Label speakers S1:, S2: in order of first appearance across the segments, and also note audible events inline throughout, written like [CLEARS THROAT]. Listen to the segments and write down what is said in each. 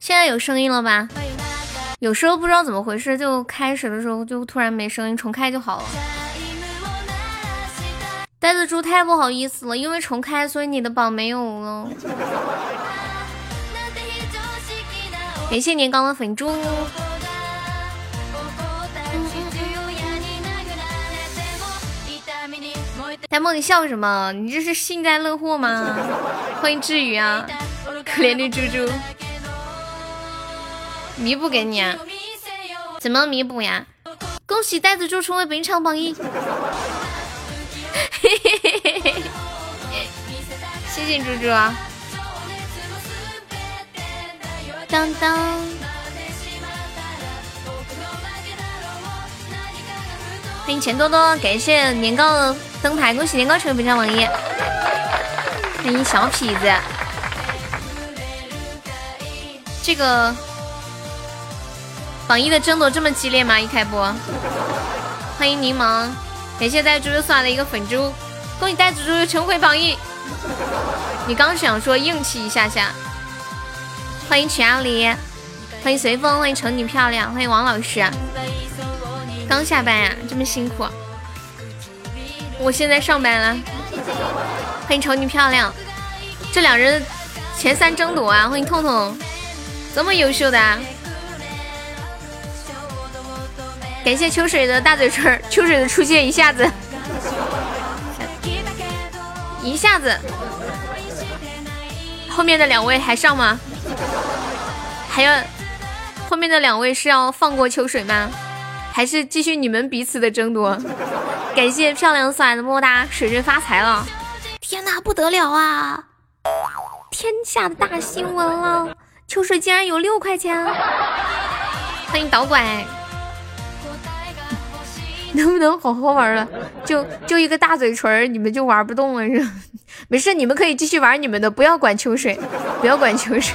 S1: 现在有声音了吧？有时候不知道怎么回事，就开始的时候就突然没声音，重开就好了。呆子猪太不好意思了，因为重开，所以你的榜没有了。感谢您刚刚粉猪。呆萌，你笑什么？你这是幸灾乐祸吗？ [LAUGHS] 欢迎志宇啊，可怜的猪猪，弥补给你啊？
S2: [LAUGHS]
S1: 怎么弥补呀？恭喜呆子猪成为本场榜一！ [LAUGHS] 嘿嘿嘿嘿嘿！谢谢猪猪啊！当当。欢迎钱多多，感谢年糕的灯牌，恭喜年糕成为本场榜一。欢迎小痞子，这个榜一的争夺这么激烈吗？一开播，欢迎柠檬，感谢呆猪又送来的一个粉猪，恭喜呆猪猪重回榜一。你刚想说硬气一下下，欢迎曲阿狸，欢迎随风，欢迎瞅你漂亮，欢迎王老师。刚下班呀、这么辛苦。我现在上班了。欢迎瞅你漂亮，这两人前三争夺啊！欢迎痛痛，这么优秀的、啊。感谢秋水的大嘴唇儿，秋水的出现一下子，一下子。后面的两位还上吗？还要后面的两位是要放过秋水吗？还是继续你们彼此的争夺？ [LAUGHS] 感谢漂亮送来的么么哒，水水发财了！天呐，不得了啊！天下的大新闻了，秋水竟然有六块钱！啊欢迎导拐，能不能好好玩了？就就一个大嘴唇儿，你们就玩不动了是吧？ [LAUGHS] 没事，你们可以继续玩你们的，不要管秋水，不要管秋水。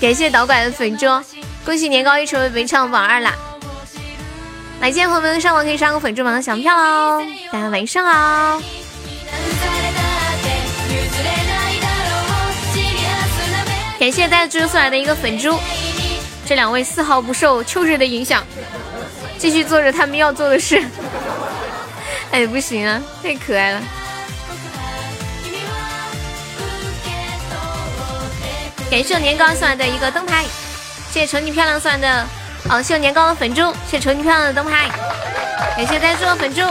S1: 感谢导管的粉猪，恭喜年糕一成为本场榜二啦！来，今天朋友们上网可以上个粉猪榜的小票喽，大家晚上好。感谢大家追送来的一个粉猪，这两位丝毫不受秋水的影响，继续做着他们要做的事。哎，不行啊，太可爱了！感谢我年糕送来的一个灯牌，谢谢瞅你漂亮送来的，哦，谢我年糕的粉猪，谢谢瞅你漂亮的灯牌，感谢呆猪的粉猪，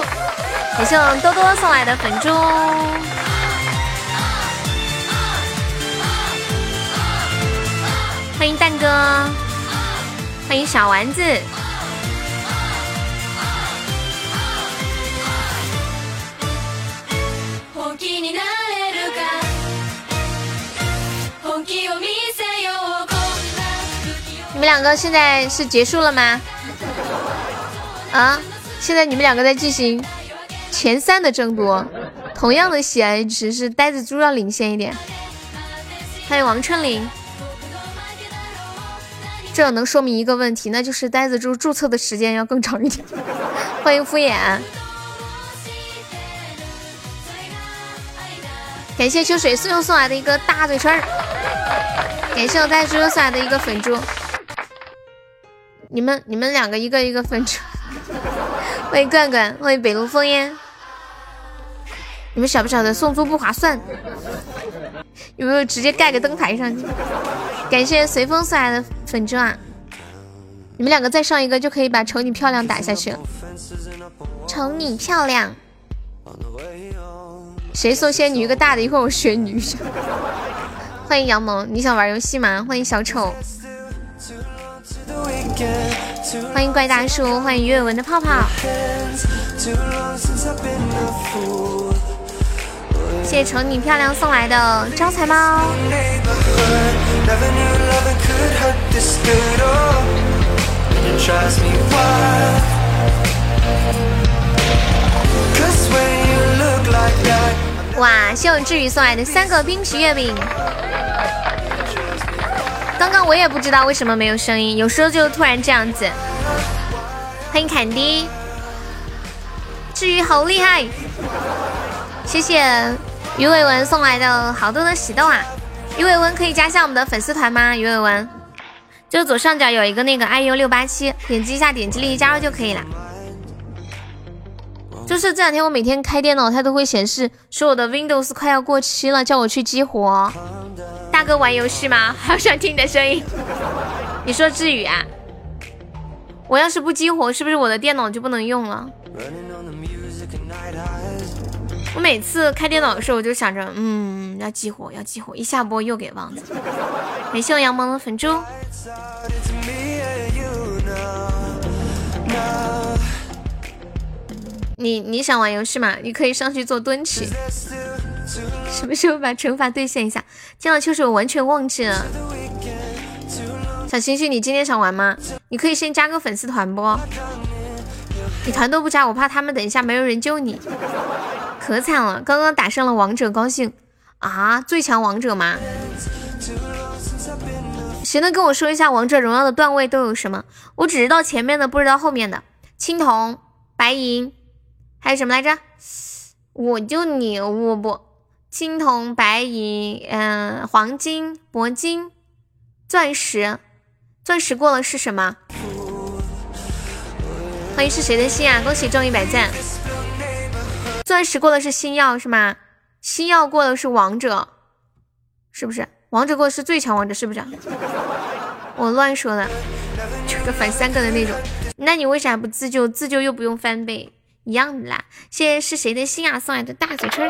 S1: 感谢我多多送来的粉猪。欢迎蛋哥，欢迎小丸子，
S3: 本気になれるか本気を見せようこ
S1: 你们两个现在是结束了吗？啊，现在你们两个在进行前三的争夺，同样的喜爱值是呆子猪要领先一点。欢迎王春玲，这能说明一个问题，那就是呆子猪注册的时间要更长一点。欢迎敷衍，感谢秋水素又送来的一个大嘴唇儿，感谢我呆子猪送来的一个粉猪。你们你们两个一个一个分 [LAUGHS] 出。欢迎罐罐，欢迎北路烽烟。你们晓不晓得送猪不划算？有没有直接盖个灯牌上去？感谢随风送来的粉猪啊！你们两个再上一个就可以把瞅你漂亮打下去了。瞅你漂亮，谁送仙女一个大的？一会儿我选你一下。欢迎杨萌，你想玩游戏吗？欢迎小丑。欢迎怪大叔，欢迎鱼尾纹的泡泡，谢谢瞅你漂亮送来的招财猫，
S4: oh.
S1: 哇，谢我志宇送来的三个冰皮月饼。刚刚我也不知道为什么没有声音，有时候就突然这样子。欢迎坎迪，志宇好厉害，谢谢鱼尾纹送来的好多的喜豆啊！鱼尾纹可以加下我们的粉丝团吗？鱼尾纹，就左上角有一个那个 IU 六八七，点击一下，点击立即加入就可以了。就是这两天我每天开电脑，它都会显示说我的 Windows 快要过期了，叫我去激活。大哥玩游戏吗？好想听你的声音。你说至于啊？我要是不激活，是不是我的电脑就不能用了？我每次开电脑的时候，我就想着，嗯，要激活，要激活，一下播又给忘了。感谢我杨萌的粉猪。你你想玩游戏嘛？你可以上去做蹲起。什么时候把惩罚兑现一下？见到秋水，我完全忘记了。小星星，你今天想玩吗？你可以先加个粉丝团不？你团都不加，我怕他们等一下没有人救你，可惨了。刚刚打上了王者，高兴啊！最强王者吗？谁能跟我说一下王者荣耀的段位都有什么？我只知道前面的，不知道后面的。青铜、白银，还有什么来着？我就你我不，青铜、白银，嗯、黄金、铂金、钻石，钻石过了是什么？欢迎是谁的心啊？恭喜中一百赞！钻石过的是星耀是吗？星耀过的是王者，是不是？王者过的是最强王者，是不是？我乱说的，九个反三个的那种。那你为啥不自救？自救又不用翻倍，一样的啦。谢谢是谁的心啊送来的大嘴唇？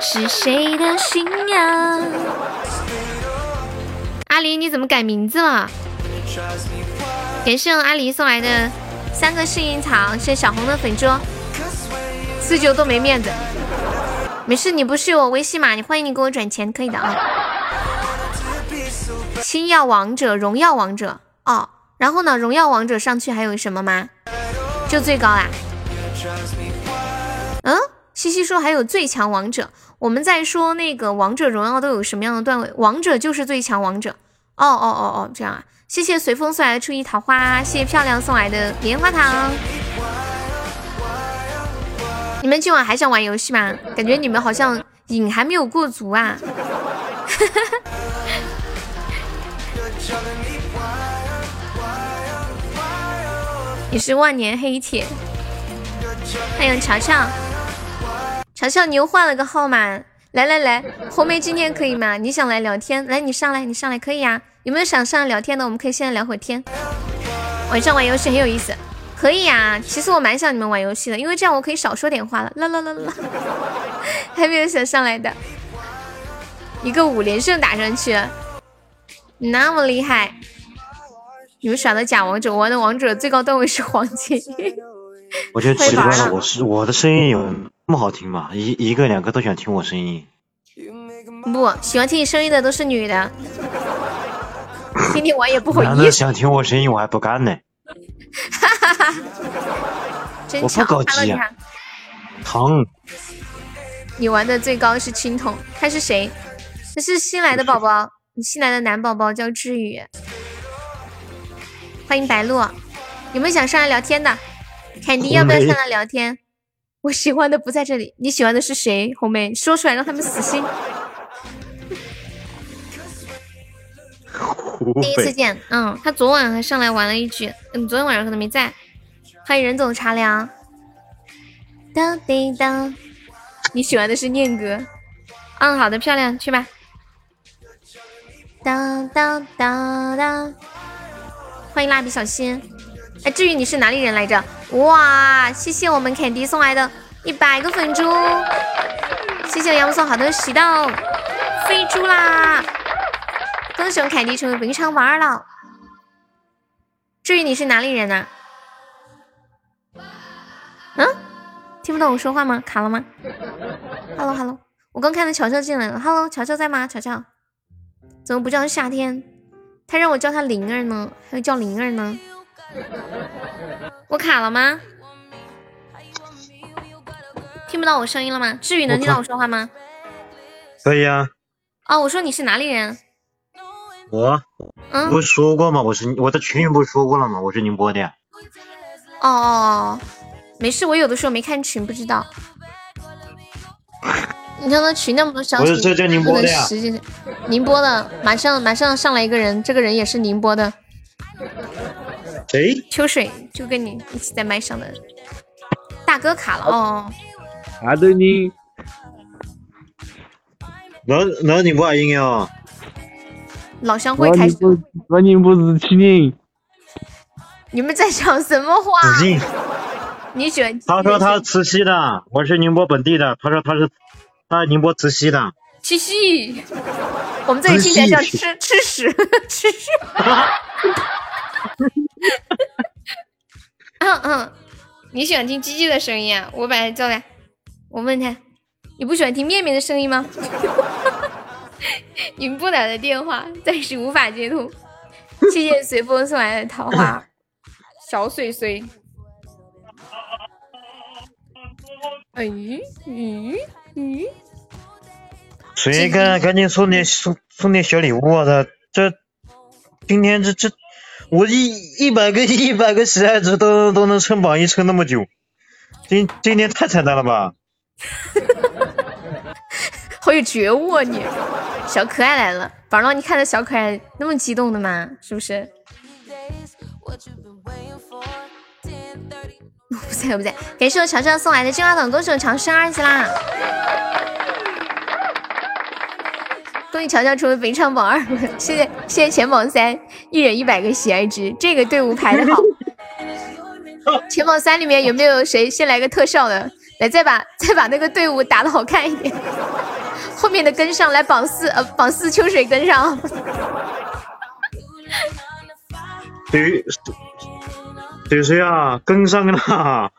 S1: 是谁的心啊？阿狸，你怎么改名字了？感谢阿狸送来的三个幸运草，谢谢小红的粉猪，自救都没面子。没事，你不是有我微信嘛？你欢迎你给我转钱，可以的啊。星耀王者、荣耀王者哦，然后呢，荣耀王者上去还有什么吗？就最高啊啦。嗯，西西说还有最强王者，我们在说那个王者荣耀都有什么样的段位？王者就是最强王者。哦哦哦哦，这样啊。谢谢随风送来的初一桃花，谢谢漂亮送来的棉花糖。你们今晚还想玩游戏吗？感觉你们好像瘾还没有过足啊。你是万年黑铁，欢迎乔乔。乔乔，你又换了个号码。来来来，红梅今天可以吗？你想来聊天？来，你上来，你上来可以呀、有没有想上来聊天的？我们可以现在聊会儿天。晚上玩游戏很有意思，可以呀、其实我蛮想你们玩游戏的，因为这样我可以少说点话了。啦啦啦啦， [LAUGHS] 还没有想上来的，一个五连胜打上去，那么厉害！你们耍的假王者，我玩的王者最高段位是黄金。
S5: 我就奇怪
S1: 会玩啊
S5: 了，
S1: 了
S5: 我是我的声音有那么好听吗？一一个两个都想听我声音，
S1: 不喜欢听你声音的都是女的，听你玩也不好
S5: 男
S1: 意
S5: 的
S1: 思，
S5: 想听我声音我还不干呢。
S1: 真
S5: 我不
S1: 巧。
S5: 搞
S1: 哈喽，
S5: 基啊
S1: 你
S5: 呀
S1: 看，
S5: 疼，
S1: 你玩的最高是青铜，他是谁？这是新来的宝宝，你新来的男宝宝叫志宇。欢迎白鹿，有没有想上来聊天的？凯迪要不要上来聊天？我喜欢的不在这里，你喜欢的是谁？红梅，说出来让他们死心。
S5: 湖
S1: 第一次
S5: 北
S1: 见，嗯，他昨晚还上来玩了一局，嗯，昨天晚上可能没在。欢迎任总茶凉，当叮当，你喜欢的是念哥，嗯，好的，漂亮，去吧。当当当当，欢迎蜡笔小新。哎，至于你是哪里人来着？哇，谢谢我们凯迪送来的一百个粉猪，谢谢杨木送好的喜到飞猪啦！恭喜我们凯迪成为本场王二了。至于你是哪里人啊呐、嗯，听不懂我说话吗？卡了吗？Hello Hello，我刚看到乔乔进来了。Hello，乔乔在吗？乔乔，怎么不叫夏天？他让我叫他灵儿呢，还有叫灵儿呢。我卡了吗？听不到我声音了吗？至于能听到我说话吗？
S5: 可以啊，
S1: 哦，我说你是哪里人？
S5: 我
S1: 嗯，
S5: 不是说过吗？我是我在群里不是说过了吗？我是宁波的呀，
S1: 哦哦，哦，没事，我有的时候没看群，不知道。你看他群那么多小姐，
S5: 我是浙江宁波的呀
S1: 真是实际宁波的，马上马上上来一个人，这个人也是宁波的，
S6: 谁？
S1: 秋水就跟你一起在麦上的大哥卡了哦，
S7: 啥的呢？
S6: 老老宁波也应该哦，
S1: 老乡会
S7: 老
S1: 开
S7: 宁
S1: 始，
S7: 波，老宁波是七零，
S1: 你们在讲什么话？
S6: 紫金。
S1: 你觉
S6: 他说他慈溪的，我是宁波本地的。他说他是他是宁波慈溪的。
S1: 七夕， [LAUGHS] 我们这里听起来像吃 [LAUGHS] 吃屎吃 [LAUGHS] 屎。嗯嗯，你喜欢听鸡鸡的声音啊？我把他叫来，我问他，你不喜欢听面面的声音吗？ [LAUGHS] 你们拨打的电话暂时无法接通，谢谢随风送来的桃 [LAUGHS] 花，小水水。哎咦咦咦！
S6: 谁干？赶紧送点送送点小礼物啊！他这今天这这我一一百个 [LAUGHS] 一百个喜爱值都都能撑榜一撑那么久，今今天太惨淡了吧？
S1: 好有觉悟啊你！小可爱来了，宝宝，你看到小可爱那么激动的吗？是不是？ [LAUGHS] 我不在，我不在。感谢我长长送来的金话筒，恭喜我长生二级啦！恭喜长长成为本场榜二， [LAUGHS] 谢谢谢谢前榜三，一人一百个喜爱值，这个队伍排的好。前榜三里面有没有谁先来个特效的？来，再把再把那个队伍打的好看一点。后面的跟上来榜四，呃，榜四秋水跟上，
S6: 谁谁谁啊？跟上了！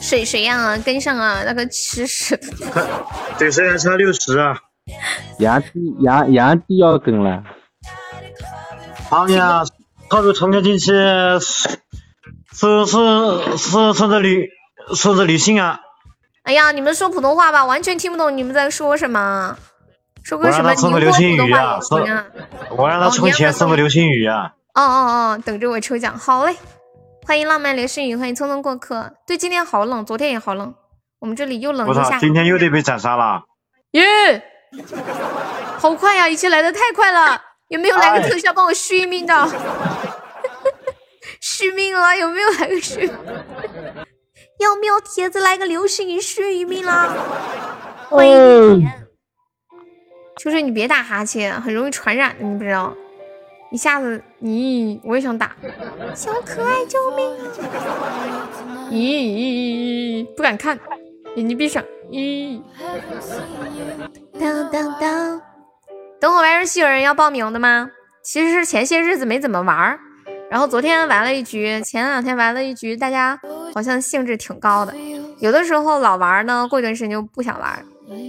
S1: 水谁呀、啊？跟上啊，那个吃屎 [LAUGHS] 的，
S6: 谁谁还差六十啊？
S7: 杨弟杨杨弟要跟了，
S6: 他们呀，他们重庆近期是是是是的旅是的旅行啊。
S1: 哎呀，你们说普通话吧，完全听不懂你们在说什么，说
S6: 我
S1: 个什
S6: 让
S1: 么
S6: 他
S1: 宁
S6: 送
S1: 波
S6: 个
S1: 普
S6: 流星
S1: 通
S6: 雨
S1: 话
S6: 啊
S1: 也行啊。
S6: 我让他充钱送个流星雨啊！
S1: 哦哦哦，等着我抽奖，好嘞！欢迎浪漫流星雨，欢迎匆匆过客。对，今天好冷，昨天也好冷，我们这里又冷
S6: 我
S1: 又
S6: 操，
S1: 下
S6: 啊今天又得被斩杀了！
S1: 耶好快呀、一切来的太快了，有没有来个特效帮我续命的？续命了，有没有来个续？要不要铁子来个流星雨续命啦？欢迎你秋水，你别打哈欠，很容易传染的，你不知道。一下子，咦，我也想打。小可爱，救命！咦咦咦咦，不敢看，眼睛闭上。咦。当当当！等会玩游戏有人要报名的吗？其实是前些日子没怎么玩儿，然后昨天玩了一局，前两天玩了一局，大家好像兴致挺高的。有的时候老玩儿呢，过一段时间就不想玩儿。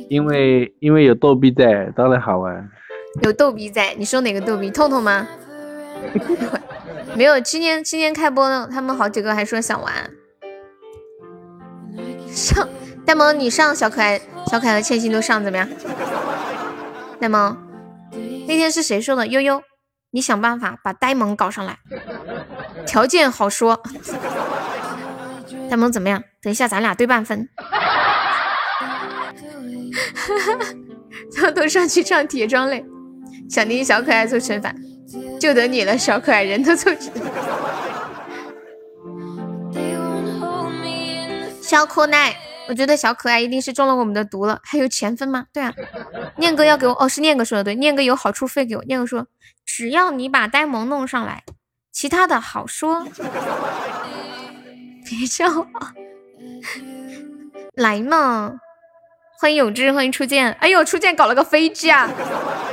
S7: 因为因为有逗逼在，当然好玩。
S1: 有逗比在，你说哪个逗比？痛痛吗？ [LAUGHS] 没有，今天今天开播呢，他们好几个还说想玩。上呆萌，你上小可爱，小可爱和千玺都上怎么样？呆萌，那天是谁说的？悠悠，你想办法把呆萌搞上来，条件好说。呆萌怎么样？等一下咱俩对半分。 [LAUGHS] 偷偷上去唱铁装嘞，想听小可爱做惩罚，就等你了，小可爱人都做惩罚。小可爱，我觉得小可爱一定是中了我们的毒了，还有钱分吗？对啊，念哥要给我，哦，是念哥说的对，念哥有好处费给我，念哥说只要你把呆萌弄上来，其他的好说。 [LAUGHS] 别叫我，来嘛！欢迎有志，欢迎初见。哎呦，初见搞了个飞机啊，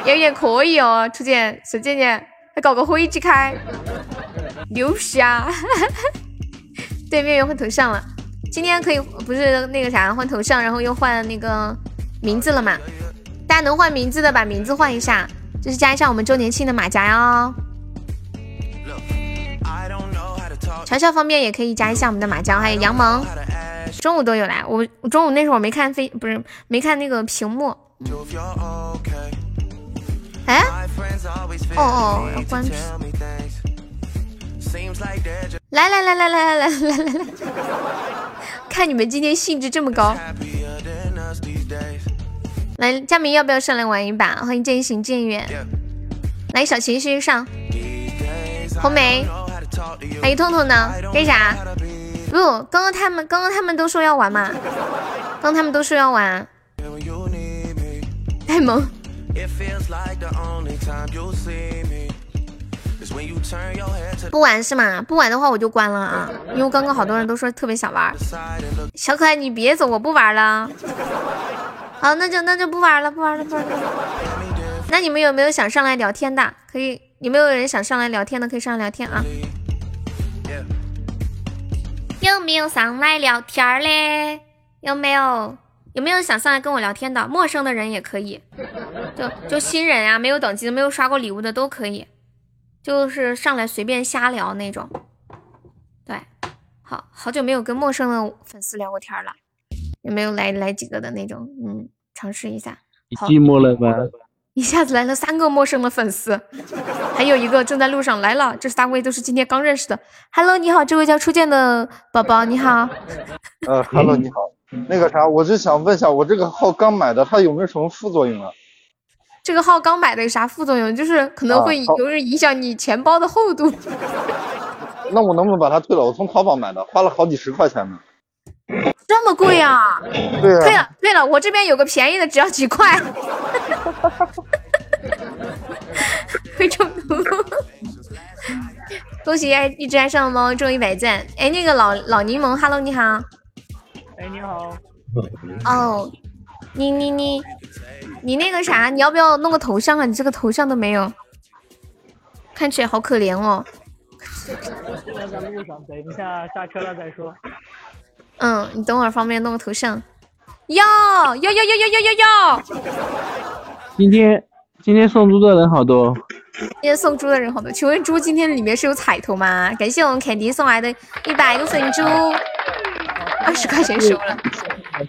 S1: 有点可以哦。初见，小贱贱还搞个飞机开，牛皮啊！ [LAUGHS] 对面又换头像了，今天可以不是那个啥换头像，然后又换那个名字了嘛？大家能换名字的把名字换一下，就是加一下我们周年庆的马甲哦。嘲笑方面也可以加一下我们的马甲，还有杨萌。中午都有来，我我中午那时候我没看飞，不是没看那个屏幕。哎，哦哦，要关闭。来来来来来来来来来 [LAUGHS] 来，看你们今天兴致这么高。来，佳明要不要上来玩一把？欢迎渐行渐远。来，小琴先上。红梅，哎，痛痛呢？干啥？不，刚刚他们刚刚他们都说要玩嘛，刚刚他们都说要玩，啊太萌。不玩是吗？不玩的话我就关了啊，因为刚刚好多人都说特别想玩。小可爱，你别走，我不玩了。 [LAUGHS] 好，那就那就不玩了，不玩了，不玩了。那你们有没有想上来聊天的？可以，有没有人想上来聊天的？可以上来聊天啊。有没有上来聊天儿嘞？有没有有没有想上来跟我聊天的？陌生的人也可以，就就新人啊，没有等级的，没有刷过礼物的都可以，就是上来随便瞎聊那种。对，好好久没有跟陌生的粉丝聊过天儿了，有没有来来几个的那种？嗯，尝试一下。
S7: 你
S1: 好
S7: 寂寞了吗？
S1: 一下子来了三个陌生的粉丝，还有一个正在路上来了。这三位都是今天刚认识的。Hello，你好，这位叫初见的宝宝，你好。
S8: 呃，Hello，你好。那个啥，我就想问一下，我这个号刚买的，它有没有什么副作用啊？
S1: 这个号刚买的有啥副作用？就是可能会
S8: 啊好
S1: 有影响你钱包的厚度。
S8: 那我能不能把它退了？我从淘宝买的，花了好几十块钱呢。
S1: 这么贵啊！
S8: 对
S1: 对
S8: 啊，
S1: 了对了，我这边有个便宜的，只要几块。 [LAUGHS] 会中毒。恭喜爱一只爱上的猫中一百赞！哎，那个老老柠檬，Hello，你好。
S9: 哎，你好，
S1: 哦，你你你你那个啥，你要不要弄个头像啊？你这个头像都没有，看起来好可怜哦。
S9: 现在在路上，等一下下车了再说。
S1: 嗯，你等会儿方便弄个头像。哟哟哟哟哟哟哟哟！
S7: 今天今天送猪的人好多，
S1: 今天送猪的人好多，请问猪今天里面是有彩头吗？感谢我们凯迪送来的一百个粉猪，二十块钱收了。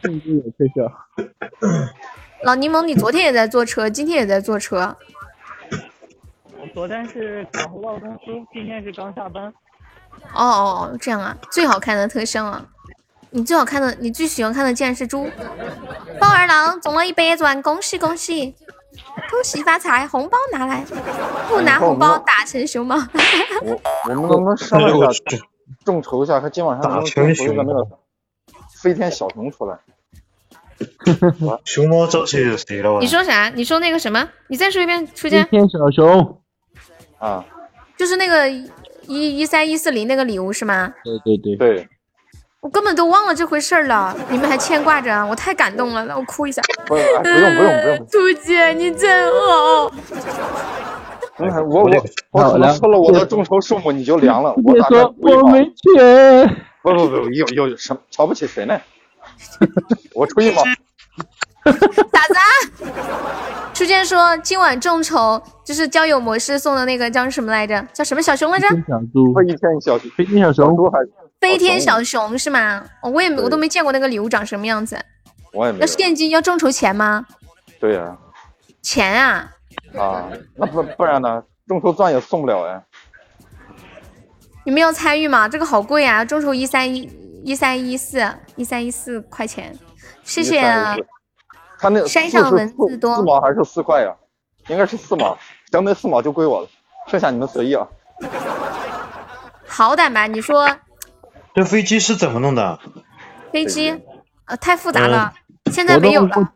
S7: 送猪有特效。
S1: 老柠檬，你昨天也在坐车，今天也在坐车。
S9: 我昨天是赶回到公司，今天是刚下班。
S1: 哦哦哦，这样啊，最好看的特效啊！你最好看的，你最喜欢看的竟然是猪。豹儿郎中了一百钻，恭喜恭喜！恭喜发财，红包拿来！不拿红包打成熊猫。
S8: 我我们能不能
S6: 哎
S8: 商量一下，众筹一下，看今晚上能不能
S6: 打成
S8: 投一个那个飞天小熊出来？
S6: 熊猫招谁惹谁了？我
S1: [LAUGHS] 你说啥？你说那个什么？你再说一遍，出
S7: 一
S1: 家
S7: 天小熊，
S8: 啊，
S1: 就是那个一一三一四零那个礼物是吗？
S7: 对对对，
S8: 对，
S1: 我根本都忘了这回事儿了，你们还牵挂着，啊我太感动了，让我哭一下。
S8: 不是，哎，不用不用不用，
S1: 兔姐，你真好。
S8: 那我我我可能说了我的众筹数目你就凉了，我
S7: 别
S8: 大概
S7: 说
S8: 估计
S7: 我
S8: 吧
S7: 没钱，
S8: 不不不，有有什么瞧不起谁呢？ [LAUGHS] 我出一毛，
S1: 傻子啊！初见说今晚众筹就是交友模式送的那个叫什么来着？叫什么小熊来着
S7: 一？天小猪
S8: 我，一天一小时，
S7: 飞天小
S8: 小
S7: 熊，
S8: 猪还
S1: 飞天小熊是吗？哦，我也没我都没见过那个礼物长什么样子。
S8: 我也没
S1: 要
S8: 有。
S1: 现金要众筹钱吗？
S8: 对啊呀、
S1: 钱啊！
S8: 啊，那不不然呢？众筹钻也送不了呀。
S1: 你们要参与吗？这个好贵啊！众筹一三一一三一四一三一四块钱，谢谢啊
S8: 一个三一四。他那
S1: 山
S8: 四
S1: 上
S8: 是
S1: 文字
S8: 四
S1: 多
S8: 四毛还是四块呀？应该是四毛，相对四毛就归我了，剩下你们随意啊。
S1: 好歹吧，你说
S6: 这飞机是怎么弄的？
S1: 飞
S8: 对
S1: 机，呃，太复杂了，现在没有了，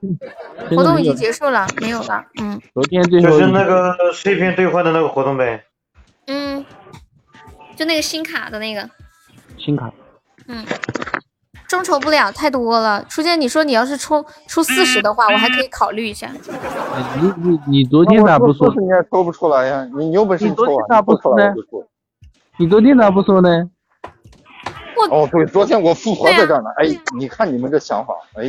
S1: 活动已经结束了，没有了，嗯
S7: 昨天最
S6: 就
S7: 后
S6: 是
S7: 一
S6: 那
S7: 天
S6: 个碎片兑换的那个活动呗。
S1: 嗯，就那个新卡的那个，
S7: 新卡，
S1: 嗯，众筹不了太多了。初见，你说你要是抽出四十的话，我还可以考虑一下。
S7: 哎你你你昨天咋
S8: 那我
S7: 不
S8: 说
S7: 说
S8: 四？十你也抽不出来呀？你你有本事
S7: 你昨
S8: 抽
S7: 天
S8: 啊，
S7: 咋
S8: 你
S7: 不
S8: 不出来我
S7: 说
S8: 就抽。
S7: 你昨天咋不说呢？
S8: 哦，对，昨天我复活
S1: 对啊
S8: 在这儿呢。哎，你看你们这想法，哎，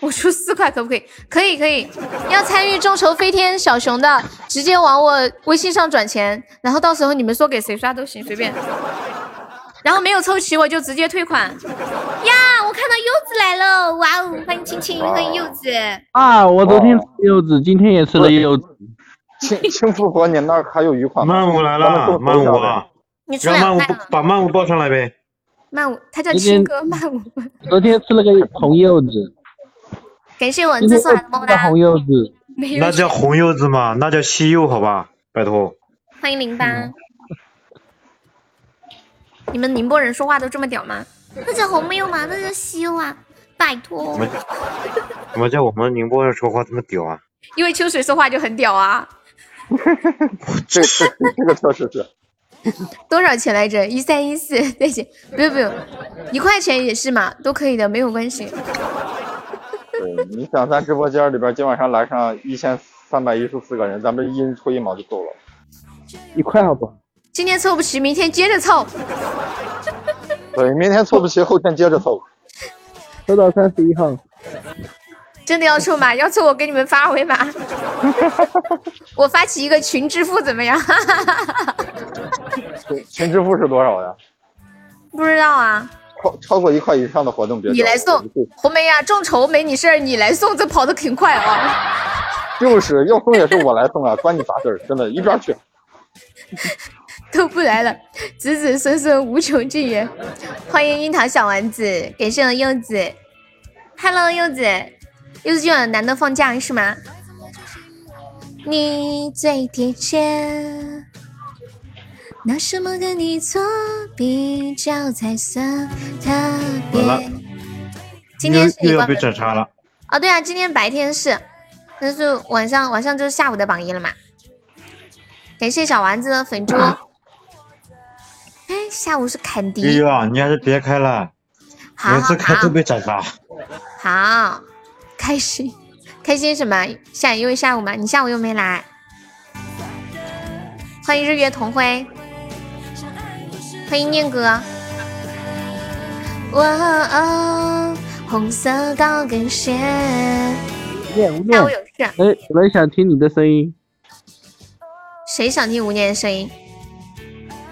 S1: 我出四块可不可以？可以，可以。要参与众筹飞天小熊的，直接往我微信上转钱，然后到时候你们说给谁刷都行，随便。然后没有凑齐，我就直接退款。呀，我看到柚子来了，哇哦！欢迎青青，欢迎柚子。
S7: 啊，我昨天吃柚子，今天也吃了柚子。
S8: 轻轻复活，你那儿还有余款吗？
S6: 曼舞来
S8: 咱们
S6: 了，
S8: 都
S6: 啊曼
S8: 投
S6: 舞
S8: 票
S6: 啊，
S1: 你出
S6: 让
S1: 两
S6: 曼舞
S1: 块了
S6: 把曼舞抱上来呗。
S1: 曼舞，他叫
S7: 今天
S1: 青哥曼 [LAUGHS] 舞。
S7: 昨天吃了个红柚子，
S1: 感谢蚊
S7: 今
S1: 子
S7: 天
S1: 送
S7: 又
S1: 来的
S7: 吃
S1: 么么
S7: 了
S1: 哒
S7: 红。柚子。
S1: 没有
S6: 那叫红柚子
S1: 啊
S6: 嘛，那叫西柚，好吧，拜托。
S1: 欢迎零八。你们宁波人说话都这么屌吗？那叫红没有嘛，那叫西欧啊！拜托
S6: 怎么，怎么在我们宁波人说话这么屌啊？
S1: 因为秋水说话就很屌啊。
S8: 这这这个确实是，
S1: 多少钱来着？一三一四 [LAUGHS] 那些，不用不用，一块钱也是嘛，都可以的，没有关系。
S8: 对，你想咱直播间里边今晚上来上一千三百一十四个人，咱们一人抽一毛就够了。
S7: 一块好不好？
S1: 今天凑不齐，明天接着凑。
S8: 对，明天凑不齐，后天接着凑。
S7: 抽到三十一号，
S1: 真的要凑吗？要凑我给你们发二维码。我发起一个群支付怎么样？ [LAUGHS]
S8: 群群支付是多少呀？
S1: 不知道啊，
S8: 超超过一块以上的活动别
S1: 你
S8: 找
S1: 来
S8: 我
S1: 送
S8: 就
S1: 红梅呀、众筹没你事儿，你来送，这跑得挺快啊。
S8: 就是要送也是我来送啊，关你啥事儿？真的，一边去。
S1: 都不来了，子子孙孙无穷尽也。欢迎樱桃小丸子，感谢我柚子。Hello，柚子，柚子今晚难得放假是吗？你最贴切，拿什么跟你做比较才算特别
S6: 好了？
S1: 今天是
S6: 又
S1: 一
S6: 又要
S1: 关
S6: 被
S1: 门
S6: 整杀了。
S1: 哦，对啊，今天白天是，但是晚上晚上就是下午的榜一了嘛。感谢小丸子的粉猪。哦哎，下午是坎
S6: 悠
S1: 迪，
S6: 悠啊，你还是别开了，
S1: 好
S6: 每
S1: 好
S6: 次开
S1: 好
S6: 都被整杀。
S1: 好，开心开心什么？下因为下午嘛，你下午又没来。欢迎日月同辉，欢迎念哥。哇哦，红色高跟鞋，
S7: 念无
S1: 下
S7: 念
S1: 午，有事。啊
S7: 哎，有人想听你的声音，
S1: 谁想听吴念的声音？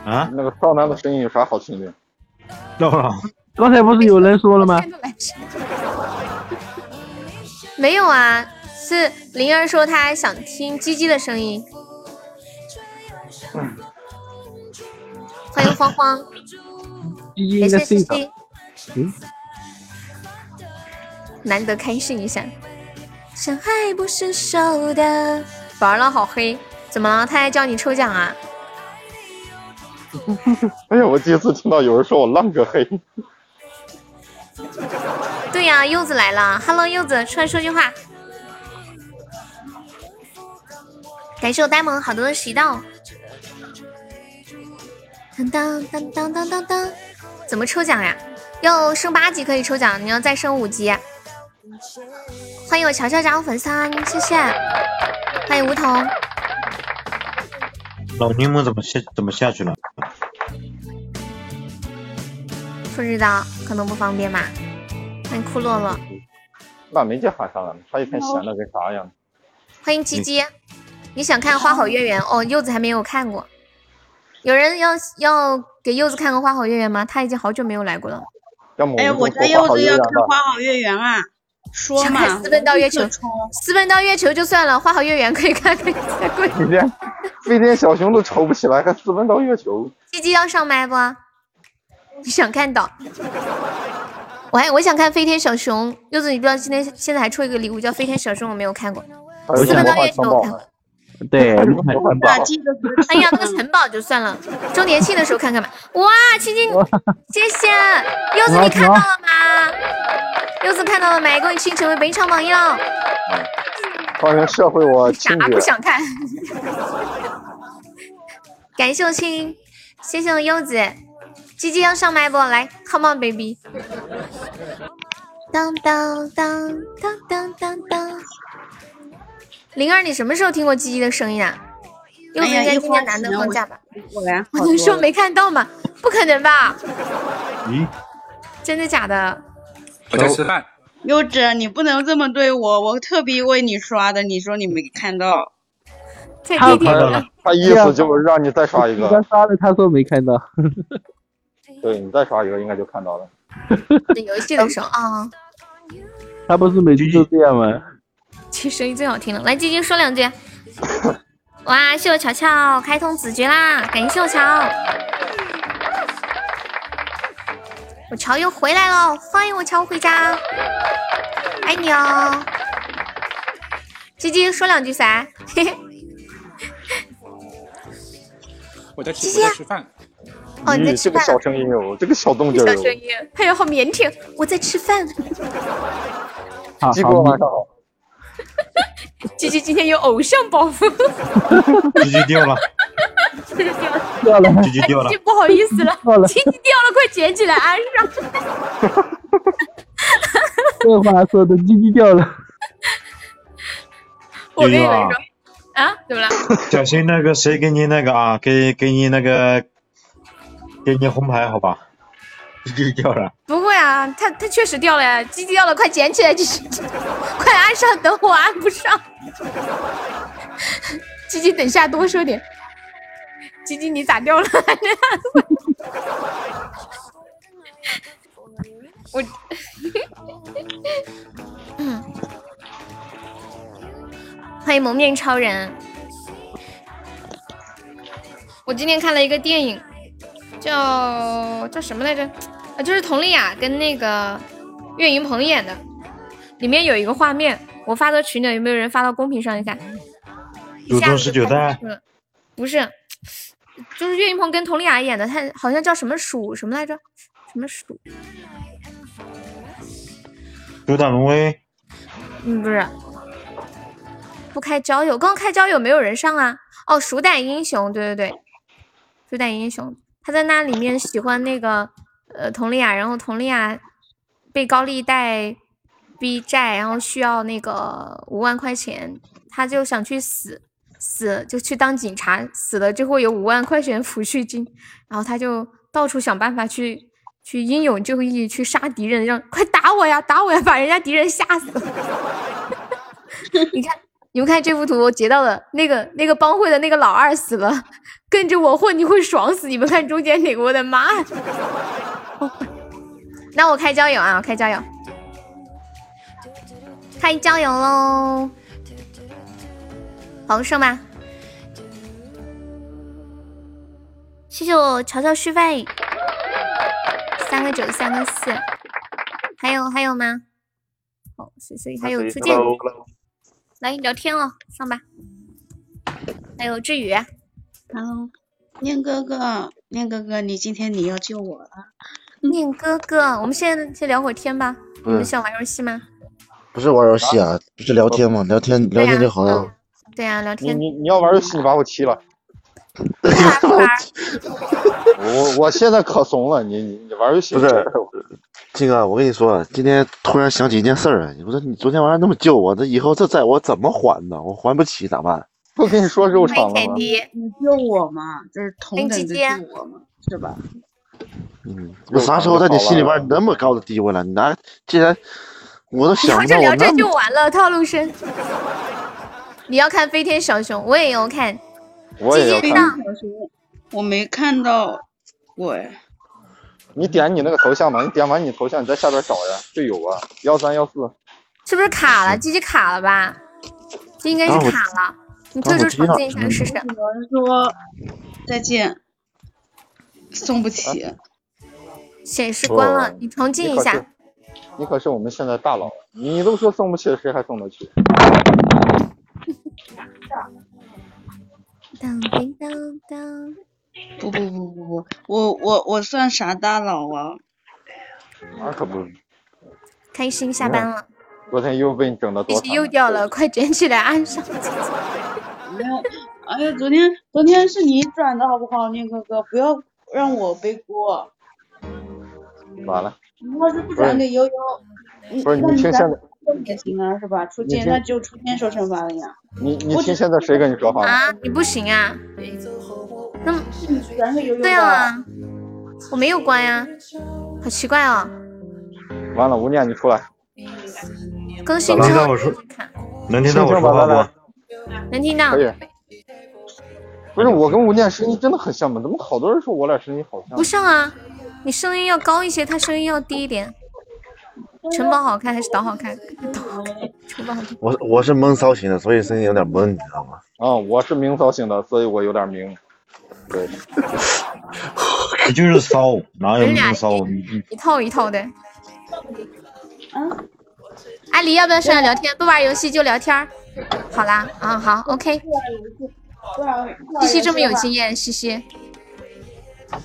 S6: 啊，
S8: 那个少男的声音有啥好听的？
S6: 到了，
S7: 刚才不是有人说了吗？
S1: 没有啊，是灵儿说她想听鸡鸡的声音。
S7: 嗯
S1: 欢迎慌
S7: [LAUGHS]
S1: 慌，
S7: 基金
S1: 没
S7: 应
S1: 事
S7: 该是
S1: 西
S7: 一个，
S1: 西，
S7: 嗯，
S1: 难得开心一下。相爱不是熟的，玩了好黑，怎么了？他还叫你抽奖啊？
S8: 哎呀，我第一次听到有人说我浪哥黑，
S1: 对呀、柚子来了，Hello，柚子，出来说句话。感谢我呆萌好多的喜到。当当当当当当当，怎么抽奖呀？要升八级可以抽奖，你要再升五级。欢迎我乔乔加入粉丝团，谢谢。欢迎梧桐，
S6: 老柠檬怎么下怎么下去了？
S1: 不知道，可能不方便吧。欢迎库洛洛，
S8: 那没见喊上来呢，他一
S1: 哦
S8: 天闲的跟啥样？
S1: 欢迎鸡鸡。你想看《花好月圆》哦？柚子还没有看过。有人要要给柚子看个《花好月圆》吗？他已经好久没有来过了。
S8: 要么
S10: 哎，
S8: 我
S10: 我
S8: 们
S10: 家
S8: 就
S10: 柚
S8: 火好
S10: 子要
S8: 月
S10: 看
S8: 亮
S10: 《
S8: 吧。
S10: 花好月圆》啊，说
S1: 想看
S10: 嘛，
S1: 私奔到月
S10: 立刻
S1: 球
S10: 抽
S1: 私奔到月球就算了，《花好月圆》可以看 [LAUGHS] 看再贵。
S8: 你连飞天小熊都瞅不起来，还私奔到月球？
S1: 鸡鸡要上麦不？你想看到？我还我想看飞天小熊，柚子，你不知道今天现在还出一个礼物叫飞天小熊，我没有看过。
S8: 还有
S1: 私奔
S8: 魔
S1: 到月
S8: 幻
S1: 球
S8: 城
S1: 我
S8: 堡
S1: 看
S8: 呢
S1: 过。
S7: 对，
S8: 还有
S7: 我
S8: 魔
S7: 很
S8: 幻城
S10: 那
S8: 堡。
S10: 记得
S1: [LAUGHS] 哎呀，那个城堡就算了，周年庆的时候看看吧。哇，亲亲，谢谢柚子，你看到了吗？柚子看到了没？恭喜亲成为本场榜一了。
S8: 欢迎社会我
S1: 啥
S8: 亲姐
S1: 不，想看？ [LAUGHS] 感谢我亲，谢谢我柚子，鸡鸡要上麦不？来，Come on baby。当当当当当当当。灵儿，你什么时候听过鸡鸡的声音啊？柚子
S10: 哎呀
S1: 应该
S10: 一
S1: 今
S10: 会儿
S1: 天难得
S10: 可能
S1: 放
S10: 我
S1: 假吧？
S10: 果然好
S1: 我
S10: 多
S1: 能说
S10: 了。
S1: 没看到吗？不可能吧？
S6: 咦，
S1: 真的假的？
S11: 我在吃饭。
S10: 柚子，你不能这么对我，我特别为你刷的，你说你没看到，
S1: 在
S7: 他
S1: 地
S7: 有
S1: 铁
S6: 看到了
S1: 上，
S8: 他意思就是让你再刷一
S7: 刚
S8: 个，
S7: 刷了，他说没看到，
S8: 对你再刷一个应该就看到了。
S1: 游戏的时候
S10: 嗯
S1: 啊，
S7: 他不是每次都这样吗？
S1: 这声音最好听了。来，晶晶说两句。哇，谢我乔乔开通子爵啦，感谢我乔。我乔又回来了，欢迎我乔回家，爱你哦。晶晶说两句噻，嘿嘿，
S11: 我在吃
S1: 谢
S11: 我
S1: 谢
S11: 在吃饭。
S1: 啊哦你在吃
S8: 咦，嗯这个
S1: 饭
S8: 小声音哦，这个小动静
S1: 小
S8: 儿
S1: 声
S8: 哦。
S1: 音，哎呀，好腼腆，我在吃饭。
S7: 啊，
S8: 鸡哥晚上
S7: 好，
S8: 好，
S1: 鸡鸡今天有偶像包 [LAUGHS] 袱，
S6: 狙击掉了，
S1: 这就掉了，
S7: 掉了，
S6: 狙击掉了
S1: 鸡，不好意思了
S7: 掉，了
S1: 鸡鸡掉了，快捡起来安上。
S7: 这话说的鸡鸡掉了，
S1: 我跟你
S6: 有
S1: 们
S6: 啊
S1: 说，啊，怎么了？
S6: 小心那个谁给你那个啊，给给你那个，给你红牌好吧？狙击掉了，
S1: 不会啊，它它确实掉了呀，鸡鸡掉了，快捡起来，鸡鸡，快安上，等我安不上。 [LAUGHS] 鸡鸡，等下多说点。鸡鸡，你咋掉了？ [LAUGHS] 我， [LAUGHS] 嗯，欢迎蒙面超人。我今天看了一个电影，叫叫什么来着？啊，就是佟丽娅跟那个岳云鹏演的，里面有一个画面，我发到群里，有没有人发到公屏上一下？
S6: 祖宗十九代，
S1: 嗯，不是，就是岳云鹏跟佟丽娅演的，他好像叫什么鼠什么来着？什么鼠？
S6: 阻挡龙威，
S1: 嗯，不是，不开交友，刚开交友没有人上啊。哦，鼠胆英雄，对对对，鼠胆英雄，他在那里面喜欢那个呃佟丽娅，然后佟丽娅被高利贷逼债，然后需要那个五万块钱，他就想去死，死就去当警察，死了就会有五万块钱抚恤金，然后他就到处想办法去。去英勇就义，去杀敌人，让快打我呀，打我呀，把人家敌人吓死。你看，你们看这幅图，我截到了那个那个帮会的那个老二死了，跟着我混，你会爽死！你们看中间哪个？我的妈呀！ [LAUGHS] 那我开交友啊，我开交友，开交友喽！皇上吗？谢谢我乔乔续费，三个九，三个四，还有还有吗？哦，所以所以还有初见。来聊天了，上吧。还有志宇，
S10: Hello，念嗯哥哥，念哥哥，你今天你要救我了。
S1: 念哥哥，我们现在先聊会儿天吧。你们想玩游戏吗？
S11: 嗯不是玩游戏啊，不是聊天吗？聊天
S1: 哦对
S11: 聊天
S1: 呀
S11: 就好
S1: 嗯
S11: 了。
S1: 对呀、聊
S8: 你
S11: 嗯 [LAUGHS]
S1: 天。
S8: 你你要玩游戏，你把我
S1: [LAUGHS]
S8: 踢了，
S1: 不玩不玩，
S8: 我我现在可怂了，你你你玩游戏
S11: 不是这个我跟你说啊，今天突然想起一件事儿，我说你昨天晚上那么救我，这以后这债我怎么还呢？我还不起咋办？
S8: 不跟你说肉
S1: 欢
S8: 场
S1: 迎
S8: 了
S1: 凯
S8: 吗？
S1: 迪，
S10: 你救我嘛，就是同
S1: 林
S10: 等
S1: 姐
S10: 的
S1: 姐
S10: 救我嘛，是吧？
S11: 嗯，我啥时候在你心里边那么高的地位了？你拿既然我都
S1: 以
S11: 想
S1: 后
S11: 不
S1: 这
S11: 到
S1: 聊
S11: 我
S1: 这
S11: 那
S1: 就
S11: 么
S1: 完了，套路深。 [LAUGHS] 你要看飞天小熊，我也要看。
S8: 我也要
S1: 对
S10: 飞
S1: 呀
S10: 天
S8: 看，
S10: 小熊，我没看到过哎。
S8: 你点你那个头像吧，你点完你头像，你在下边找呀，队友啊，幺三幺四，
S1: 是不是卡了？机器卡了吧？这应该
S11: 嗯啊我
S1: 是卡了。你
S11: 啊
S1: 退
S11: 我
S1: 出
S11: 知
S1: 重
S11: 道
S1: 进一下试试。
S10: 有人说再见，送不起。
S8: 啊
S1: 显示关了
S8: 哦，
S1: 你重进
S8: 你
S1: 一
S8: 可
S1: 下
S8: 是。你可是我们现在大佬，你都说送不起了，谁还送得起？
S1: 当当当当，
S10: 不不不不不，我我我算啥大佬啊？
S8: 那可不，
S1: 开心下
S11: 嗯
S1: 班了，
S8: 昨天又被你整的
S1: 飞
S8: 多
S1: 机
S8: 惨。
S1: 又掉了，快捡起来安上。
S10: 没有，哎呀，昨天昨天是你转的好不好，念哥哥？不要让我背锅。
S8: 完了，
S10: 你要是不转给悠悠，你
S8: 不是
S10: 那
S8: 你
S10: 你
S8: 听
S10: 咱
S8: 现在，
S10: 也行啊，是吧？初
S8: 你
S10: 见
S8: 听
S10: 那就初见受惩罚了呀。
S8: 你你
S10: 我
S8: 听
S10: 只
S8: 现在谁跟你说话呢？
S1: 啊，你不行啊！那么
S10: 是你转给悠悠
S1: 对
S10: 的。
S1: 啊，我没有关呀、好奇怪哦。
S8: 完了，吴念你出来，
S1: 更新
S6: 能
S1: 之
S6: 听到
S1: 后
S6: 我说，
S1: 看，
S6: 能听到我说
S8: 轻声吧
S6: 话
S8: 来
S6: 不
S8: 来？，
S1: 能听到
S8: 可？以。不是我跟吴念声音真的很像吗？怎么好多人说我俩声音好像
S1: 不？像啊，你声音要高一些，他声音要低一点。城堡好看还是岛好看？ [LAUGHS] 岛好看，城堡好看。
S11: 我我是闷骚型的，所以声音有点闷，你知道吗？
S8: 啊，我是明骚型的，所以我有点明。对，
S6: 你就是骚，哪有
S1: 人
S6: 那
S1: 俩
S6: 么骚？
S1: 一
S6: 你
S1: 一套一套的。
S10: 啊
S1: 阿离要不要上来聊天？不玩游戏就聊天儿。好啦，啊好，OK。
S10: 不然不然
S1: 西西这么有经验，西西。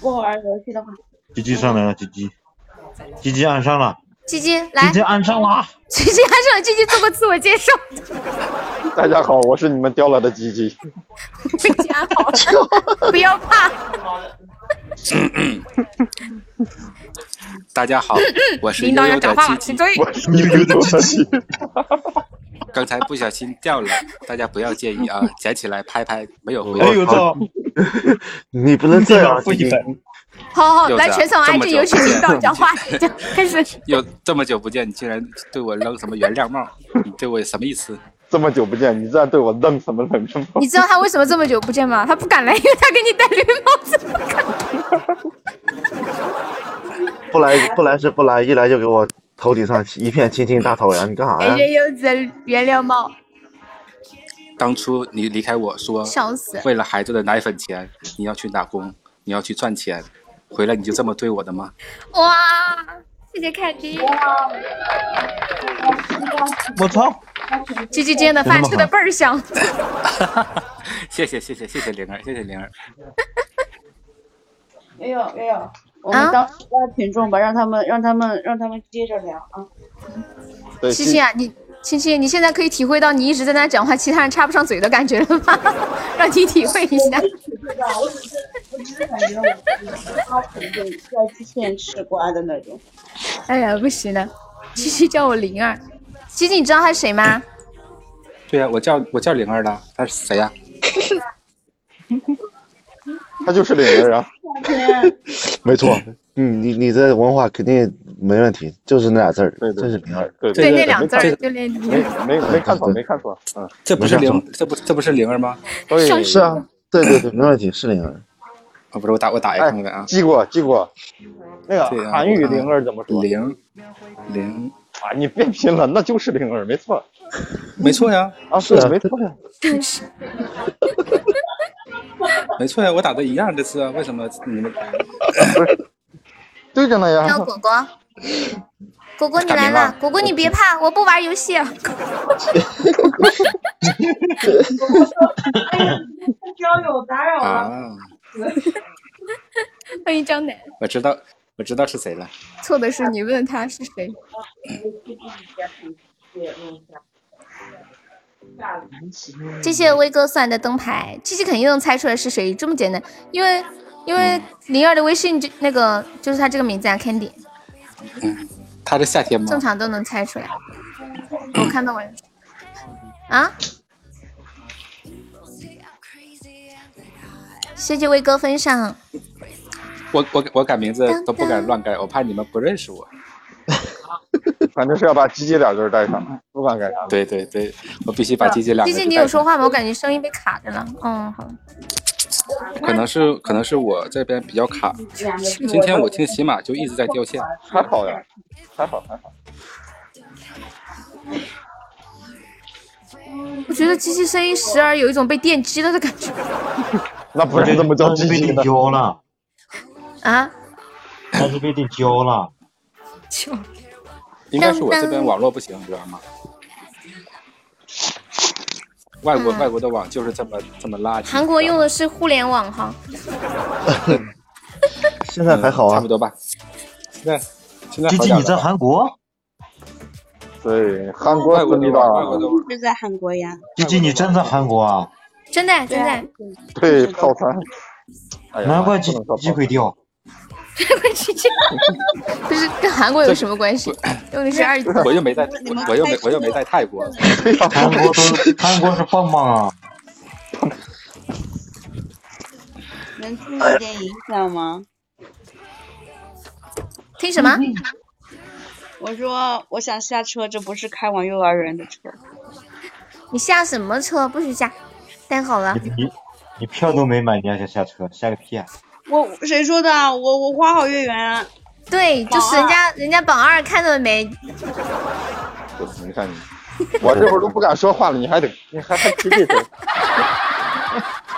S10: 不好玩儿游戏的话，
S6: 鸡鸡上来了，鸡鸡，鸡鸡按上了，
S1: 鸡鸡来
S6: 鸡，鸡按上了，
S1: 鸡鸡还是让鸡鸡做个自我介绍。
S8: 大家好，我是你们掉了的鸡鸡。
S1: 被加好 [LAUGHS] 了，不要怕。
S4: 大家好，我是
S1: 嗯领
S4: 悠
S1: 导
S4: 悠
S1: 要
S4: 的
S1: 讲话了，
S4: 鸡鸡
S1: 请，注意。
S8: [LAUGHS] 你们掉了鸡。
S4: 刚才不小心掉了，大家不要介
S1: [LAUGHS]
S4: 意啊，捡起来拍拍，没有
S11: 哦
S4: 回
S6: 哎呦操，
S11: 你不能这样，啊 [LAUGHS] 你
S1: 好好，
S4: 又
S1: 来
S4: 在
S1: 全场
S4: 这
S1: 安
S4: 么
S1: 静，
S4: 久
S1: 有请
S4: 不
S1: 领
S4: 见
S1: 导讲 [LAUGHS] 话，讲开始。
S4: [LAUGHS] 又这么久不见，你竟然对我扔什么原谅帽？
S11: [LAUGHS]
S4: 你对我有什么意思？
S8: [LAUGHS] 这么久不见，你这样对我愣什么愣什么？
S1: 你知道他为什么这么久不见吗？他不敢来，因为他给你戴绿帽子。
S11: 不来不来是不来，一来就给我头顶上一片青青大草原，你干啥
S1: 哎，
S11: 呀？
S1: 人柚子的原谅帽，
S4: 当初你离开我说，
S1: 笑死！
S4: 为了孩子的奶粉钱，你要去打工，你要去赚钱，回来你就这么对我的吗？
S1: 哇，谢谢凯迪。
S6: 我操，
S1: 鸡鸡今天的饭吃的倍儿香，
S4: 谢谢谢谢谢谢灵儿，谢谢灵儿。
S10: 没有没有，我
S1: 啊
S10: 们当时的群众吧，让他们让他们让他们接着聊啊。
S8: 对，
S1: 欣欣啊，你欣欣，你现在可以体会到你一直在那讲话，其他人插不上嘴的感觉了吗？ [LAUGHS] 让你体会一下。
S10: 啊我只是我只是感觉我是他群众要去现吃瓜的那种。
S1: 哎呀，不行了，鸡鸡叫我灵儿。鸡鸡，你知道他是谁吗？
S4: 对呀、我叫我叫灵儿了，他是谁呀、
S8: 他就是领人 [LAUGHS] 啊。
S11: 没错，嗯，你你这文化肯定没问题，就是那俩字儿
S8: 对，
S11: 真
S8: 对
S11: 是名儿。
S8: 对
S1: 对，
S4: 这个
S1: 那两字
S4: 这
S1: 儿
S4: 个
S1: 就那
S8: 没没没 [LAUGHS] 看错，没看错，
S4: [LAUGHS]
S8: 嗯，
S4: 这不是
S11: 没事
S4: 灵，这不这不是灵儿吗？
S8: 对，
S11: 是啊，对对对，没问题，是灵儿。
S4: 啊，不是，我打我打一个
S8: 哎
S4: 看看啊，。
S8: 记过记过，那
S4: 对啊
S8: 个韩语
S4: 我看
S8: 灵儿怎么说
S4: 灵灵，
S8: 啊？你别拼了，那就是灵儿，没错
S4: 没错呀，
S8: 啊，
S11: 是
S8: 是
S11: 啊
S8: 没错呀。
S4: 没错呀，我打的一样这次啊，为什么你们
S8: 对着呢呀
S1: 叫，果果。果果你
S4: 打
S1: 来
S4: 明白
S1: 了，果果你别怕，我不玩游戏。
S10: 交友打扰
S4: 啊？
S1: [LAUGHS] 欢迎张楠。
S4: 我知道，我知道是谁了。
S1: 错的是你问他是谁。谢谢威哥送来的灯牌，这期肯定能猜出来是谁，这么简单，因为因为灵儿的微信就那个就是他这个名字啊，Candy，
S4: 他是夏天吗
S1: 正？常都能猜出来。我看到我啊，谢谢威哥分享，
S4: 我我我改名字都不敢乱改，我怕你们不认识我。
S8: 反正是要把“鸡鸡”俩字儿带上，不管干啥。
S4: 对对对，我必须把鸡鸡两个
S1: 最
S4: 字
S1: 近你
S4: 带
S1: 有
S4: 上
S1: 说话吗？我感觉声音被卡着了。嗯，好，
S4: 可能是可能是我这边比较卡。今天我听喜马就一直在掉线，
S8: 还好呀，还好还好。
S1: 我觉得机器声音时而有一种被电击了的感觉
S8: 那不是这么叫
S6: 那
S8: 鸡
S6: 是被
S8: 鸡
S6: 电
S8: 的，
S6: 焦了，
S1: 啊。
S6: 那是被电焦了，
S4: 应该是我这边网络不行，你知道吗？外国外国的网就是这么这么垃圾。
S1: 嗯韩国用的是互联网哈，
S11: 现在还好
S4: 嗯差
S11: 啊
S4: 不，多吧。现在现在
S6: 鸡
S4: 好
S6: 鸡
S4: 点
S6: 你在
S4: 了吧。
S6: 韩国，
S8: 对，韩国
S4: 外国
S8: 思密
S4: 的
S8: 达
S4: 网，外国的网，
S10: 是在韩国呀？啊
S6: 鸡鸡你真在韩国啊，
S1: 真的真的。
S8: 对套餐。哎呀
S6: 难怪鸡
S8: 不能说
S6: 鸡会掉，
S1: [LAUGHS] 不是跟韩国有什么关系？用的是二
S4: 我又没在，我我又没我又没在泰国。
S8: 哎
S6: 韩国都韩国是棒棒啊，
S10: 能注意一点影响吗？
S1: 听什么？
S10: 我说我想下车，这不是开往幼儿园的车。
S1: 你下什么车？不许下，带好了
S6: 你。你你票都没买，你还想下车，下个屁啊！
S10: 我谁说的啊？我我花好月圆啊。
S1: 对，就是人家人家榜二看到了没？
S8: 对你看你，我这会儿都不敢说话了，你还得你还还提这个。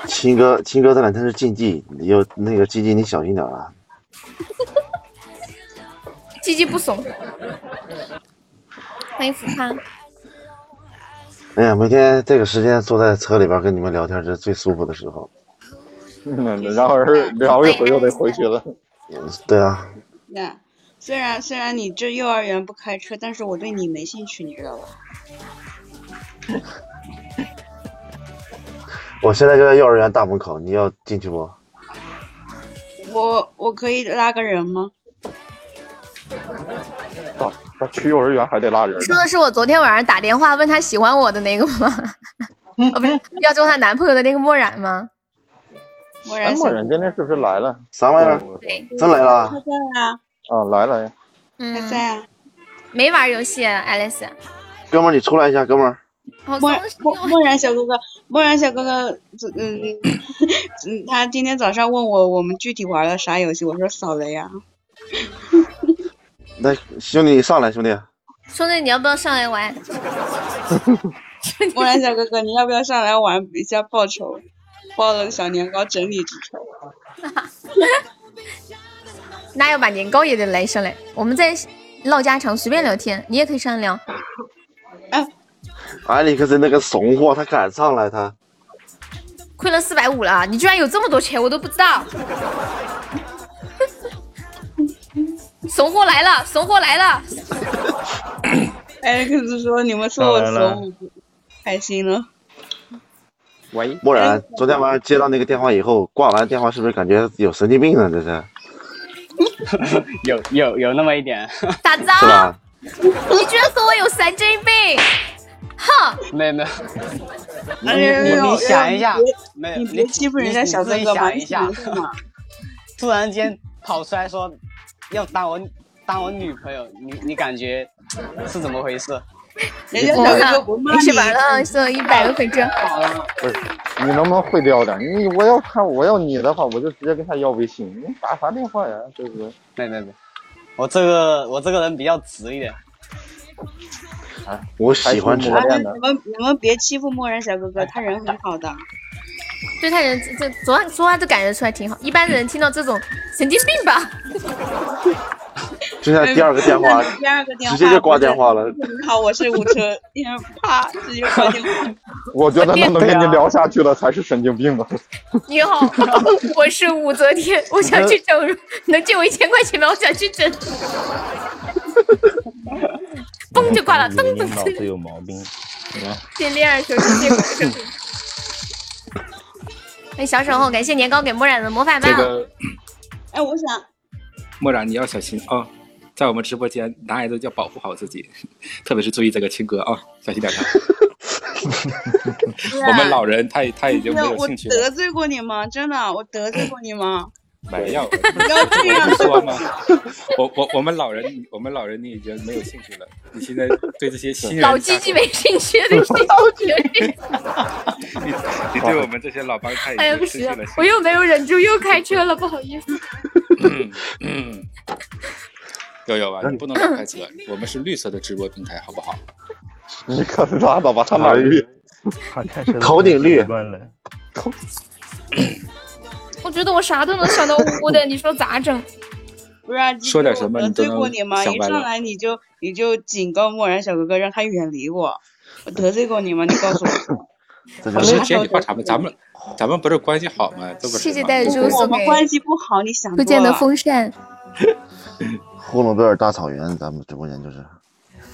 S11: 秦哥，秦哥这两天是禁忌，有那个鸡鸡你小心点啊。
S1: 鸡鸡不怂。欢迎浮夸，
S11: 哎呀，每天这个时间坐在车里边跟你们聊天，这是最舒服的时候。
S8: 嗯，然后是然后一回又得回去了。
S11: 对啊，
S10: 那虽然虽然你这幼儿园不开车，但是我对你没兴趣，你知道吧？
S11: 我现在就在幼儿园大门口，你要进去不？
S10: 我我可以拉个人吗？
S8: 操，啊那去幼儿园还得拉人呢。
S1: 说的是我昨天晚上打电话问他喜欢我的那个吗？哦，不是，要做她男朋友的那个漠然吗？
S10: 漠
S8: 哎
S10: 然，
S8: 莫
S10: 想
S8: 然今天是不是来了？
S11: 啥玩意儿？
S1: 对，
S11: 真来
S10: 他
S11: 了？
S10: 在啊，
S8: 啊，来了呀！
S10: 他
S1: 嗯，
S10: 在啊。
S1: 没玩游戏、啊，爱丽丝。
S11: 哥们儿，你出来一下，哥们儿。
S1: 好
S10: 漠
S1: 伤
S10: 然
S1: 心
S10: 漠
S1: 哦，
S10: 漠然小哥哥，漠然小哥哥，嗯嗯，他今天早上问我我们具体玩了啥游戏，我说扫雷啊呀、
S11: 来，兄弟，你上来，兄弟。
S1: 兄弟，你要不要上来玩？
S10: [LAUGHS] 漠然小哥哥，你要不要上来玩一下报仇？抱了小年糕整理之仇，
S1: 那要把年糕也得来上来。我们在唠家常，随便聊天，你也可以上来聊。
S10: 啊
S11: 艾利克真那个怂货，他敢上来他？
S1: 亏了四百五了，你居然有这么多钱，我都不知道。 [LAUGHS] 怂货来了，怂货来了！
S10: 艾克斯说你们说我
S6: 上来了
S10: 怂，我开心了。
S8: 喂，
S11: 漠然，昨天晚上接到那个电话以后，挂完电话是不是感觉有神经病呢？这是
S12: 有有有那么一点，
S1: 打招
S11: 是
S1: 呼，
S11: 吧？
S1: 你居然说我有神经病！哼，
S12: 没有没有，
S10: 哎呦
S12: 你
S10: 呦呦
S12: 你想一下
S10: 你别，
S12: 没有
S10: 你别欺负人家小哥
S12: 哎你
S10: 哥嘛，
S12: 你
S10: 你
S12: 自己想一
S10: 欺
S12: 下，[LAUGHS]
S10: 负嘛。
S12: 突然间跑出来说要当我当我女朋友，你你感觉是怎么回事？
S10: 人家
S1: 我
S10: 小哥哥不骂
S1: 没
S10: 你
S1: 事，完了，啊送一百个粉蒸。
S12: 好了，
S8: 你能不能会调点？你我要看我要你的话，我就直接跟他要微信。你打啥电话呀？对不对？
S12: 没没没，我这个我这个人比较直一点，
S11: 我喜欢吃
S8: 还
S10: 哎
S8: 是
S10: 你们你们别欺负漠然小哥哥，他人很好
S11: [LAUGHS]
S10: 的。
S1: 对他人这这昨晚说话都感觉出来挺好，一般的人听到这种神经病吧，
S11: 就像第二个
S10: [LAUGHS]
S11: 电话，
S10: 第二个电话
S11: 直接就挂电话了。
S10: 你好，我是吴车， [LAUGHS] 电啪直接挂电话。
S8: 我觉得能能跟你聊下去了才是神经病呢。啊
S1: 你好，我是武则天，我想去整容，能借我一千块钱吗？我想去整。
S13: 嗯
S1: 嘣就挂了，噔噔
S13: 脑
S1: 噔，
S13: 子有毛病。
S1: 谢恋二手机，谢我手机。哎，小守候，感谢年糕给墨染的魔法
S14: 这
S1: 棒。
S14: 个
S10: 哎，我想，
S14: 墨染你要小心啊、在我们直播间，男孩子要保护好自己，特别是注意这个亲哥啊、小心点
S10: [LAUGHS]
S14: 儿啊。我们老人他他已经没
S10: 那
S14: 有
S10: 啊我
S14: 兴趣了，
S10: 得罪过你吗？真的，我得罪过你吗？
S14: [COUGHS] 没有，
S10: 不要这样
S14: 我，说嘛，我我我们老人，我们老人你已经没有兴趣了，你现在对这些新人
S1: 老鸡鸡没兴趣，对新人。
S14: 你你对我们这些老帮菜已
S1: 哎呀，不
S14: 经失去
S1: 行
S14: 了兴，
S1: 我
S14: 趣。
S1: 又没有忍住，又开车了，不好意思。
S14: 嗯，悠悠啊，你不能老开车，我们是绿色的直播平台，好不好？
S8: [LAUGHS] 你可拉倒吧，他哪绿？
S13: 他开车的
S11: 头顶绿
S13: 习惯了，
S1: 我觉得我啥都能想到污污的，你说咋整？
S10: 不然你
S14: 说点什么
S10: 我得
S14: 你都
S10: 罪
S14: 能
S10: 过你吗？
S14: 想
S10: 一
S14: 歪了
S10: 上来你就你就警告漠然小哥哥，让他远离我。我得罪过你吗？你告诉我。
S11: [LAUGHS] 这
S14: 不
S11: 就是是
S14: 姐，你怕咱们咱们咱们不是关系好吗？这不是
S1: 谢谢
S14: 吗
S1: 戴叔
S10: 我
S1: 送
S10: 们
S1: 给
S10: 关系不好，你想
S1: 不见
S10: 多
S1: 的
S10: 了
S1: 风扇。
S11: 呼伦贝尔大草原，咱们直播间就是。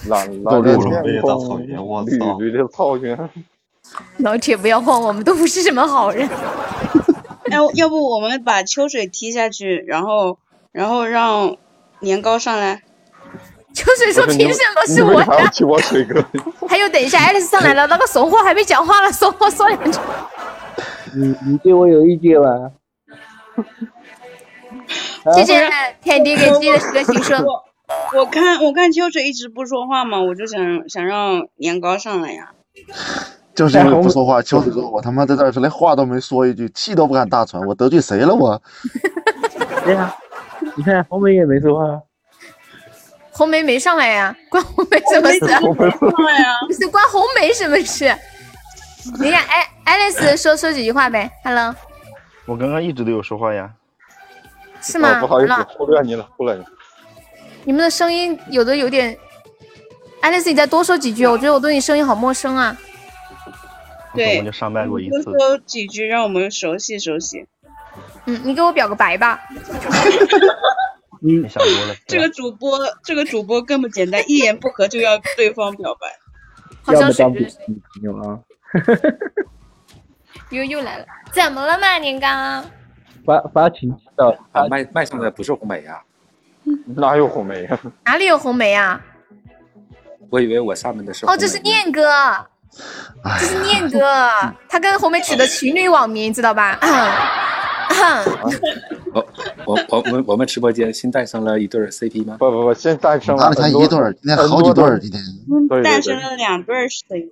S8: 蓝
S11: 都
S8: 蓝的
S11: 绿了
S8: 天
S5: 大草原我
S8: 空，绿
S5: 操
S8: 绿的草原。
S1: 老铁，不要晃，我们都不是什么好人。
S10: 哎， [LAUGHS] 要不我们把秋水踢下去，然后然后让年糕上来。
S1: 就是说，
S8: 不是
S1: 凭什么
S8: 你
S1: 是
S8: 为
S1: 我
S8: 啥要
S1: 呀？
S8: 替我水哥？
S1: 还有，等一下，爱丽丝上来了，那个怂货还没讲话了，怂货说两句。
S7: 你你对我有意见吗？
S1: 谢谢天地给自己的蛇形说，
S10: 我我看我看秋水一直不说话嘛，我就想想让年糕上来呀。
S11: 就是因为不说话，秋子说我他妈在这儿是连话都没说一句，气都不敢大喘，我得罪谁了我？
S7: 对呀、你看红梅也没说话，
S1: 红梅没上来呀，关红梅什么事？
S10: 上来呀！
S1: 不是关红梅什么事？你看，爱爱丽丝说说几句话呗。Hello，
S13: 我刚刚一直都有说话呀。
S1: 是吗？
S8: 哦不好意思
S1: 完，了
S8: 忽略你了，忽略你。
S1: 你们的声音有的有点。爱丽丝，你再多说几句，我觉得我对你声音好陌生啊。
S13: 我
S10: 对
S13: 就上麦过一
S10: 多
S13: 次，
S10: 说几句，让我们熟悉熟悉。
S1: 嗯，你给我表个白吧。
S13: 你想多了。
S10: 这个主播，这个主播根本简单，一言不合就要对方表白。
S1: 好像是
S7: 要不当女朋友啊？
S1: 又又来了，怎么了嘛，年糕？
S7: 发发情期到了，
S14: 啊，麦麦上的不是红梅呀、
S8: 哪有红梅呀、
S1: 哪里有红梅啊？
S14: 我以为我上面的是
S1: 哦，这是念哥，这是念哥，他跟红梅取的情侣网名，知道吧？嗯
S14: 我哦我我我们我们直播间新诞生了一对儿 CP 吗？
S8: 不不不，新诞生
S11: 哪里才一对儿，今天好几对儿，今天
S8: 对
S10: 诞生了两对儿 C，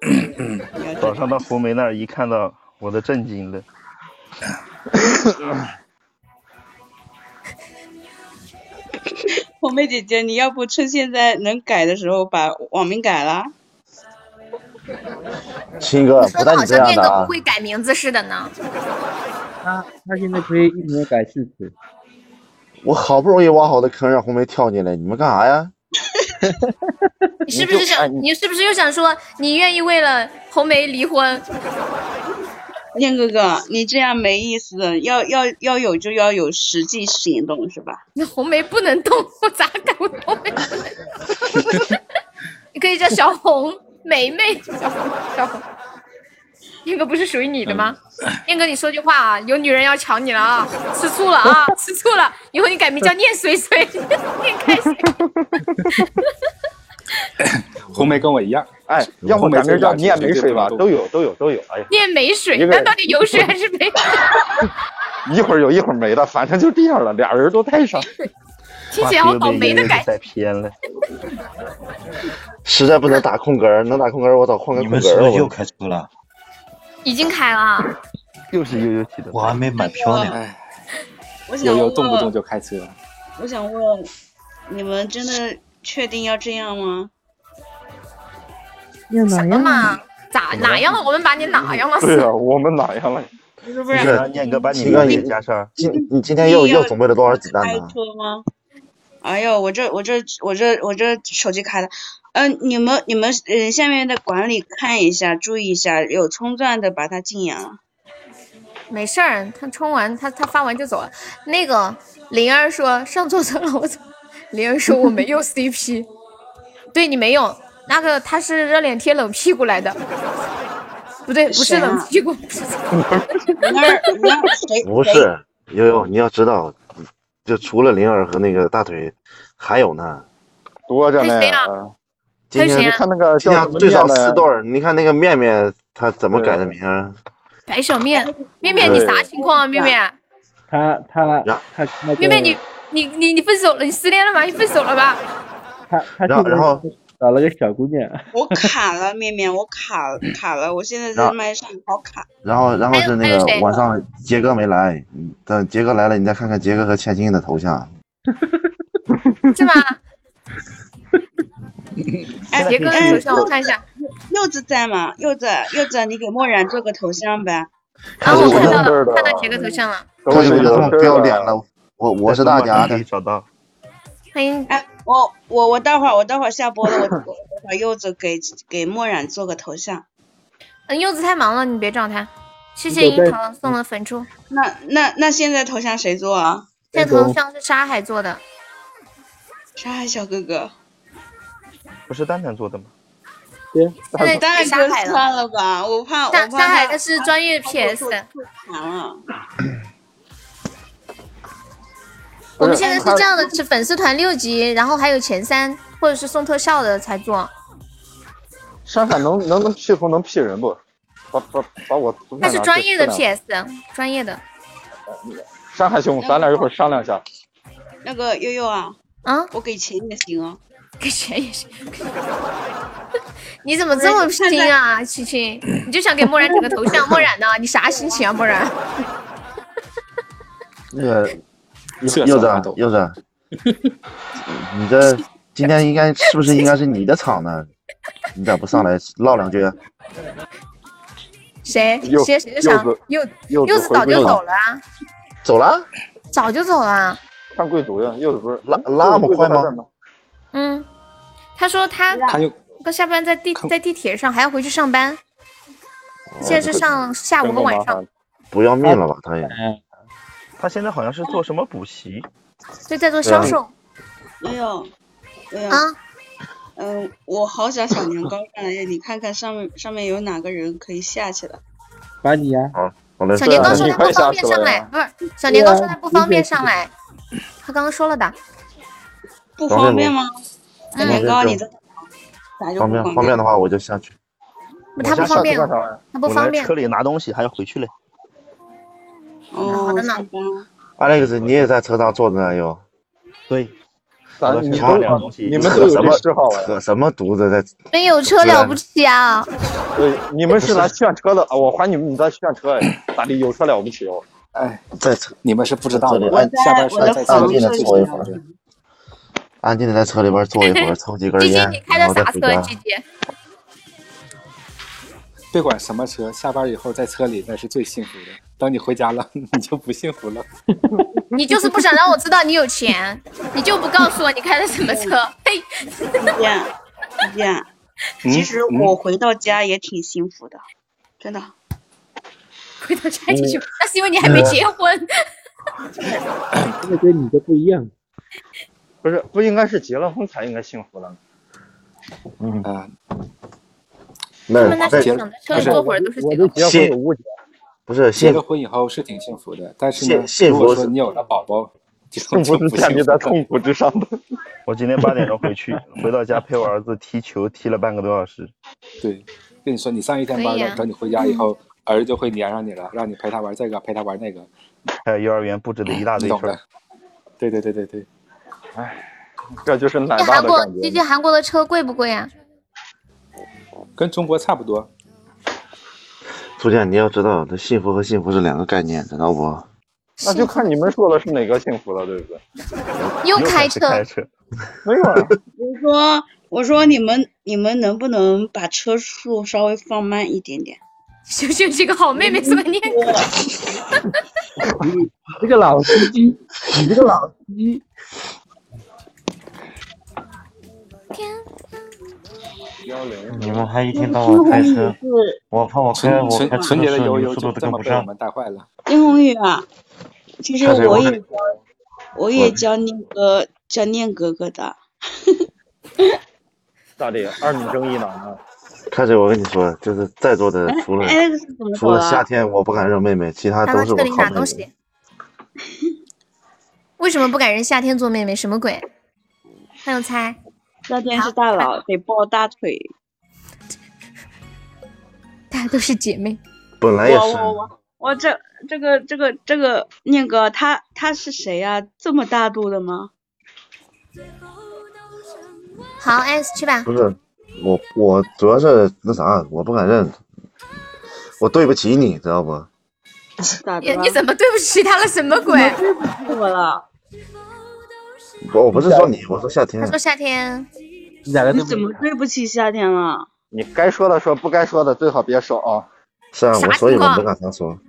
S13: 早上到红梅那儿一看到，我都震惊了。
S10: 红梅姐姐，你要不趁现在能改的时候把网名改了？
S11: 亲哥
S1: 说的
S11: 不带
S1: 好
S11: 你这
S1: 像
S11: 样
S1: 念
S11: 的
S1: 哥
S11: 啊
S1: 不！会改名字似的呢。
S7: 他他现在可以一年改四次。
S11: 我好不容易挖好的坑让红梅跳进来，你们干啥呀？
S1: 你是不是想，你是不是又想说，你愿意为了红梅离婚？
S10: 念哥哥，你这样没意思，要要要有就要有实际行动，是吧？
S1: 那红梅不能动，我咋改我红梅？你可以叫小红梅梅，小红小红。燕哥不是属于你的吗？
S8: 嗯
S1: 燕哥，你说句话啊！有女人要抢你了啊！吃醋了啊！吃醋了！以后你改名叫念水水，念开水。
S14: 红梅跟我一样，
S8: 哎，要不改名叫念没水吧？都有都有都有。哎呀，
S1: 念没水，
S8: 一个
S1: 那到底有水还是没？
S8: 一会儿有一会儿没的，反正就这样了，俩人都带上。
S1: 听起来好倒霉的感觉。
S13: 带偏了。
S11: [LAUGHS] 实在不能打空格儿，能打空格儿我早换个
S5: 你
S11: 空
S5: 们
S11: 格
S5: 是
S11: 儿
S5: 不是
S11: 了。我
S5: 又开除了？
S1: 已经开了，啊
S13: 又是悠悠起的。
S5: 我还没买票呢。
S10: 我想
S14: 悠悠
S10: 问，
S14: 哎动不动就开车，
S10: 我想问，你们真的确定要这样吗？
S1: 什么嘛？咋哪样了？我们把你哪样了？
S8: 对啊，我们哪样了？
S10: 不是不
S13: 不
S10: 是，
S13: 是，念哥把你
S11: 亲哥
S13: 名字
S11: 你
S13: 也加上。
S11: 今你今天又又准备了多少子弹
S10: 开
S11: 呢？
S10: 车吗？哎呦，我这我这我这我这手机开了。嗯、你们你们嗯、呃下面的管理看一下，注意一下，有冲钻的把它禁言啊了。
S1: 没事儿，他充完他他发完就走了。那个灵儿说上错层了，我走。灵儿说我没有 CP，对你没有，那个他是热脸贴冷屁股来的，不对，不是
S10: 谁啊
S1: 冷屁股，不是
S10: 那儿那儿谁
S11: 不是，悠悠，你要知道，就除了灵儿和那个大腿，还有呢。
S8: 多着呢
S1: 谁呀
S11: 今
S1: 还有谁
S11: 天
S1: 啊
S8: 看那个
S11: 今
S8: 叫什
S11: 天
S8: 么
S11: 最少
S8: 面的
S11: 四对儿，你看那个面面他怎么改的名儿？
S1: 白小面面面你啥情况啊？面面
S7: 他他他那个
S1: 面面你你你你分手了？你失恋了吗？你分手了吧？
S7: 他他
S11: 然后然后
S7: 找了个小姑娘，
S10: 我卡了，面面，我卡了卡了，我现在在
S11: 让
S10: 麦上好卡。
S11: 然后然后是那
S1: 还有
S11: 个
S1: 谁啊
S11: 晚上杰哥没来，嗯等杰哥来了，你再看看杰哥和千金的头
S1: 哦
S11: 像。
S1: 是吗？
S10: 哎
S1: 杰哥
S10: 哎
S1: 的头像我看一下，
S10: 柚子在吗？柚子柚子，你给墨染做个头像呗。
S1: 然啊后我看到
S8: 这儿
S1: 了，
S8: 的
S1: 看到杰哥头像了。
S8: 都
S11: 他就是觉得
S8: 有
S11: 这么
S8: 事
S11: 不要
S8: 儿
S11: 脸
S8: 的。
S11: 了。我我是大家
S13: 可
S11: 的
S13: 以，找到。
S1: 欢迎
S10: 哎，我我我待会儿我待会儿下播了，我我我把柚子给给墨染做个头像。
S1: 嗯，柚子太忙了，你别找他。谢谢樱桃送的粉猪，
S10: 那那那现在头像谁做啊？
S1: 这头像是沙海做的。
S10: 沙海小哥哥，
S13: 不是蛋蛋做的吗？
S1: 现在
S10: 当
S1: 改
S10: 然就
S1: 沙海了，
S10: 算了吧，我怕我
S1: 沙
S10: 怕
S1: 沙海
S10: 他啊
S1: 他是专业 PS。
S10: 卡了。
S1: 我们现在是这样的，是粉丝团六级，然后还有前三或者是送特效的才做。
S8: 珊珊能能能系统能 P 人不？把把把我。
S1: 他是专业的
S8: 骗。
S1: PS，专业的
S8: 山海兄，咱俩一会儿商量一下。
S10: 那个悠悠啊，
S1: 啊，
S10: 我给钱也行啊。
S1: 给钱也行。 [LAUGHS] 你怎么这么拼啊，七七？你就想给墨染整个头像？墨染呢？你啥心情啊，墨染？
S11: 那个
S14: 这
S11: 柚
S14: 什
S11: 子啊
S14: 么都
S8: [LAUGHS]
S11: 柚子，你这今天应该是不是应该是你的场呢？你咋不上来唠两句？啊
S8: [LAUGHS]
S1: 谁
S8: 柚
S1: 谁谁就想柚
S8: 柚子
S1: 柚子早
S8: 回归
S1: 就
S8: 了
S1: 走了啊，
S11: 走了？
S1: 早就走了啊。
S8: 看贵族呀，柚子不是
S11: 拉拉姆快吗？
S1: 嗯，他说他
S14: 他又
S1: 他下班在地在地铁上，还要回去上班。现在是上下午
S8: 真
S1: 和
S8: 够
S1: 晚
S8: 麻
S1: 上
S8: 烦。
S11: 不要命了吧？他也
S7: 嗯，
S13: 他现在好像是做什么补习，
S1: 对，在做
S13: 销
S1: 销
S13: 售
S1: 售
S13: 嗯。
S10: 没有，没有啊。嗯，我好想小年糕上来，你看看上面上面有哪个人可以下去了。
S7: 把你呀、
S13: 啊，
S1: 小年糕说他不方便上来，不是小年糕说他不方便上来，他刚刚说了的。
S10: 不
S11: 方便吗？
S1: 嗯
S10: 小年糕，啊你这咋就
S11: 方
S10: 不
S11: 便
S10: 方
S11: 方
S10: 便
S11: 便的话，我就下去。
S1: 他不方便，他不方
S13: 我
S1: 便
S13: 来。车里拿东西还要回去嘞。
S10: 哦，
S1: 好的呢，
S11: Alex，你也在车上坐着啊呢又。
S13: 对。
S8: 咱你都你们都
S11: 扯
S8: 有
S11: 什么
S8: 这嗜好呀
S11: 扯什么犊子在？
S1: 没有车了不起啊！
S8: 对，你们是来炫车的，啊我还你们你在炫车哎，咋地？有车了不起哦？
S14: 哎，
S11: 在
S14: 你们是不知道的。
S11: 我在
S14: 下班出来再
S11: 安静的坐一会儿，安静的在车里边坐一会儿，抽几根
S1: 姐姐
S11: 烟
S1: 你，开的
S11: 然后再
S1: 啥
S11: 回
S1: 车？
S11: 家。
S1: 姐姐，
S14: 别管什么车，下班以后在车里那是最幸福的。等你回家了， [LAUGHS] 你就不幸福了。
S1: 你就是不想让我知道你有钱，你就不告诉我你开的什么车。嘿，
S10: 呀呀！其实我回到家也挺幸福的，真的。
S1: 回到家也挺，那是因为你还没结婚。
S7: 那跟你的不一样。
S8: 不是，不应该是结了婚才应该幸福的吗？
S11: 嗯
S14: 啊，
S1: 他们那是想在车里坐会儿都是结了婚。
S8: 误解。
S11: 不是
S14: 结
S11: 幸
S14: 了婚以后是挺幸福的，但是
S11: 幸
S14: 呢，
S11: 幸
S14: 如
S11: 福
S14: 果说
S11: 是
S14: 你有了宝宝，就
S13: 幸福
S14: 就是不
S13: 建
S14: 幸
S13: 立
S14: 福
S13: 在
S14: 了
S13: 痛
S8: 苦之上的。
S13: 我今天八点钟回去， [LAUGHS] 回到家陪我儿子踢球，踢了半个多小时。
S14: 对， [LAUGHS] 跟你说，你上一天班
S13: 可以
S14: 了，
S13: 啊
S14: 等你回家以
S1: 嗯
S14: 后，儿子就会粘上你了，让你陪他玩这个，陪他玩那个，哎
S13: 还有幼儿园布置的一大堆
S14: 你懂
S13: 事儿
S14: 的。。对对对对对，
S8: 哎这就是奶
S1: 这韩国，姐姐韩国的车贵不贵啊？
S14: 跟中国差不多。
S11: 初见，你要知道，这幸福和幸福是两个概念，知道不？
S8: 那就看你们说的是哪个幸福了，对不对？
S1: 又
S10: 开车又开
S13: 车，
S8: 没有啊，
S10: 我说我说你们你们能不能把车速稍微放慢一点点？
S1: 秀秀是个好妹妹，怎么
S11: [LAUGHS]
S1: 念？
S7: 这
S14: [LAUGHS]
S7: 个老司机，你这个老司机，
S13: 嗯
S6: 你们还一天到晚开车，我怕我开
S14: 纯
S6: 我开
S14: 纯
S6: 车
S14: 纯
S6: 的
S14: 洁
S6: 时
S14: 的
S6: 候
S14: 悠
S6: 你
S14: 悠
S6: 们速度
S14: 就
S6: 都
S14: 这
S6: 跟
S14: 么
S6: 不
S14: 被我
S6: 上。
S14: 们带坏了。
S10: 丁宏宇啊，其实
S6: 他在
S10: 我
S6: 我
S10: 也
S6: 这
S10: 教我也教念哥教念哥哥的。
S8: 咋的？二米争一男呢？啊
S11: 开始我跟你说，就是在座的除了
S10: 哎，怎么
S11: 除
S10: 说
S11: 了夏天我不敢扔妹妹，其他都是
S1: 车
S11: 我
S1: 里
S11: 靠
S1: 拿
S11: 妹
S1: 东
S11: 妹。
S1: 西。为什么不敢人夏天做妹妹？什么鬼？还有猜？
S10: 那天是大佬得抱大腿。
S1: 大家都是姐妹。
S11: 本来也
S10: 我
S11: 是，
S10: 我我我这这个这个这个念哥他他是谁呀、这么大度
S1: [LAUGHS]
S10: 的吗？
S1: 好，S 去吧。
S11: 不是我我主要是那啥，我不敢认，我对不起你，知道不？
S10: 咋
S1: 你你怎么对不起他了？什么鬼？
S10: 对不起我了。
S11: 我我不是说你，我说夏天
S1: 他。说夏天。
S10: 你怎么对不起夏天了？
S8: [LAUGHS] 你该说的说，不该说的最好别说啊。
S11: 是啊，
S10: 啥
S11: 我所以
S10: 情
S11: 我
S10: 况
S11: 没敢他说。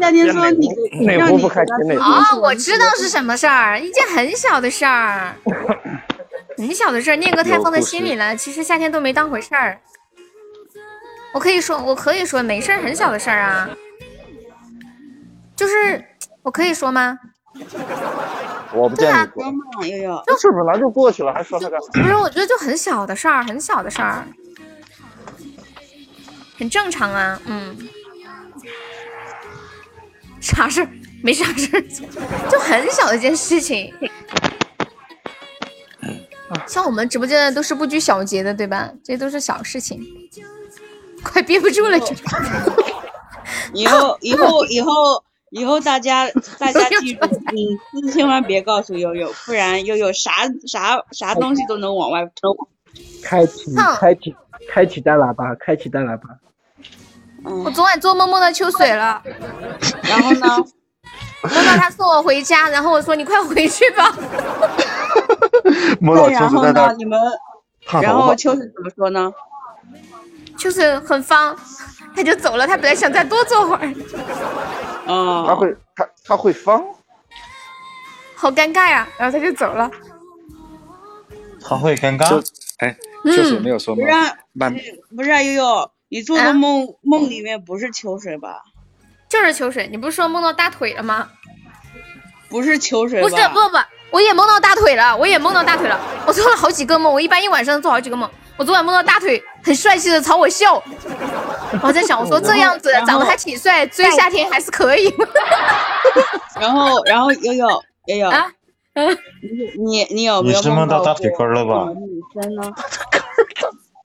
S10: 夏天说你给
S11: 内
S10: 让
S11: 湖
S10: 你
S11: 不
S10: 给
S11: 开
S10: 他做
S11: 心内
S10: 什么
S1: 哦，我知道是什么事儿，一件很小的事 [LAUGHS] 儿，很小的事儿，念哥太放在心里了。其实夏天都没当回事儿。我可以说，我可以说没事儿，很小的事儿啊。就是我可以说吗？
S8: 我不见你
S10: 啊
S8: 说，
S10: 悠悠，
S8: 这事本来就过去了，还说他干啥？
S1: [CLEARS THROAT] 不是，我觉得就很小的事儿，很小的事儿，很正常啊。嗯，啥事儿？没啥事儿， [LAUGHS] 就很小的一件事情。像我们直播间的都是不拘小节的，对吧？这都是小事情。快憋不住了，这
S10: 以后以后以后以后大家大家记住，你千万别告诉悠悠，不然悠悠啥啥啥东西都能往外抽。
S7: 开启开启开启大喇叭，开启大喇叭。
S1: 我昨晚做梦梦到秋水了，
S10: 然后呢？
S1: 梦到他送我回家，然后我说你快回去吧。
S11: 摸
S10: 那
S11: 到
S10: 然
S11: 秋
S10: 后
S11: 水在
S10: 呢？
S11: 那儿
S10: 你们
S11: 烫
S10: 然
S11: 头
S10: 后
S11: 发，
S10: 秋水怎么说呢？
S1: 就是很方，他就走了。他本来想再多坐会儿，
S10: 哦，
S8: 他会他他会方，
S1: 好尴尬呀、然后他就走了。
S6: 他会尴尬。
S14: 哎，就是没有说
S10: 不嗯
S14: 吗
S10: 是？
S14: 慢，
S10: 不是啊，悠悠，你做的梦、梦里面不是秋水吧？
S1: 就是秋水，你不是说梦到大腿了吗？
S10: 不是秋水吧？
S1: 不是，不不，我也梦到大腿了，我也梦到大腿了。我做了好几个梦，我一般一晚上做好几个梦。我昨晚梦到大腿很帅气的朝我笑，我在想，我说这样子
S10: 然后
S1: 长得还挺帅，追夏天还是可以。
S10: 然后，然后悠悠悠悠啊，你你你有没
S6: 你
S10: 有
S6: 是梦到大腿
S10: 过
S6: 根儿了吧？
S10: 女生呢？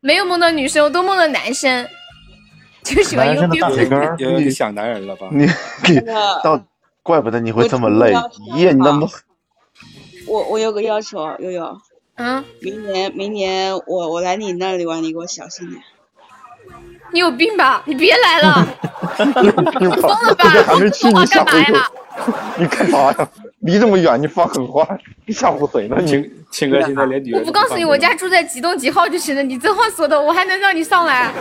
S1: 没有梦到女生，我都梦到男生，就喜欢一个 b
S11: 儿，
S14: 有点想男人了吧？
S11: 你你到，怪不得你会这么累，一夜你那么
S10: 我我有个要求，悠悠，
S1: 嗯，
S10: 明年明年我我来你那里玩，你给我小心点。
S1: 你有病吧？你别来
S10: [LAUGHS]
S1: 了，
S8: 你疯
S1: 了吧？
S8: 还没去你吓唬我，你干啥呀？离这么远，你放狠话，你吓唬谁呢？你
S14: 青哥现在连女
S1: 我不告诉你我家住在几栋几号就行了。你这话说的，我还能让你上来？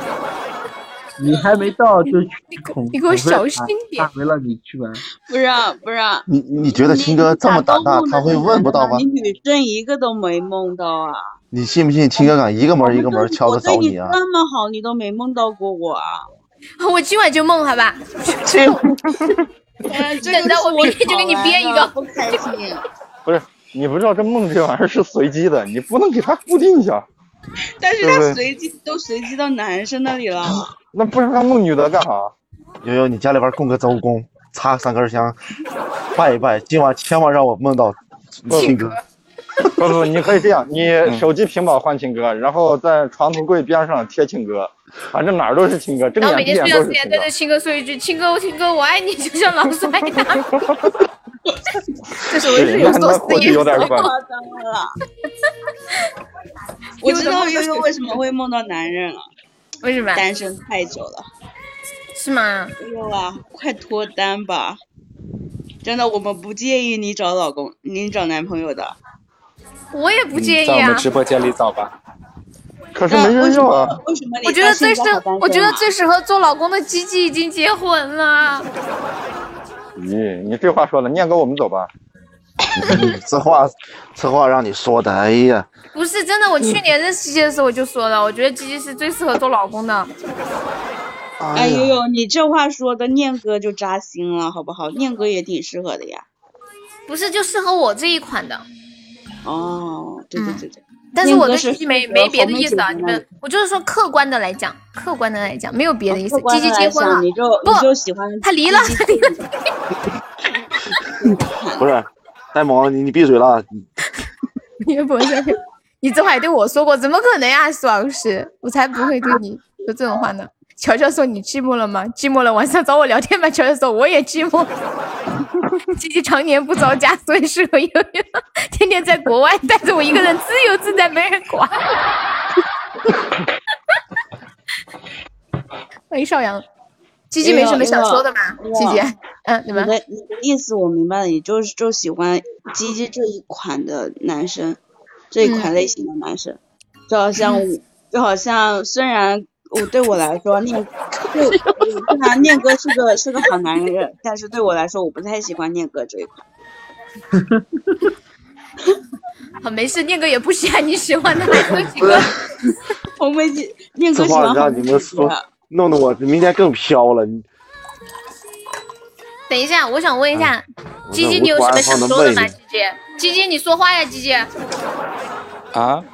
S7: 你还没到就去恐，
S1: [LAUGHS] 你给我小心点
S7: 大没让你去玩。
S10: 不让不让，
S11: [LAUGHS] 你你觉得青哥这么胆大，他会问不到吗
S10: 你？女生一个都没梦到啊！
S11: 你信不信青哥敢一个门一个门敲着
S10: 我对
S11: 找
S10: 你
S11: 你啊？
S10: 这么好，你都没梦到过我啊！
S1: 我今晚就梦，好吧？ [LAUGHS] 等着我明天就给你编一个。
S10: [LAUGHS] 不开心。
S8: 不是你不知道这梦这玩意儿是随机的，你不能给它固定一下。
S10: 但是
S8: 对不
S10: 他
S8: 对
S10: 随机都随机到男生那里了，
S8: 那不然他梦女的干啥？
S11: 悠悠，你家里边供个周公，插三根香， [LAUGHS] 拜一拜，今晚千万让我梦到青哥。
S8: 不不，你可以这样，你
S14: 嗯
S8: 手机、屏保换情歌，然后在床头柜边上贴情歌，反正哪儿都是情歌，睁
S1: 然后
S8: 眼
S1: 每
S8: 闭
S1: 天
S8: 眼
S1: 睡觉
S8: 都是
S1: 之
S8: 情
S1: 前对
S8: 歌
S1: 着。青哥说一句：“青哥，青哥，我爱你，就像老鼠爱大米。” [LAUGHS] 这是我日
S8: 对，
S1: 有
S8: 那
S1: 所
S8: 那
S1: 思
S8: 或
S1: 夜
S8: 许有点
S1: 所
S8: 怪。
S1: 梦
S10: 我知道悠悠为什么会梦到男人了，
S1: 为什么？
S10: 单身太久了。
S1: 是吗？
S10: 悠悠啊，快脱单吧！真的，我们不介意你找老公，你找男朋友的。
S1: 我也不介意
S14: 在我
S1: 啊
S14: 们。直播间里找吧。
S8: 可
S14: 是没人要啊。
S10: 为什么
S8: 嗯
S1: 我觉得最适，嗯我觉
S10: 啊
S1: 得最适合做老公的鸡鸡已经结婚了。
S8: 咦，你这话说的，念哥，我们走吧。
S11: 你这话，这话让你说的，哎呀，
S1: 不是真的，我去年认识鸡鸡的时候我就说了，我觉得鸡鸡是最适合做老公的。
S10: 哎悠悠，你这话说的，念哥就扎心了，好不好？念哥也挺适合的呀。
S1: 不是就适合我这一款的。
S10: 哦，对
S1: 嗯
S10: 对对对。
S1: 但是我的
S10: 念哥是
S1: 没
S10: 适合
S1: 没别的
S10: 黄梅
S1: 意思啊，
S10: 姐姐
S1: 你
S10: 那
S1: 们
S10: 里，
S1: 我就是说客观的来讲，客观的来讲，没有别的意思。
S10: 哦客观
S1: 鸡
S10: 地
S1: 鸡
S10: 来
S1: 结婚
S10: 想
S1: 了，
S10: 你就
S1: 不，
S10: 你就喜欢
S1: 他离了，他离了。
S11: 不是，呆萌，你你闭嘴了，你
S1: 你也不会这样 [LAUGHS] 你这话也对我说过，怎么可能呀、苏老师，我才不会对你说这种话呢。乔乔说你寂寞了吗？寂寞了，晚上找我聊天吧。乔乔说我也寂寞。吉吉常年不着家，所以适合悠悠，天天在国外，带着我一个人自由自在，没人管。欢迎邵阳，吉吉没什么想说的吗？吉吉，嗯，
S10: 你
S1: 你们
S10: 的你的意思我明白了，你就是就喜欢鸡鸡这一款的男生，这一款类型的男生，就好像我就好像虽然我对我来说念对，虽然念哥是个是个好男人，但是对我来说我不太喜欢念哥这一款。
S1: 好，没事，念哥也不喜欢你喜欢的，还有几个。
S10: 红梅姐，念
S11: 这
S10: 哥喜
S11: 话
S10: 欢啊
S11: 让
S10: 红
S11: 你
S10: 梅
S11: 们
S10: 姐
S11: 说
S10: 姐。，
S11: 弄得我明天更飘了。你
S1: 等一下，我想问一下，鸡鸡，
S11: 我
S1: 你有什么
S11: 我
S1: 想
S11: 我
S1: 说的吗？
S11: 我
S1: 鸡鸡，鸡鸡，你说话呀，鸡鸡。
S14: 啊，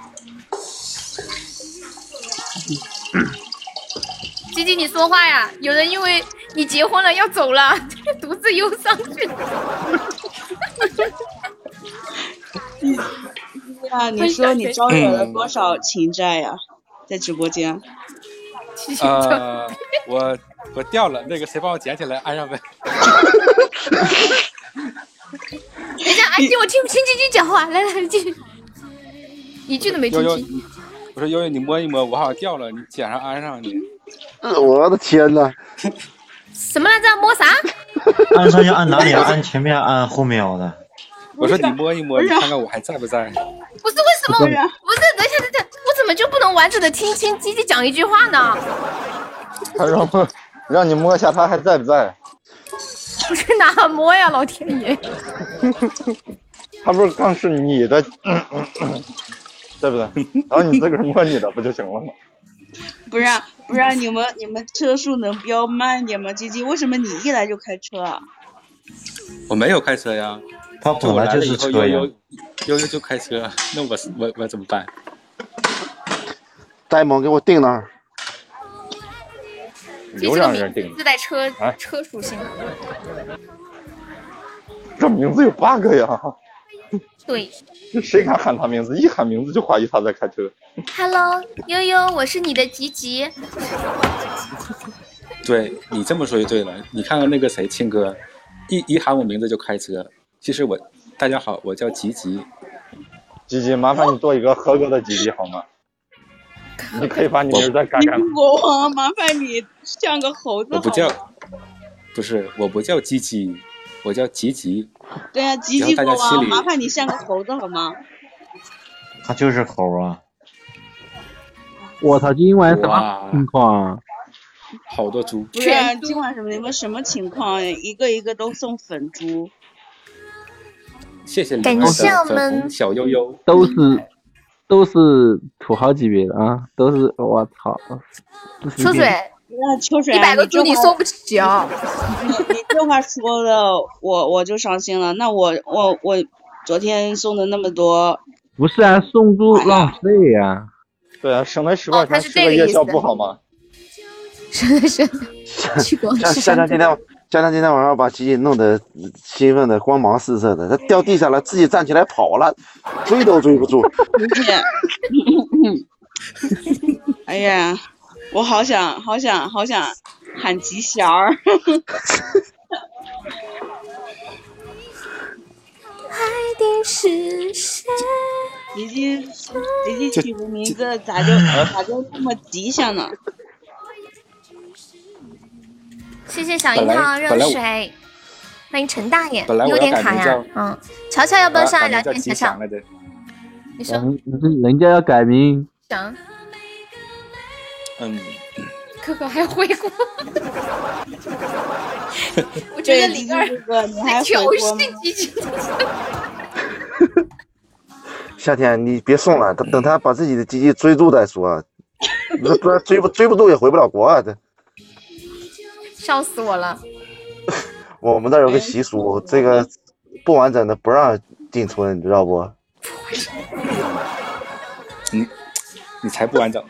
S1: 鸡鸡，你说话呀！有人因为你结婚了要走了， [LAUGHS] 独自忧伤去了。
S10: 对啊，你说你招惹
S11: 嗯
S10: 了多少情债呀、在直播间，
S14: 呃，我我掉了，那个谁帮我捡起来安上呗。
S1: 等一下，安哎静，我听不清鸡鸡讲话。来来，继续，一句都没
S14: 悠
S1: 听
S14: 悠
S1: 清。，
S14: 我说悠悠，你摸一摸，我好像掉了，你捡上安上你。
S11: 我的天哪！
S1: 什么来着？摸啥？
S6: 按上要按哪里啊？按前面，按后面，我的。
S14: 我说你摸一摸，你看看我还在不在？
S1: 不是为什么？
S6: 不
S1: 不是，
S6: 是
S1: 等一下，等一下，我怎么就不能完整的听清鸡鸡讲一句话呢？ [LAUGHS]
S8: 他让我让你摸一下，他还在不在？
S1: 我去哪摸呀，老天爷！
S8: 他不是刚是你的，嗯嗯嗯对不对？然后你自个儿摸你的不就行了吗？
S10: 不让不让你们你们车速能飙慢点吗？鸡鸡，为什么你一来就开车啊？
S14: 我没有开车呀，
S6: 他本来就是
S14: 车悠
S6: 车呀
S14: 悠悠悠就开车，那我是我我怎么办？
S11: 呆萌给我定那儿，
S1: 就这个名字带车
S8: 啊
S11: 哎
S1: 车属性，
S8: 这名字有 bug 呀！
S1: 对。
S8: 这谁敢喊他名字？一喊名字就怀疑他在开车。
S1: Hello，悠悠，我是你的吉吉。
S14: 对你这么说就对了。你看看那个谁，庆哥，一一喊我名字就开车。其实我，大家好，我叫吉吉。
S8: 吉吉，麻烦你做一个合格的吉吉好吗？你可以把你名儿再改
S10: 你 [LAUGHS]
S8: 改吗。
S10: 是国王，麻烦你像个猴子
S14: 我
S10: 好
S14: 不叫
S10: 吗？，
S14: 不是，我不叫吉吉，我叫吉吉。
S10: 对啊，吉吉
S14: 然后大
S10: 国
S14: 家心
S10: 王，
S14: 里
S10: 麻烦你像个猴子好吗？
S6: 他就是猴啊！
S7: 我操，今晚啥
S14: 哇
S7: 情况啊？
S14: 好多猪，
S10: 不是啊今晚什么你们什么情况？一个一个都送粉猪，
S14: 谢谢你
S10: 感
S14: 们嗯的
S10: 谢我
S14: 粉
S10: 们
S14: 红小悠悠。
S7: 都是都是土豪级别的啊，都是我操！
S1: 秋水，
S10: 那秋水啊
S1: 一百个
S10: 你这
S1: 猪你
S10: 话
S1: 送不起啊！
S10: 你你这话说的，我我就伤心了。那我我我昨天送的那么多，
S7: 不是啊，送猪浪费呀、
S8: 对啊，省那十块
S10: 他
S8: 钱
S10: 是
S8: 吃
S10: 这个
S8: 夜
S10: 意
S8: 宵
S10: 思
S8: 不好吗？
S1: 是是，去广
S11: 像
S1: 西
S11: 像他今天，像他今天晚上把吉吉弄得兴奋的光芒四射的，他掉地上了，自己站起来跑了，追都追不住。
S10: 不是， [LAUGHS] 哎呀，我好想好想好想喊吉祥儿，
S3: 定是谁？
S10: 吉吉吉吉起个名字
S8: 啊
S10: 咋就咋就这么吉祥呢？
S1: 谢谢小樱桃热
S14: 本来我
S1: 水，欢迎陈大爷，
S14: 本来
S1: 你
S14: 我
S1: 有
S14: 要
S1: 点
S14: 改
S1: 卡
S14: 名
S1: 呀
S14: 叫，
S1: 嗯，乔乔要不要上
S8: 啊
S1: 来
S14: 改
S1: 聊
S14: 名叫吉
S1: 天？乔
S14: 祥
S1: 乔，
S14: 来着。
S1: 你说
S7: 人人人家要改名，
S1: 想，
S14: 嗯，
S1: 可可还回
S10: [LAUGHS]
S1: 锅，我觉得
S10: 对，吉
S1: 李
S10: 吉
S1: 二
S10: 哥哥，你还
S1: 在
S10: 回
S1: 调
S10: 国吗？
S1: 戏吉吉，
S11: 夏天你别送了，等等他把自己的吉吉追住再说，不不然追不追不住也回不了国啊！这
S1: 笑死我了。
S11: 我们这儿
S1: 哎
S11: 有个习俗，这个不完整的不让进村，你知道不？
S14: 你你才不完整。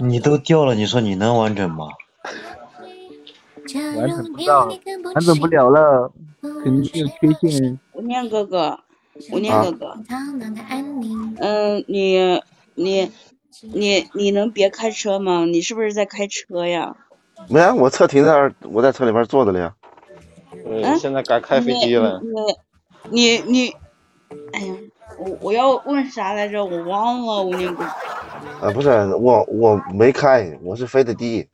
S6: 你都掉了，你说你能完整吗？
S7: 完整不到，完整不了了，肯定有缺陷。
S10: 吴念哥哥，吴念
S7: 啊
S10: 哥哥，嗯，你你你你能别开车吗？你是不是在开车呀？
S11: 没啊，我车停在那儿，我在车里边坐着了呀。
S8: 对，现在该开飞机了。
S10: 你你你，哎呀，我我要问啥来着？我忘了，吴念哥。
S11: 啊，不是我我没开，我是飞的低。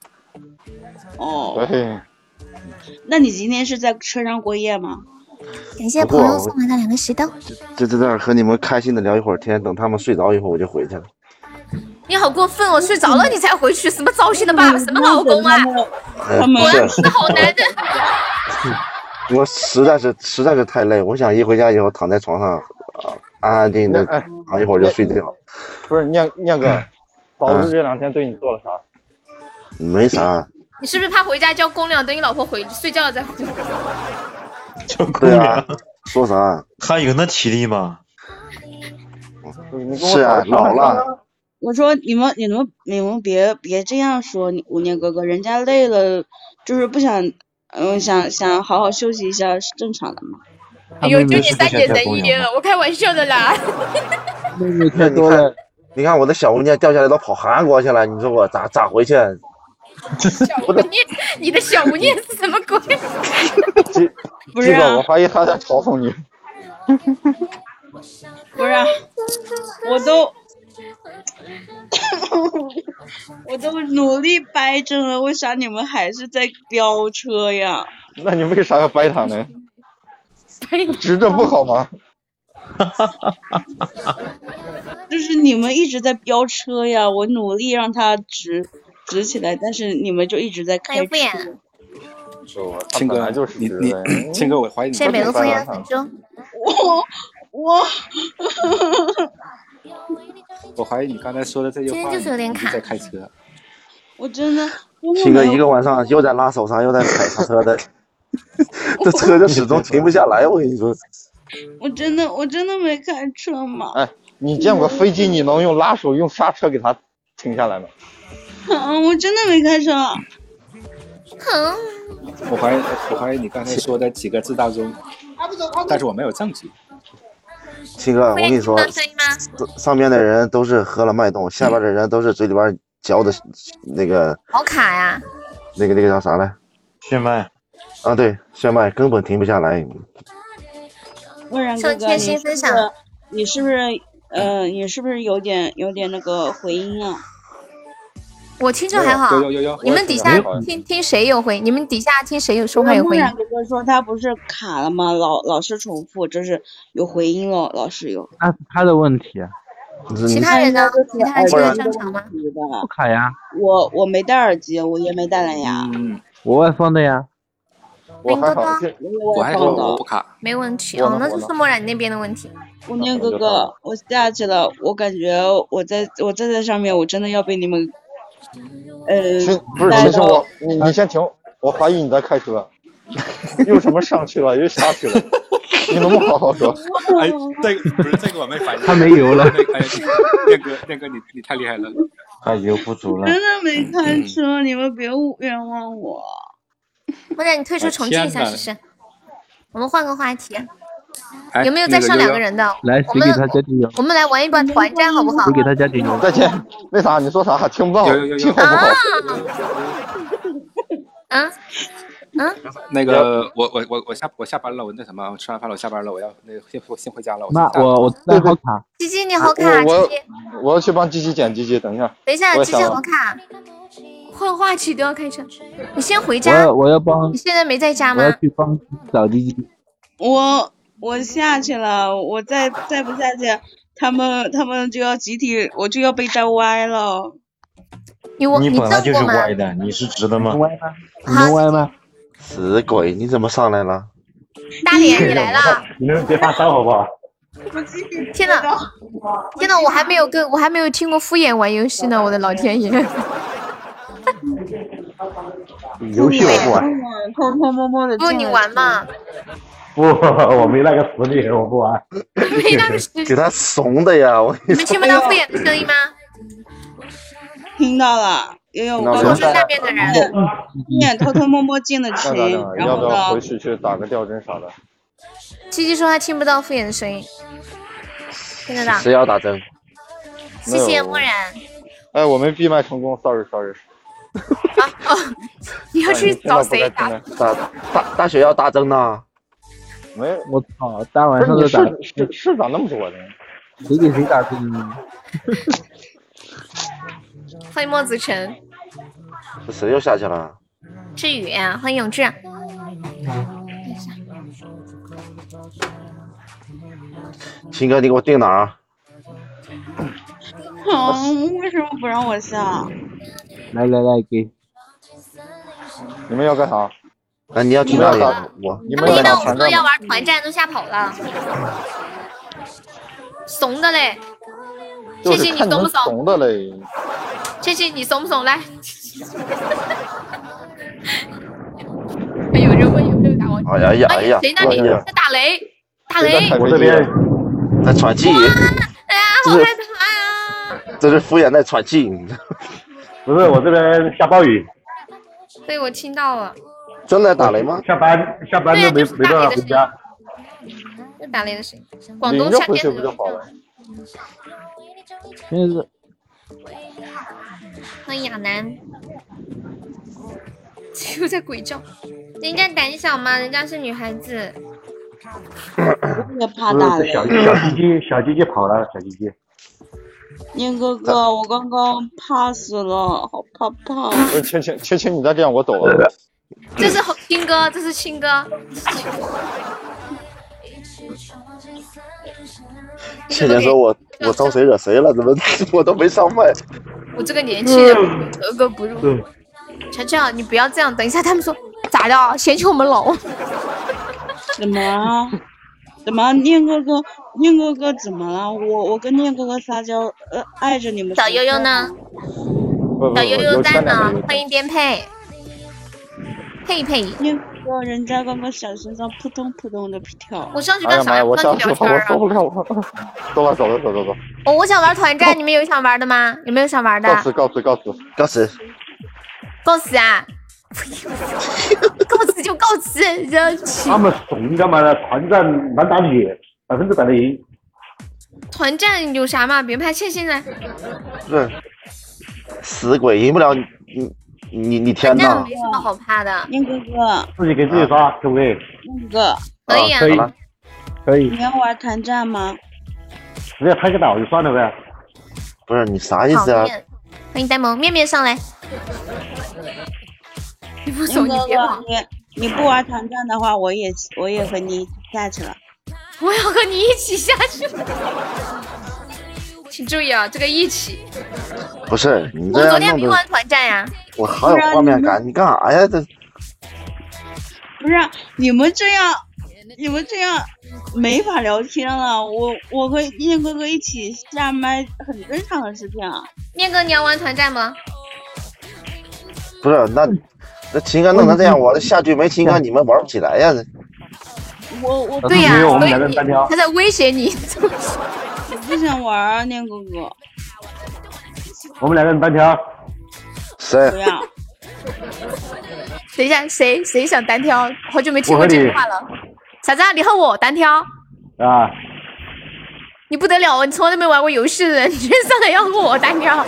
S10: 哦，
S8: 哎
S10: 那你今天是在车上过夜吗？
S1: 感
S11: 谢朋友送
S1: 来的两个石头。
S11: 就在这儿和你们开心的聊一会儿天，等他们睡着以后我就回去了。
S1: 你好过分哦！睡着
S10: 嗯
S1: 了你才回去，什么糟心的爸爸，什么老公啊！
S10: [LAUGHS]
S1: [LAUGHS]
S11: 哎
S1: 果然
S11: 不
S1: 是
S11: 是，
S1: 好男人。
S11: 我实在是实在是太累，我想一回家以后躺在床上，啊安安静静的
S8: 哎
S11: 躺一会儿就睡觉，
S8: 不是念念哥，嫂子这两天对你做了啥？
S11: 没啥。
S1: 你是不是怕回家交公粮，等你老婆回睡觉了再回去？
S11: 对啊，说啥？
S6: 他有那体力吗？
S11: 是啊，老了。。
S10: 我说你们你们你们别别这样说，你五年哥哥，人家累了，就是不想，嗯，想想好好休息一下是正常的嘛。
S1: 哎呦，就你三点人一了，我开玩笑的
S10: [LAUGHS]
S1: 啦。
S7: 妹妹
S11: 太多了。你看我的小姑娘掉下来都跑韩国去了，你说我咋咋回去？
S1: 小吴念，你的小吴念是什么鬼？
S10: 不是
S8: 这个我
S10: 啊，
S8: 怀疑他在嘲讽你。 [LAUGHS]
S10: 不是啊，我都，我都努力掰正了，为啥你们还是在飙车呀？
S8: 那你为啥要掰他呢？直着不好吗？
S10: 就是你们一直在飙车呀，我努力让它直直起来，但是你们就一直在
S2: 哎
S10: 开车。
S14: 庆哥，你你庆哥，我
S1: 啊
S14: 怀疑你。
S10: 谢谢美国朋友
S1: 说
S10: 我我
S14: 我怀疑你刚才说的这句话，
S1: 今天就是有点卡
S14: 你在开车。
S10: 我真的
S11: 七哥一个晚上又在拉手刹，又在踩刹车的， [LAUGHS] 这车就始终停不下来。我跟你说，
S10: 我真的我真的没开车嘛。
S8: 哎，你见过飞机你能用拉手用刹车给它停下来吗？
S10: [LAUGHS] 啊，我真的没开车。啊
S1: 哼，
S14: 我怀疑，我怀疑你刚才说的几个字当中，但是我没有证据。
S11: 七哥，我跟你说，
S1: [LAUGHS] 声音吗？
S11: 上上面的人都是喝了脉动，下边的人都是嘴里边嚼的那个
S1: 好卡呀！
S11: 那个那个叫啥来？
S6: 血脉。
S11: 啊，对，血脉根本停不下来。
S10: 问然哥哥，
S1: 贴
S10: 你
S1: 心
S10: 是
S1: 分
S10: 不
S1: 享
S10: 是你是不是呃你是不是有点有点那个回音啊？
S1: 我听着还好
S10: 有有有有啊有，
S1: 你们底下
S10: 我也听着还好
S1: 听听谁有回？你们底下听谁有说
S10: 不
S1: 话
S10: 是
S1: 有
S10: 木
S1: 回音？
S10: 然哥哥说他不是卡了吗？老老是重复，就是有回音了，老是有。
S7: 那是他的问题啊，
S1: 其他人呢？其他人
S10: 不
S1: 听
S10: 然
S1: 得正常吗？
S10: 不
S7: 卡呀，
S10: 我我没戴耳机，我也没戴蓝牙。
S11: 嗯
S7: 我外放的呀。
S1: 林哥哥
S14: 我还好，我不卡。
S1: 没问题
S14: 我
S1: 哦
S14: 呢，
S1: 那
S14: 我
S1: 就
S14: 呢
S1: 是墨染那边的问题。
S10: 吴念哥哥，我下去了，我感觉我在我站在上面，我真的要被你们，呃，
S8: 不是，
S10: 带
S8: 其实
S10: 到
S8: 我你你先停，我怀疑你在开车， [LAUGHS] 又什么上去了，又下去了，你能不能好好说？
S10: [LAUGHS]
S14: 哎，这个不是这个我没反应。
S7: 他没油了
S14: 那个哎，亮哥，亮哥，你你太厉害了。
S6: 啊，油不足了
S10: 真。
S1: 嗯
S10: 的
S13: 嗯
S10: 没开车，你们别冤枉我。
S1: 墨染，你退出重庆一下
S14: 哎天哪
S1: 试试。我们换个话题，
S14: 哎
S1: 有没有再上两个人的？
S7: 来，谁给他加点油？
S1: 我们来玩一把团战好不好
S7: 谁？给他加点油？
S8: 再见。为啥？你说啥？听不到，信号不好。
S1: 啊啊！
S14: 那个，我我我我下我下班了，我那什么，吃完饭了，我下班了，我要那个先先回家了。
S7: 那我我那好卡，
S1: 鸡鸡你好卡，鸡
S8: 哎我
S1: 鸡，
S8: 我我要去帮鸡鸡捡鸡鸡，等一下。
S1: 等一下，
S8: 我也
S1: 鸡鸡
S8: 想
S1: 好
S8: 了。
S1: 卡。换话题都要开车，你先回
S7: 我
S1: 家
S7: 要。我要帮
S1: 你，现在没在家
S7: 我要
S1: 吗？
S7: 去帮找滴滴。
S10: 我我下去了，我再再不下去，他们他们就要集体，我就要被带歪了。
S1: 你我
S6: 你本来
S1: 正
S6: 就是
S1: 过吗？
S6: 歪的，你是直的吗？
S11: 你能歪吗？死鬼，你怎么上来了？
S1: 大脸你来了！
S13: 你们别发烧好不好？
S1: 天呐，天呐，我还没有跟我还没有听过敷衍玩游戏呢，我的老 [LAUGHS] 天爷！
S13: 游戏我不玩，
S10: 偷偷摸摸的。
S1: 不，哦你玩嘛？
S13: [LAUGHS] 不，我没那个实力，我不玩。
S1: 没那个事。
S11: 给他怂的呀！我
S1: 你们听不到敷衍的声音吗？
S10: 听到了，悠悠，我刚 [LAUGHS]
S11: 那我
S10: 刚
S1: 是那边的人。
S10: 你也偷偷摸摸进
S13: [LAUGHS]
S10: 了群
S8: 那咋整啊，？
S10: 然
S8: 要不
S10: 后
S8: 要回
S10: 呢？
S8: 去去打个吊针啥的？
S1: 七七说他听不到敷衍的声音，听得到。
S11: 谁要打针？
S1: 谢谢墨染，
S8: 哎，我没闭麦成功，sorry sorry。
S1: 你要
S8: 哎
S1: 去找谁打？
S11: 打大大学要打针呢？
S8: 没有，
S7: 我操，大晚上
S8: 不
S7: 的打
S8: 是，你是是是咋那么多呢？
S7: 谁给谁打针？
S1: 欢迎墨子晨、
S11: 这谁又下去了？
S1: 志宇，啊欢迎永志。
S11: 秦哥，你给我定哪儿啊？
S10: 啊，为什么不让我下？
S7: 来来来，给
S8: 你们要干啥？
S11: 啊，你要去哪里？我
S8: 你
S1: 他们
S8: 们要
S1: 一到
S8: 打
S1: 我
S8: 团
S1: 说
S8: 战
S1: 要
S8: 吗？
S1: 玩团战都吓跑了，怂的嘞。
S8: 就
S1: 谢谢
S8: 是
S1: 你
S8: 看你
S1: 怂不
S8: 们
S1: 怂？
S8: 怂的嘞。
S1: 谢谢你怂不怂？来， [LAUGHS] 哎，有人问有没有打王者？
S11: 哎呀哎呀哎呀！
S1: 谁那里
S11: 哎呀
S1: 在打雷？打
S8: 谁在
S1: 雷！ [LAUGHS]
S8: 开
S13: 我
S8: 飞
S13: 这
S8: 机啊
S13: 边
S11: 在喘气，
S1: 哎呀，好害怕呀！
S11: 这是敷衍在喘气。
S13: 不是我这边下暴雨，
S1: 对，我听到了，
S11: 真的打雷吗？
S13: 下班下班
S1: 对啊
S13: 都没
S1: 就是
S13: 没
S1: 大
S13: 办法
S1: 雷
S13: 回
S1: 的声
S13: 家。
S1: 这打雷的声音。广
S8: 领
S1: 东
S8: 着
S1: 夏
S8: 回去
S1: 天
S8: 不
S1: 的
S8: 就
S1: 时
S8: 好
S1: 候， [LAUGHS]
S8: 了？
S7: 现在是
S1: 欢迎亚楠， [LAUGHS] 又在鬼叫。人家胆小嘛，人家是女孩子。
S10: 我也怕
S13: 不
S10: 打
S13: 是
S10: 雷。
S13: 小小鸡鸡小鸡鸡跑了，小鸡鸡。
S10: 念哥哥，我刚刚怕死了，好怕怕。
S8: 不是，亲亲亲亲，你再这样我走了。
S1: 这是好亲哥，这是亲哥。
S11: 倩倩说我我招谁惹谁了？怎么 [LAUGHS] 我都没上麦？
S1: 我这个年轻人
S8: 嗯
S1: 格格不入。晨啊晨，你不要这啊样，等一下他们说咋的，嫌弃我们老。
S10: 什么？怎么念哥哥，念哥哥怎么了？我我跟念哥哥撒娇，呃，爱着你们。
S1: 小悠悠呢？小悠悠在呢，欢迎颠沛。佩佩，
S10: 念哥哥，人家刚刚小心脏扑通扑通的跳。
S1: 我上去
S8: 哎
S1: 干
S8: 呀妈
S1: 啥？
S8: 呀，我
S1: 我上
S8: 想
S1: 去
S8: 我
S1: 聊
S8: 我
S1: 天儿啊！
S8: 我我
S15: [LAUGHS]
S8: 我我，走吧走吧走走走，
S1: 我哦我想玩团战，你们有想玩的吗？有没有想玩的
S8: 告？辞告辞告辞
S11: 告辞，
S1: 告辞啊！ [LAUGHS] 告辞就告辞，这起
S15: 那么怂，你干嘛呢？团战满打野，百分之百的赢。
S1: 团战有啥嘛？别怕，现现在
S8: 嗯
S11: 是死鬼，赢不了你你你你
S1: 团
S11: 天
S1: 战
S11: 呐
S1: 没，什么好怕的。
S10: 宁哥哥，
S15: 自己给自己刷，可不可以？
S10: 宁
S15: 哎
S10: 哥
S1: 可以啊
S15: 可以，可以
S10: 哥，，你要玩团战吗？
S15: 直接拍个岛就算了呗。
S11: 不是你啥意思
S1: 讨
S11: 啊？
S1: 厌。欢迎呆萌面面上来，你不
S10: 宁
S1: 走你
S10: 哥
S1: 别跑
S10: 哥，，你你不玩团战的话，我也我也和你一起下去了。
S1: 我要和你一起下去。 [LAUGHS] 请注意啊，这个一起。
S11: 不是你
S1: 我
S11: 这
S1: 昨天
S11: 样弄
S1: 没
S11: 得
S1: 玩团战呀、
S11: 我好有画面感，你干啥呀？这
S10: 不是你们这样，你们这样没法聊天了。我我和念哥哥一起下麦很正常的事情啊。
S1: 念哥，你要玩团战吗？
S11: 不是那那情感弄成这样，我这下局没情感，你们玩不起来呀？这
S10: 我我
S11: 对呀没有我们两个人单挑
S1: 他在威胁你。 [LAUGHS]
S10: 我不想玩啊，念哥哥，
S15: 我们两个人单挑。
S11: 谁
S10: 不要。
S1: 等一下，谁谁想单挑？好久没听过
S15: 我和
S1: 这
S15: 你
S1: 句话了。傻子，你和我单挑，
S15: 啊？
S1: 你不得了哦！你从来都没玩过游戏的人，你 [LAUGHS] 居然上来要和我单挑。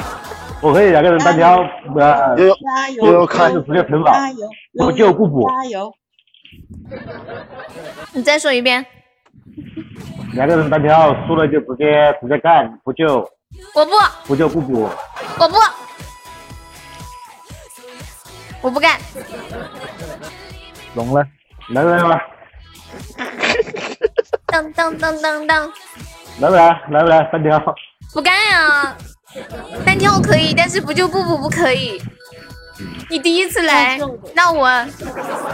S15: 我可以两个人单挑，
S1: 嗯
S15: 呃，
S11: 悠悠
S10: 加
S15: 悠悠看就直接平保，
S10: 加油，
S15: 不救不补，
S10: 加油！
S1: 你再说一遍，
S15: 两个人单挑输了就直接直接干，不救
S1: 我不，
S15: 不救不补。
S1: 我不，我不干。
S15: 聋了，来来来，
S1: 当当当当当，
S15: 来不来？来不来？单挑，
S1: 不干呀、单挑可以，但是不就不补不可以。你第一次来，那我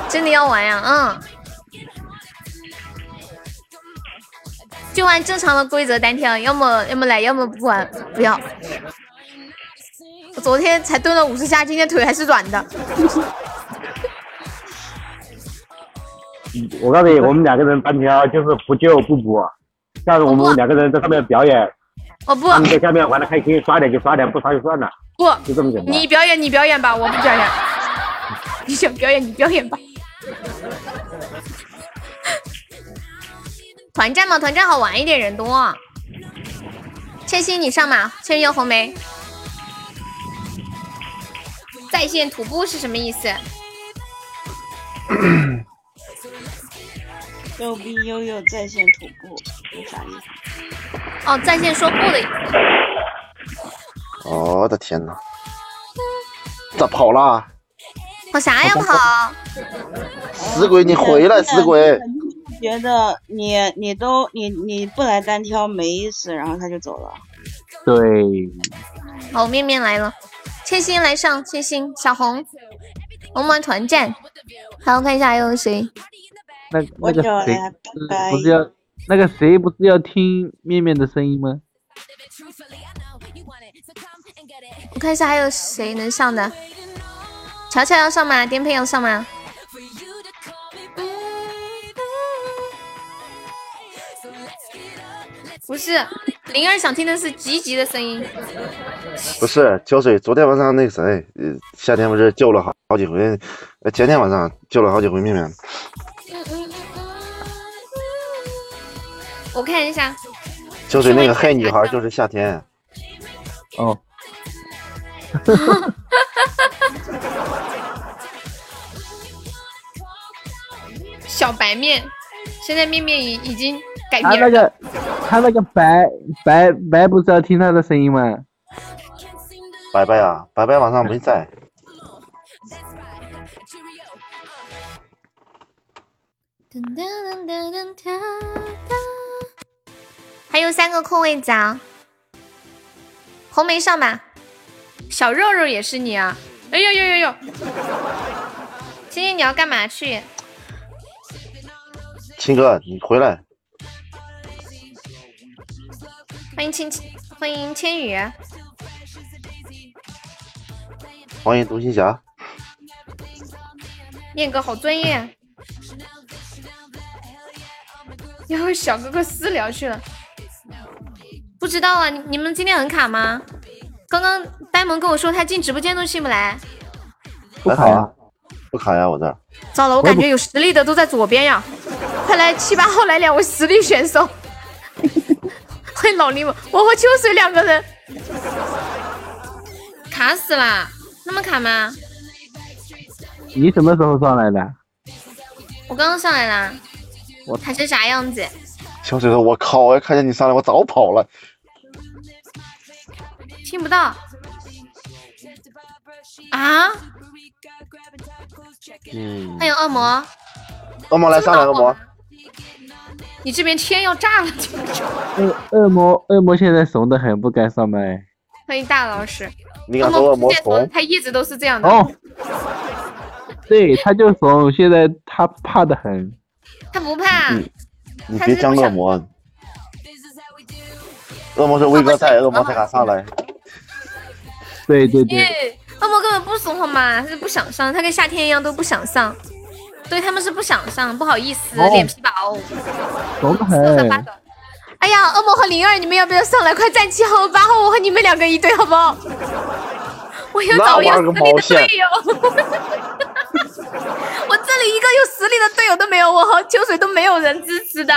S1: 真的要玩呀、嗯。就按正常的规则单挑，要么要么来，要么不玩，不要。我昨天才蹲了五十下，今天腿还是软的。
S15: 我告诉你，我们两个人单挑就是不救不补。下次我们两个人在上面表演，
S1: 我哦不
S15: 他们在下面玩的开心，刷点就刷点，不刷就算了，
S1: 不，
S15: 就这么简单。
S1: 你表演你表演吧，我不表演。你想表演你表演吧。 [LAUGHS] 团战嘛，团战好玩一点，人多。千玺你上马，千玺红梅。在线徒步是什么意思？
S10: 逗逼悠悠在线徒步，有啥意思？
S1: 哦，在线说不的意思。
S11: 哦我的天呐，咋跑啦？
S1: 跑哦啥呀跑？
S11: 死鬼，你回来，死鬼！
S10: 觉得你你都你你不来单挑没意思，然后他就走了。
S7: 对，
S1: 好，哦面面来了，千玺来上，千玺小红，我们玩团战。好，我看一下还有谁。
S7: 那那个
S1: 我走
S7: 谁
S1: 了
S7: 不是
S1: 拜
S7: 不是要那个谁不是要听面面的声音吗？
S1: 我看一下还有谁能上的。乔乔要上吗？颠沛要上吗？不是，灵儿想听的是吉吉的声音。
S11: 不是秋水，昨天晚上那谁，呃，夏天不是救了好好几回，呃，前天晚上救了好几回面面。
S1: 我看一下，
S11: 秋水那个黑女孩就是夏天。
S7: 哦。
S1: 小白面，现在面面已已经改
S7: 他
S1: 名
S7: 那
S1: 了。
S7: 个他那个白白白不是要听他的声音吗？
S11: 白白啊，白白晚上没在，
S1: 还有三个空位子啊，红梅上吧，小肉肉也是你啊！哎呦呦呦呦，今天你要干嘛去？
S11: 青哥你回来，
S1: 欢迎千欢迎千羽，
S11: 欢迎独行侠，
S1: 念哥好专业啊。然后小哥哥私聊去了，不知道啊，你你们今天很卡吗？刚刚呆萌跟我说他进直播间都进不来，
S11: 不卡呀，不卡呀，我这儿
S1: 糟了，我感觉有实力的都在左边呀，快来七八号来两位实力选手， [LAUGHS] 欢迎老柠檬，我和秋水两个人，卡死啦，那么卡吗？
S7: 你什么时候上来的？
S1: 我刚刚上来啦，
S11: 我
S1: 卡成啥样子？
S11: 小水说：“我靠！我要看见你上来，我早跑了。
S1: 听不到啊！”
S11: 嗯，
S1: 欢迎恶魔，
S11: 恶魔来上来，恶魔，
S1: 你这边天要炸了！
S7: 恶恶魔恶魔现在怂得很，不敢上麦。
S1: [LAUGHS] 欢迎大老师，
S11: 你敢说恶魔怂？
S1: 他一直都是这样的。
S7: 哦，对，他就怂，现在他怕得很。
S1: 他不怕，
S11: 嗯你别讲恶魔。恶魔说：“威哥在，恶魔才敢上来。
S7: 对对
S1: 因为恶魔根本不怂好吗？他是不想上，他跟夏天一样都不想上。对，他们是不想上，不好意思，
S7: 哦
S1: 脸皮薄。
S7: 怂得很。
S1: 哎呀，恶魔和灵儿，你们要不要上来？快站七号、八号，我和你们两个一队，好不好？我要找
S11: 那
S1: 有
S11: 玩
S1: 实
S11: 个
S1: 力
S11: 毛
S1: 的
S11: 线
S1: 队友。 [LAUGHS] 我这里一个有实力的队友都没有，我和秋水都没有人支持的。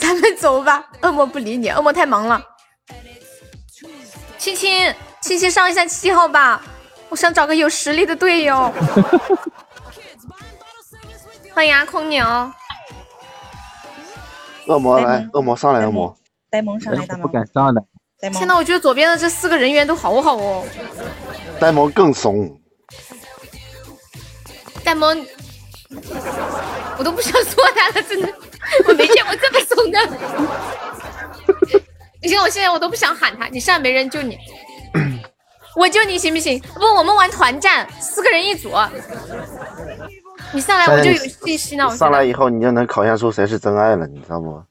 S1: 咱们走吧，恶魔不理你，恶魔太忙了。亲亲，亲亲上一下七号吧，我想找个有实力的队
S11: [LAUGHS]
S1: 友。欢迎阿空牛，
S11: 恶魔
S1: 哎
S11: 来，恶魔上来，恶魔。
S1: 呆萌上
S7: 哎，不敢上来。
S1: 天呐，我觉得左边的这四个人员都好好哦。
S11: 呆萌更怂，
S1: 呆萌，我都不想说他了，真的，我没见过这么怂 [LAUGHS] 的。你看我现在我都不想喊他，你现在没人救你，我救你行不行？不，我们玩团战，四个人一组，你上来我就有信心了。我
S11: 上来以后你就能考验出谁是真爱了，你知道不？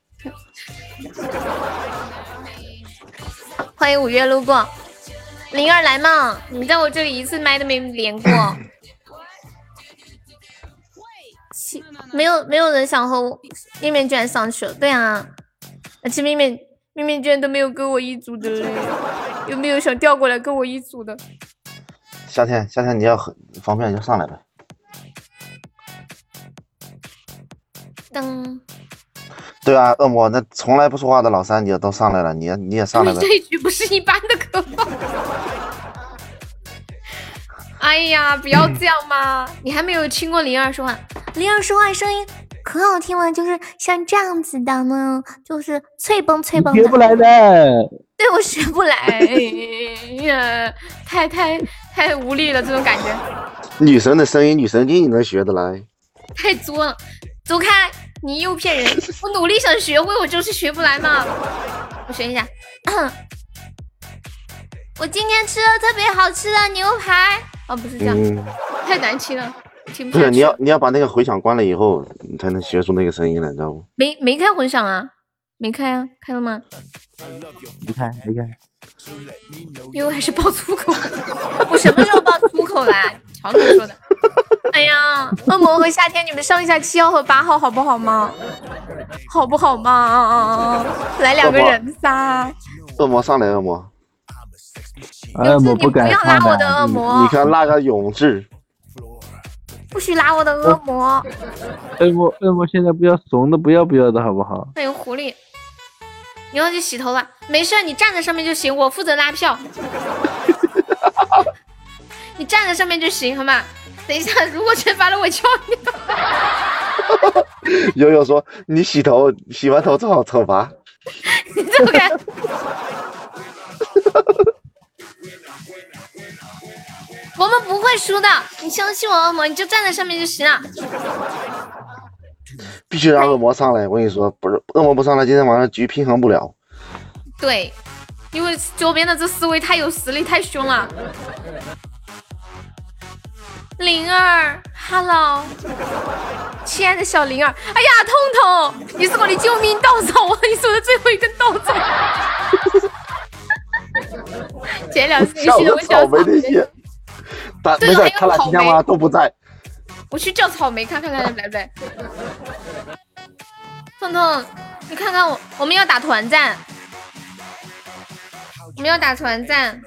S1: 欢迎五月路过，灵儿来嘛，你在我这里一次麦都没连过，七没有没有人想和我面面居然上去了，对啊，而且面面面面居然都没有跟我一组的嘞，有没有想调过来跟我一组的？
S11: 夏天，夏天你要很方便就上来呗。
S1: 噔，
S11: 对啊，恶魔那从来不说话的老三，你也都上来了，你也你也上来
S1: 你
S11: 呗
S1: [LAUGHS] 这。一局不是一般的可怕。哎呀，不要这样嘛！嗯你还没有听过灵儿说话，灵儿说话声音可好听了，就是像这样子的呢，就是脆蹦脆蹦
S7: 学不来的。
S1: 对我学不来，哎呀，太太太无力了，这种感觉
S11: 女神的声音，女神经你能学得来？
S1: 太作了。走开，你又骗人！我努力想学会，我就是学不来嘛。我学一下，我今天吃了特别好吃的牛排，哦，不是这样，
S11: 嗯，
S1: 太难听了，听
S11: 不
S1: 不下
S11: 是，你
S1: 去。
S11: 要你要把那个回响关了以后，你才能学出那个声音来，你知道不？
S1: 没没开混响啊？没开啊？开了吗？
S11: 你看，你看，
S1: 因为还是爆粗口， [LAUGHS] 我什么时候爆粗口啦？乔总说的。哎呀，恶魔和夏天，你们上一下七号和八号好不好嘛？好不好嘛？来两个人撒。
S11: 恶魔上来，恶魔。哎
S7: 恶魔不敢
S1: 你不要
S7: 上
S1: 拉我的
S7: 来。
S1: 恶魔，
S11: 你看那个永志，
S1: 不许拉我的恶魔。
S7: 恶魔恶魔现在不要怂的不要不要的好不好？
S1: 欢迎狐狸，你要去洗头吧？没事儿，你站在上面就行，我负责拉票。 [LAUGHS] 你站在上面就行，好吗？等一下，如果惩罚了我叫你。
S11: 悠悠说你洗头，洗完头正好惩罚。
S1: 你这么敢？我们不会输的，你相信我，恶魔，你就站在上面就行了。
S11: 必须让恶魔上来。我跟你说，不是恶魔不上来，今天晚上局平衡不了。
S1: 对，因为左边的这四位太有实力，太凶了。灵儿，Hello，亲爱的小灵儿，哎呀，痛痛，你是我的救命稻草，我你是我的最后一根稻草。 [LAUGHS] 前
S11: [LAUGHS]
S1: 两次没去，我
S11: 草
S1: 叫
S11: 莓那些，但没
S1: 对啊
S11: 事
S1: 还有，
S11: 他俩
S1: 草
S11: 今天
S1: 莓
S11: 晚上都不在。
S1: 我去叫草莓看看看来不来。痛痛，你看看我，我们要打团战，我们要打团战，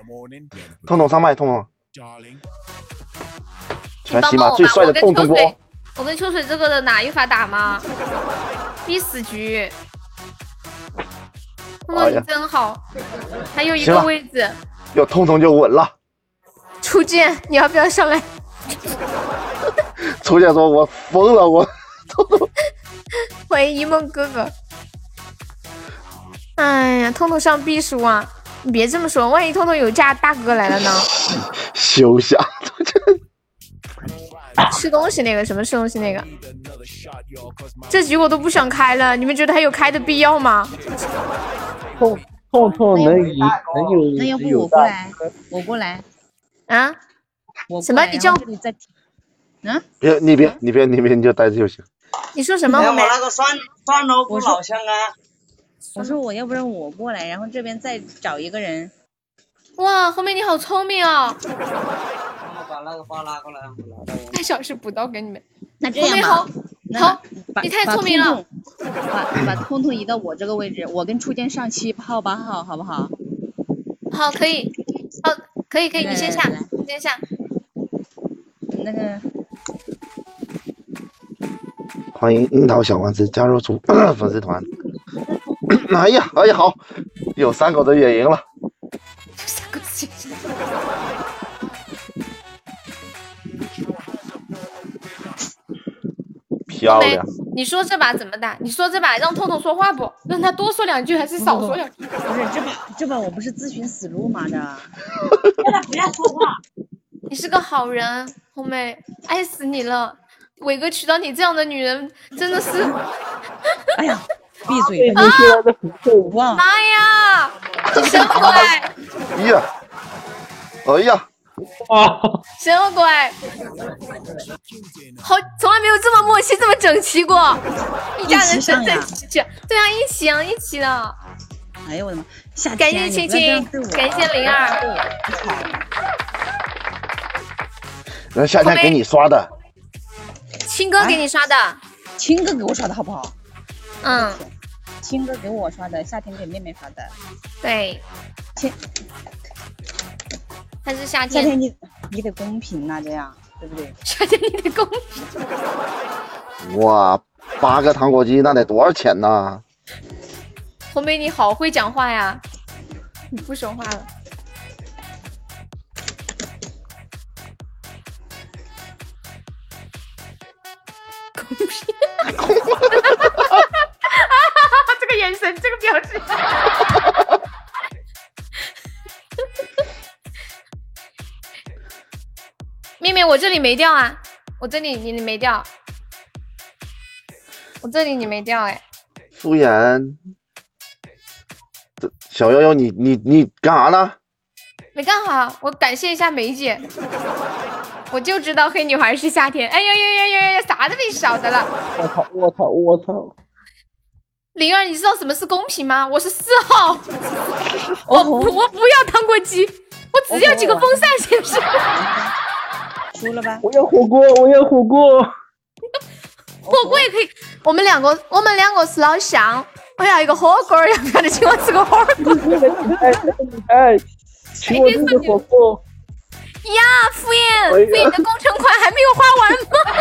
S11: 彤彤上麦，彤彤。全
S1: 帮
S11: 喜
S1: 帮
S11: 马
S1: 我
S11: 最
S1: 吧，
S11: 帅
S1: 我
S11: 的
S1: 跟
S11: 洞
S1: 秋
S11: 洞
S1: 水
S11: 波，
S1: 我跟秋水这个的哪一把打吗？必死局。彤
S11: 哎
S1: 彤你
S11: 呀
S1: 真好，还有一
S11: 行
S1: 个
S11: 了
S1: 位置，
S11: 有彤彤就稳了。
S1: 初见，你要不要上来？
S11: 出去说我疯了，我 [LAUGHS]
S1: 欢迎一梦哥哥。哎呀，痛痛上避暑啊！你别这么说，万一痛痛有假，大哥来了呢？
S11: 休想。 [LAUGHS]
S1: 吃东西那个，什么吃东西那个，这局我都不想开了，你们觉得还有开的必要吗？
S7: 痛痛痛能赢能有
S10: 那要不
S7: 有
S10: 我过
S7: 大
S10: 来，我过来，
S1: 啊？
S10: 我
S1: 什么？你叫
S10: 你在
S11: 别你别你别你别你就待着就行。
S1: 你说什么？
S10: 哎
S1: 我没
S10: 我那
S16: 个酸酸萝
S10: 卜老乡啊。我说我要不然我过来，然后这边再找一个人。
S1: 哇，后面你好聪明哦！
S16: 把那个花拉过来。
S1: 太小时补刀给你们。 [LAUGHS]
S10: 那这
S1: 后
S10: 样
S1: 面
S10: 吧
S1: 好，，
S10: 那把
S1: 你太聪明了。
S10: 把通通把把通通移到我这个位置，我跟初见上七号八号，好不好？
S1: 好，可以，好，可以，可以，
S10: 来
S1: 你先
S10: 来
S1: 下
S10: 来，
S1: 你先下。
S10: 那个
S11: 欢迎樱桃小丸子加入主 [COUGHS] 粉丝团。哎呀哎呀好，有三狗的也赢了。漂亮，
S1: 你说这把怎么打？你说这把让痛痛说话不？让他多说两句还是少说两句？
S10: 不是这把这把我不是自寻死路吗？这
S1: 不要说话。你是个好人，红梅，爱死你了！伟哥娶到你这样的女人，真的是，
S10: 哎呀，啊闭
S7: 对
S10: 嘴吧
S7: 你！现在的很痛
S10: 哇！
S1: 妈呀，你什么鬼？
S11: 哎呀，哎呀，
S7: 啊！
S1: 什么鬼？好，从来没有这么默契、这么整齐过，一家人整整齐齐。对啊，一起啊，一起的。
S10: 哎呦我的妈！下
S1: 感
S10: 天
S1: 谢
S10: 你
S1: 青
S10: 不
S1: 青
S10: 要这样对我，
S1: 感谢灵儿。
S11: 那夏天给你刷的，
S1: 青哥给你刷的，
S10: 青哥给我刷的好不好？
S1: 嗯，
S10: 青哥给我刷的，夏天给妹妹刷的。
S1: 对，
S10: 青
S1: 还是夏
S10: 夏
S1: 天。
S10: 天你你得公平呐、这样对不对？
S1: 夏天你得公平。
S11: 哇，八个糖果机那得多少钱呢？
S1: 红梅你好会讲话呀，你不说话了。公平。 [LAUGHS] 这个眼神，这个表情。妹妹，我这里没掉啊，我这里你你没掉，我这里你没掉哎，
S11: 敷衍，这小悠悠你你你干啥呢？
S1: 没干好，我感谢一下梅姐，我就知道黑女孩是夏天，哎呦呦呦呦呦，啥都没少的了。
S7: 我操我操我操！
S1: 灵儿，你知道什么是公平吗？我是四号，我不我不要糖果机，我只要几个风扇，是不是？
S10: 输了吧？
S7: 我要火锅，我要火锅。
S1: 火锅也可以。我们两个，我们两个是老乡，我要一个火锅，要不要你请我吃个火锅？
S7: 哎 [LAUGHS] 哎，请我吃个火锅。
S1: 哎呀，敷衍，
S11: 哎呀
S1: 敷衍的工程款还没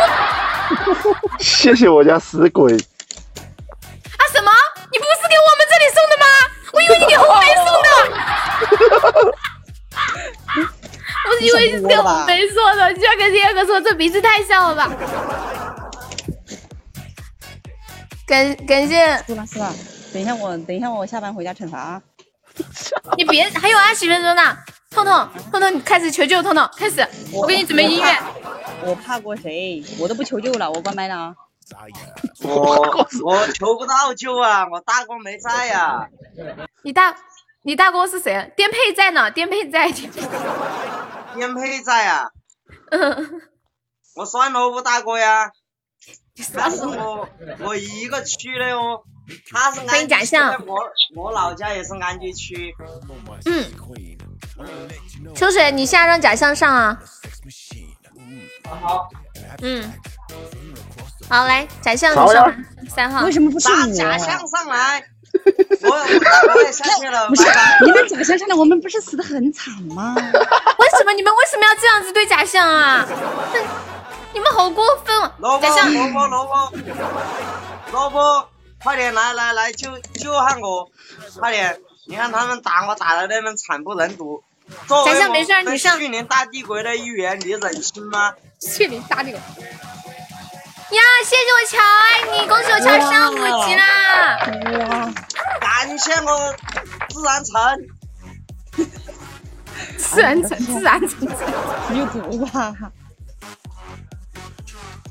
S1: 有花完吗？ [LAUGHS]
S11: 谢谢我家死鬼，
S1: 啊什么？你不是给我们这里送的吗？我以为你给红梅送
S7: [LAUGHS]
S1: 的。我以为是给红梅送的，居然跟第二个说，这名字太像了吧？感感谢
S10: 输了输了，等一下我等一下我下班回家惩罚啊！
S1: [LAUGHS] 你别，还有啊二十分钟呢。痛痛，痛痛，你开始求救，痛痛，开始，我给你准备音乐。
S10: 我怕过谁？我都不求救了，我关麦了啊！
S4: 我我求不到救啊，我大哥没在呀、
S1: 你大，你大哥是谁？颠沛在呢，颠沛在。颠沛
S4: 颠沛在啊。
S1: 嗯，
S4: 我耍萝卜大哥呀，他是我我一个区的哦，他是
S1: 欢迎假象，
S4: 我我老家也是安吉区，
S1: 嗯， [LAUGHS] 秋水，你下让假象上啊。
S4: 好，
S1: 嗯，好，来假象
S4: 啥
S1: 你
S4: 玩意
S1: 上
S4: 儿
S1: 来三号。
S17: 为什么不是
S4: 打
S17: 我
S4: 假
S17: 啊
S4: 象上来，我我我也下去了，
S17: 不是
S4: 拜拜
S17: 你们假象上的，我们不是死的很惨吗？
S1: 为什么你们为什么要这样子对假象啊？你们好过分啊！
S4: 萝卜
S1: 假象，
S4: 萝卜萝卜萝卜，快点来来来救救下我，快点！你看他们打我打的那么惨不忍睹，作为
S1: 假象
S4: 我
S1: 没事儿
S4: 们
S1: 你上
S4: 去年大帝国的一员，你忍心吗？
S1: 去你大这个！呀，谢谢我乔，啊爱你，恭喜我乔上五级啦！
S4: 哇！感谢我自然成，
S1: 自然成，自然成，
S17: 有毒吧？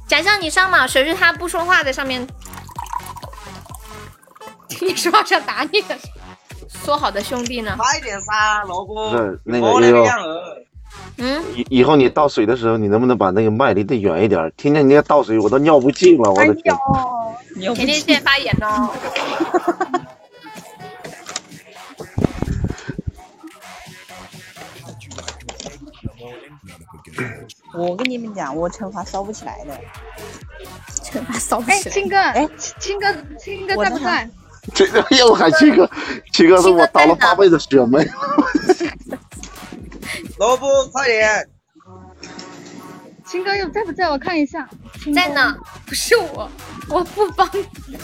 S1: 假象你上嘛，谁是他不说话在上面？ [LAUGHS] 你说话想打你的，说好的兄弟呢？
S4: 快点杀萝卜！
S11: 是那
S4: 我
S11: 个
S4: 那
S11: 悠
S4: 个
S11: 悠，
S4: 样儿，
S1: 嗯，
S11: 以以后你倒水的时候，你能不能把那个麦离得远一点？听见你那倒水，我都尿不尽了，我的天！
S1: 甜甜现在发言哦。
S10: 我跟你们讲，我惩罚烧不起来的。
S1: 惩罚烧不
S2: 哎，青哥，哎，青哥，青哥在不在？
S11: 这 [LAUGHS] 哎要不喊七哥，七哥说我倒了八辈子血霉。
S4: 萝卜快点！
S2: 青哥又在不在？我看一下，
S1: 在呢，不是我，我不帮你，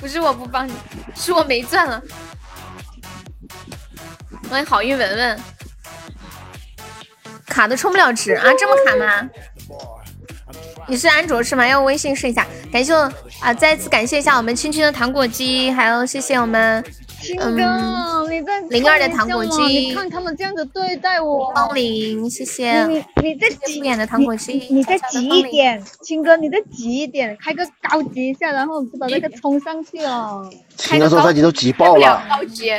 S1: 不是我不帮你，是我没钻了。欢迎好运文文，卡的充不了值啊，这么卡吗？你是安卓是吗？要微信试一下。感谢我啊，再次感谢一下我们青青的糖果机，还有谢谢我们
S2: 青哥，
S1: 嗯
S2: 你在
S1: 02的糖果机
S2: 你看他们这样子对待我，
S1: 风铃，谢谢
S2: 你你再挤
S1: 敷衍的糖果机，
S2: 你你再
S1: 小小的
S2: 挤
S1: 风
S2: 一
S1: 铃
S2: 点，青哥，你再挤一点，开个高级一下，然后就把那个冲上去哦。
S11: 青哥说自己都挤爆了，
S1: 高级。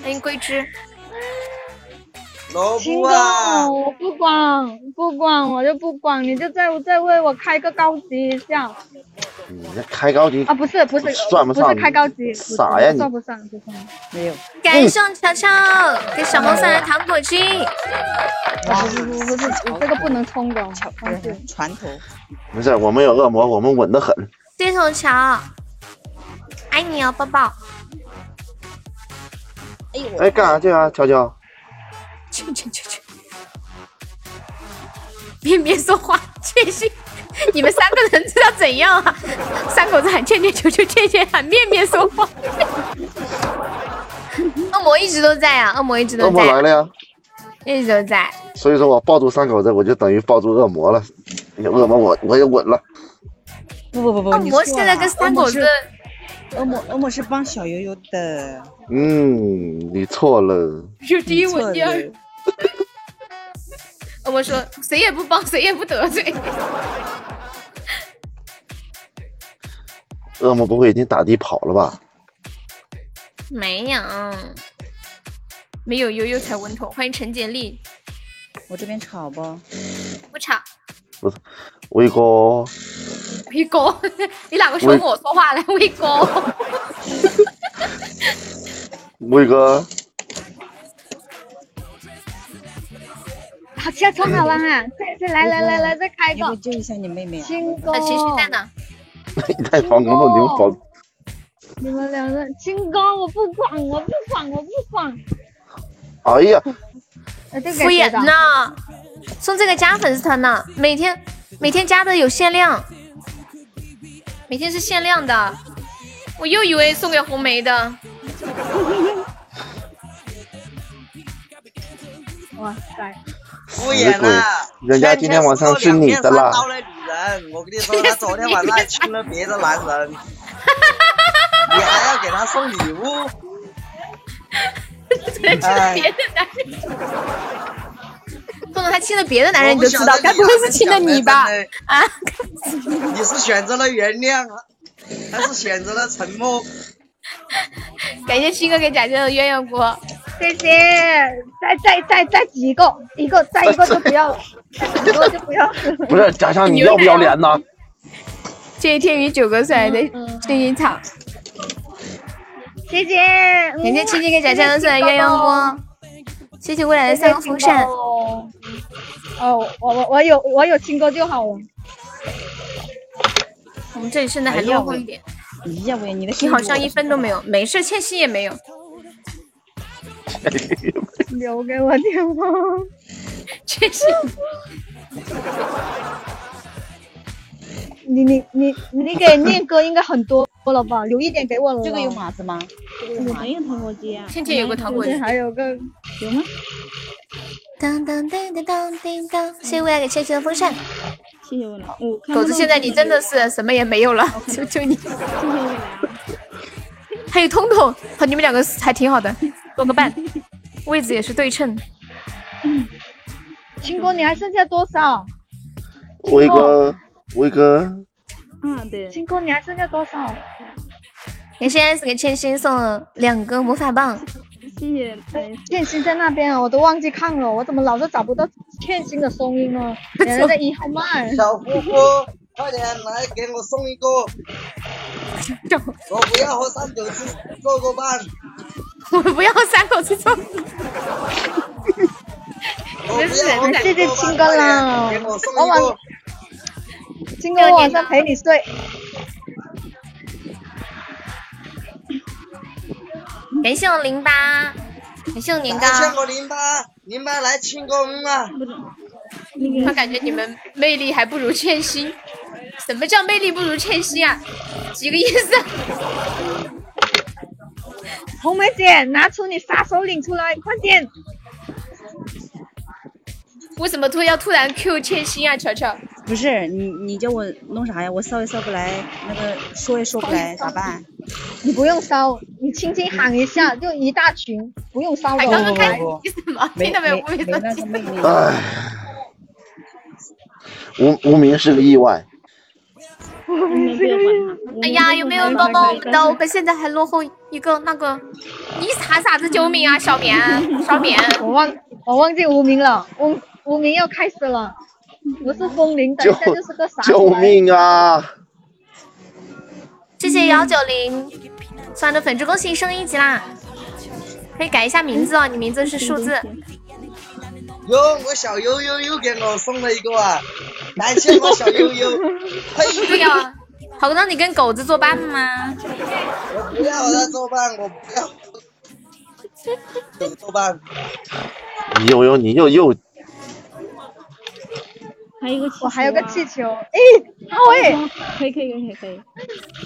S1: 欢迎桂枝，
S4: 萝
S2: 青
S4: 卜
S2: 哥
S4: 啊，，
S2: 我不管不管，我就不管，你就再再为我开个高级一下
S11: 你这嗯开高级
S2: 啊！不是不是
S11: 算不
S2: 不
S11: 上
S2: 是开高级，不是
S11: 傻呀你
S2: 算不上不算。
S10: 没有。
S1: 感
S11: 嗯
S1: 谢我乔乔给小猫送来的糖果机。
S2: 不不不不，我这个不能冲的，放心。
S10: 船头，
S11: 没事，我们有恶魔，我们稳得很。
S1: 街头桥，爱你哦，抱抱。
S10: 哎呦
S11: 哎，干啥去啊，乔乔？
S1: 去去去去！别别说话，确信。你们三个人知道怎样啊？三口子喊倩倩、球球、倩倩喊面面说话。恶魔一直都在啊，恶魔一直
S11: 恶
S1: 都
S11: 魔
S1: 在，
S11: 来了呀！
S1: 一直都在。
S11: 所以说我抱住三口子，我就等于抱住恶魔了。哎呀恶魔我我也稳了。
S10: 不不不不，
S1: 恶
S10: 你
S1: 魔
S10: 错
S1: 现在
S10: 了啊
S1: 跟三狗子，
S10: 恶魔是恶魔恶魔是帮小悠悠的，
S11: 嗯，你错了。
S1: 就第一
S10: 你错
S1: 哎我第二。
S10: 了
S1: 恶魔说谁也不帮，谁也不得罪。
S11: 恶魔不会已经打的跑了吧？
S1: 没有， [LAUGHS] 没有悠悠才稳妥。欢迎陈洁丽，
S10: 我这边吵不？
S1: 不 [LAUGHS] 吵。
S11: 不是，威哥，
S1: 喂狗，你哪个学我说话来？喂 [LAUGHS] 狗，
S11: 威哥，
S2: 好吃，冲好玩啊！再再来来来来，再开一
S10: 要
S2: 个
S10: 不。救一下你妹妹啊？
S2: 青哥
S1: 那，情绪呃在哪？
S11: 你太防空洞，你们防
S2: 你们两个，青哥，我不管，我不管，我不管。哦
S11: 哎呀，
S2: 呃，这个
S1: 敷衍呢？送这个加粉丝团呢？每天每天加的有限量，每天是限量的。我又以为送给红梅 [LAUGHS] 的，
S2: 哇塞！
S4: 敷衍
S11: 鬼
S4: 啊！
S11: 人家今天晚上是你的啦。
S4: 刀的女人，我跟你说，她
S1: [LAUGHS]
S4: 昨天晚上还亲了别的男人，
S1: 啊
S4: 你还要给她送礼物？
S1: 这是别的男人。哎 [LAUGHS] 送了他亲了别的男人，你就知道
S4: 我不晓得，
S1: 该
S4: 你
S1: 不会是亲了你吧
S4: 还是？
S1: 啊！
S4: 你是选择了原谅，啊还是选择了沉默？
S1: 感谢七哥给贾健的鸳鸯锅。
S2: 谢谢，再再再再挤一个，一个再一个就不要了，再一个就
S17: [LAUGHS]
S2: 不要了。
S11: 不是假象，你要不要脸呢？
S18: 谢谢天宇九哥送来的薰衣草，
S2: 嗯谢谢，
S1: 感谢七七给贾强送来鸳鸯锅，谢谢未来的三个风扇。
S2: 哦，
S1: 哦
S2: 我我我有我有亲哥就好了。
S1: 我们这里剩的还落后一点。
S17: 哎呀喂，你的
S1: 你好像一分都没有，没事，欠薪也没有。
S2: [LAUGHS] 留给我电
S1: [LAUGHS]
S2: 话。
S1: 真是。
S2: 你你你你给念哥应该很多了吧？留一点给我了。
S17: 这个有码子吗？我没有糖果机啊。
S1: 倩倩有个糖果机
S2: 还有个有吗？
S3: 当当当当当叮当，谢谢未来给千玺的风扇。
S17: 谢谢未来，我看
S1: 狗子，现在你真的是什么也没有了，就就你。还有彤彤，和你们两个还挺好的，做个伴，位置也是对称。
S2: 亲哥，你还剩下多少？
S11: 我一
S2: 哦
S11: 个，我一个，
S2: 嗯，对。亲哥，你还剩下多少？
S1: 感谢 S 给千心送了两个魔法棒，
S2: 谢谢。欠薪在那边啊，我都忘记看了，我怎么老是找不到欠薪的声音呢？原来在一号麦。
S4: 小姑姑，快点来给我送一个。我不要和三九七做个伴，
S1: 我不要三口气做。
S4: 我不要和
S2: 谢谢青哥啦
S4: 快点给我送，
S2: 我
S4: 一
S2: 晚
S4: 个。
S2: 青哥我晚上陪你睡。
S1: [LAUGHS] 感谢我零八，感谢我年糕
S4: 来。千我零八，零八来庆功啊！
S1: 我感觉你们魅力还不如倩兮。什么叫魅力不如倩兮啊？几个意思？
S2: [LAUGHS] 红梅姐，拿出你杀手锏出来，快点！
S1: 为什么突然要突然 Q 倩兮啊？乔乔，
S17: 不是你，你叫我弄啥呀？我烧也烧不来，那个说也说不来，咋办？
S2: 你不用烧，你轻轻喊一下，就一大群，不用烧了。
S17: 刚刚开始
S1: 什么？
S17: 没
S1: 听到没有？
S17: 没
S1: 我也
S17: 没那个魅 [LAUGHS] 力。
S11: 唉，哎无无名是个意外。
S1: 哎呀，有没有人帮帮我们的？我们现在还落后一个那个，你傻傻子救命啊！小棉，小棉，
S2: 我忘我忘记无名了，无无名要开始了，不是风铃，等一
S11: 救
S2: 下就是个啥？
S11: 救命啊！
S1: 谢谢幺九零送来的粉猪，恭喜升一级啦！可以改一下名字哦，你名字是数字。
S4: 哟，我小悠悠又给我送了一个啊！感谢我小悠悠，
S1: 对呀、好，让你跟狗子做伴吗？
S4: 我不要和他作伴，我不要和他
S2: [LAUGHS]
S4: 作伴。
S11: 你又又你又又
S17: 还有一个气球、
S2: 我哦还有个气球，哎，好哎，
S17: 可以可以可以可以。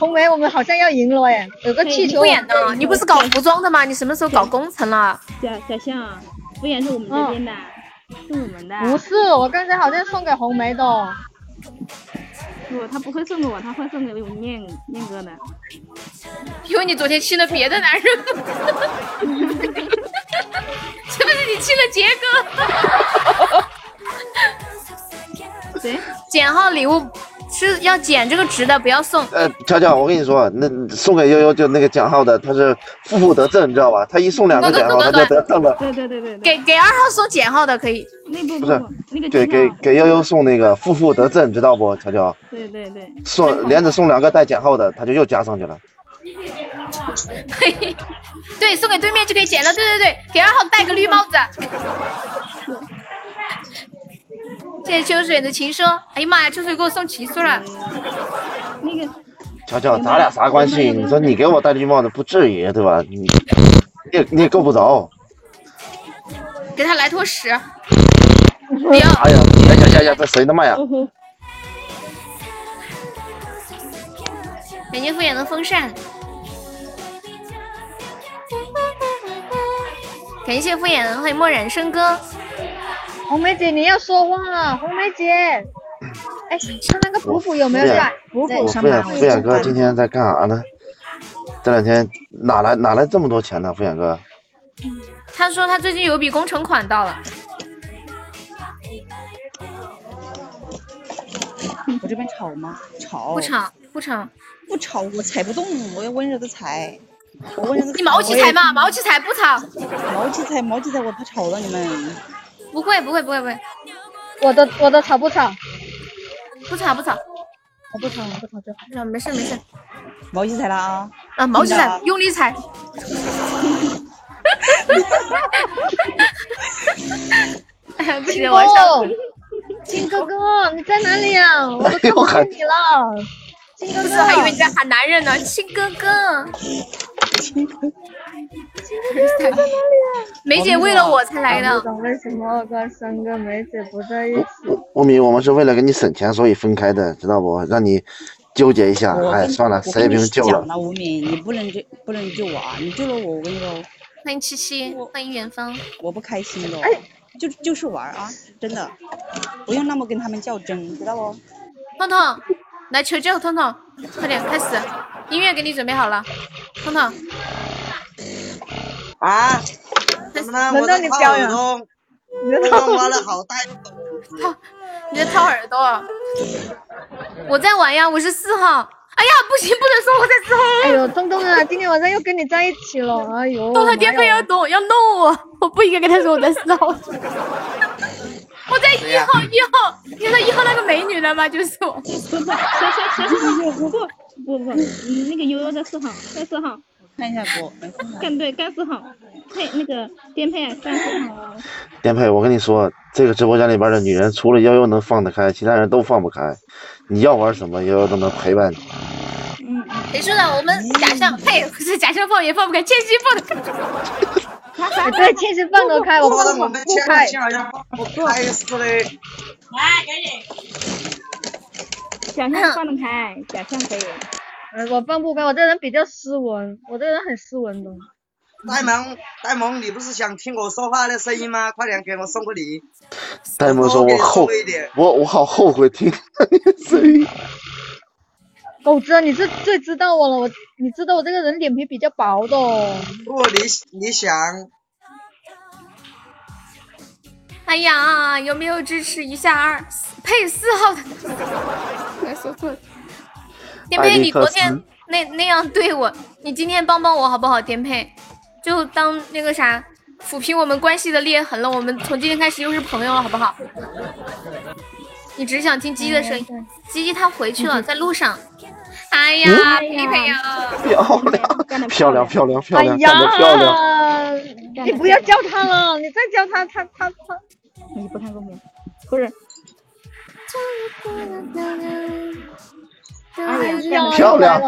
S2: 红梅，我们好像要赢了哎，有个气
S1: 你
S2: 球。
S1: 不演的，你不是搞服装的吗？你什么时候搞工程了？
S17: 小小象，敷衍是我们这边的，是我们的。
S2: 嗯不是，我刚才好像送给红梅的。
S17: 不，他不会送给我，他会送给我念念哥的。
S1: 因为你昨天亲了别的男 [LAUGHS] 人，是不是你亲了杰哥？
S17: 谁？
S1: 减号礼物是要减这个值的，不要送。
S11: 呃，乔乔，我跟你说，那送给悠悠就那个蒋浩的，他是负负得正，你知道吧？他一送两个蒋浩，他就得正了。
S17: 对对对对，
S1: 给给二号送减号的可以。
S17: 那不
S11: 不是，给给给悠悠送那个负负得正，你知道不？乔乔
S17: 对对对，
S11: 送连着送两个带蒋浩的，他就又加上去了。
S1: 嘿，对，送给对面就可以减了。对对对，给二号戴个绿帽子。谢谢秋水的情书。哎呀妈呀，秋水给我送情书了。
S17: 那个
S11: 乔乔，咱俩啥关系？你说你给我戴绿帽子不至于对吧？你你也你也够不着。
S1: 给他来坨屎。
S11: 哎呀哎呀呀呀，这谁的麦呀？
S1: 感谢敷衍的风扇，感谢敷衍，欢迎墨染笙歌。
S2: 红梅姐，你要说话了，红梅姐。哎，他那个补补有没有在？啊补
S11: 我
S2: 补
S11: 敷衍敷衍哥今天在干啥呢？这两天哪来哪来这么多钱呢？敷衍哥，
S1: 他说他最近有笔工程款到了，
S17: 我这边吵吗？吵
S10: 哦
S1: 不吵不吵，
S17: 不吵，我踩不动，我要温柔的踩。
S1: 你毛起踩嘛，毛起踩不吵。
S17: 毛起踩，毛起踩，我怕吵了你们。
S1: 不会不会不会不会，
S2: 我的我的吵不吵？
S1: 不吵不吵，
S2: 我不吵我不吵就好。
S1: 没事没事，
S17: 毛起踩了啊！
S1: 啊毛起踩，用力
S2: [LAUGHS]
S1: 踩。哎不行，我上
S2: 哦金哥哥，你在哪里啊？
S11: [LAUGHS]
S2: 我
S11: 哎
S2: 都看不见你了。金哥
S1: 不
S2: 哥，
S1: 是还以为你在喊男人呢，亲哥哥。梅姐为了我才来
S2: 啊我
S1: 的
S2: 不，懂为什么二哥、三哥、梅姐不在一起。
S11: 我明，我们是为了给你省钱，所以分开的，知道不？让你纠结一下。哎，算了，谁也别
S17: 救
S11: 救了。
S17: 了，吴敏，你不能救，不能救我啊！你救了我，我跟你说，
S1: 欢迎七七，欢迎远方。
S17: 我不开心的哦，
S11: 哎
S17: 就就是玩儿啊，真的，不用那么跟他们较真，知道不？
S1: 彤彤，来求救，彤彤，快点开始，音乐给你准备好了，彤彤。
S4: 啊！怎么了？我的掏耳朵，我都挖了好大一口子。
S1: 你在掏耳朵啊？我在玩呀，我是四号。哎呀，不行，不能说我在四号。
S2: 哎呦，东东啊，今天晚上又跟你在一起了，哎呦，
S1: 豆他爹非
S2: 哎
S1: 要
S2: 呦
S1: 懂，要弄我，我不应该跟他说我在四号。我在一号，一号，你说一号那个美女了吗？就是我。
S19: 不不不不不，你那个悠悠在四号，在四号。
S17: 看一下播，
S19: 干对干四号，配那个颠沛干四号。
S11: 颠沛，我跟你说，这个直播间里边的女人，除了悠悠能放得开，其他人都放不开。你要玩什么，悠悠都能陪伴你。
S1: 谁说的？我们假象，呸，不是假象放也放不开，千玺放的。
S2: 哎对，千玺放得开，我
S4: 说
S2: 放
S4: 的我
S2: 不
S4: 们
S2: 不
S4: 前
S2: 开
S4: 两。天好像放不开似的。
S19: 假象放得开，假象可以。
S2: 哎，我放不开，我这人比较斯文，我这人很斯文的。
S4: 呆萌，呆萌，你不是想听我说话的声音吗？快点给我送个礼。
S11: 呆萌说：“我后，我我好后悔听你的声音。
S2: 狗子，你是最知道我了，我你知道我这个人脸皮比较薄的哦。
S4: 不，你你想，
S1: 哎呀，有没有支持一下二配四号的？ [LAUGHS] 我说错了。颠
S19: 艾
S1: 沛，
S19: 利
S1: 你
S19: 克
S1: 昨
S19: 斯
S1: 天那那样对我，你今天帮帮我好不好？颠沛，就当那个啥，抚平我们关系的裂痕了。我们从今天开始又是朋友了，好不好？你只想听鸡的声音，鸡鸡它回去了，在路上。哎呀，
S19: 嗯
S1: 佩佩呀，
S11: 漂亮，漂亮，漂亮，漂亮，干得漂亮！
S2: 呀，呃你不要叫他了，你再叫他，他他他。
S19: 你不看公屏，不是。
S2: 哎
S11: 漂亮！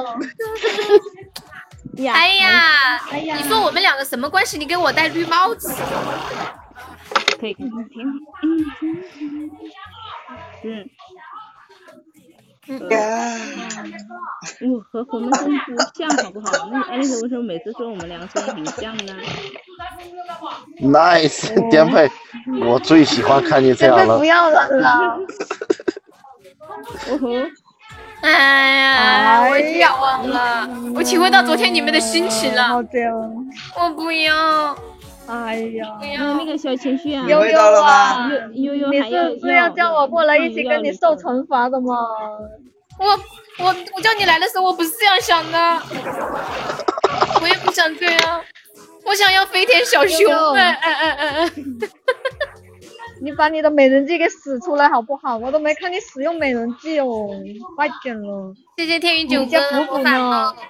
S1: 哎呀，你说我们两个什么关系？你给我戴绿帽子。
S19: 可以，可以，挺好。嗯。我和我们声音不像，好不好？那艾丽丝为什么每次说我们两个声音很像呢？
S11: Nice，颠沛，我最喜欢看你这样了。
S2: 要人了。
S19: 哦吼！
S1: 哎呀，我想忘了，我体会到昨天你们的心情了。我不要。
S2: 哎呀，
S19: 还有那个小情绪啊，
S2: 悠悠啊，
S19: 悠悠
S2: 你
S19: 还要
S2: 是是要叫我过来一起跟你受惩罚的吗？
S1: 我我我叫你来的时候，我不是这样想的，我也不想这样，我想要飞天小熊。哎哎哎哎哎！
S2: 你把你的美人计给使出来好不好？我都没看你使用美人计哦，快点了。
S1: 谢谢天宇九
S2: 你叫
S1: 哥
S2: 补补
S1: 魔法
S2: 呢
S1: 包，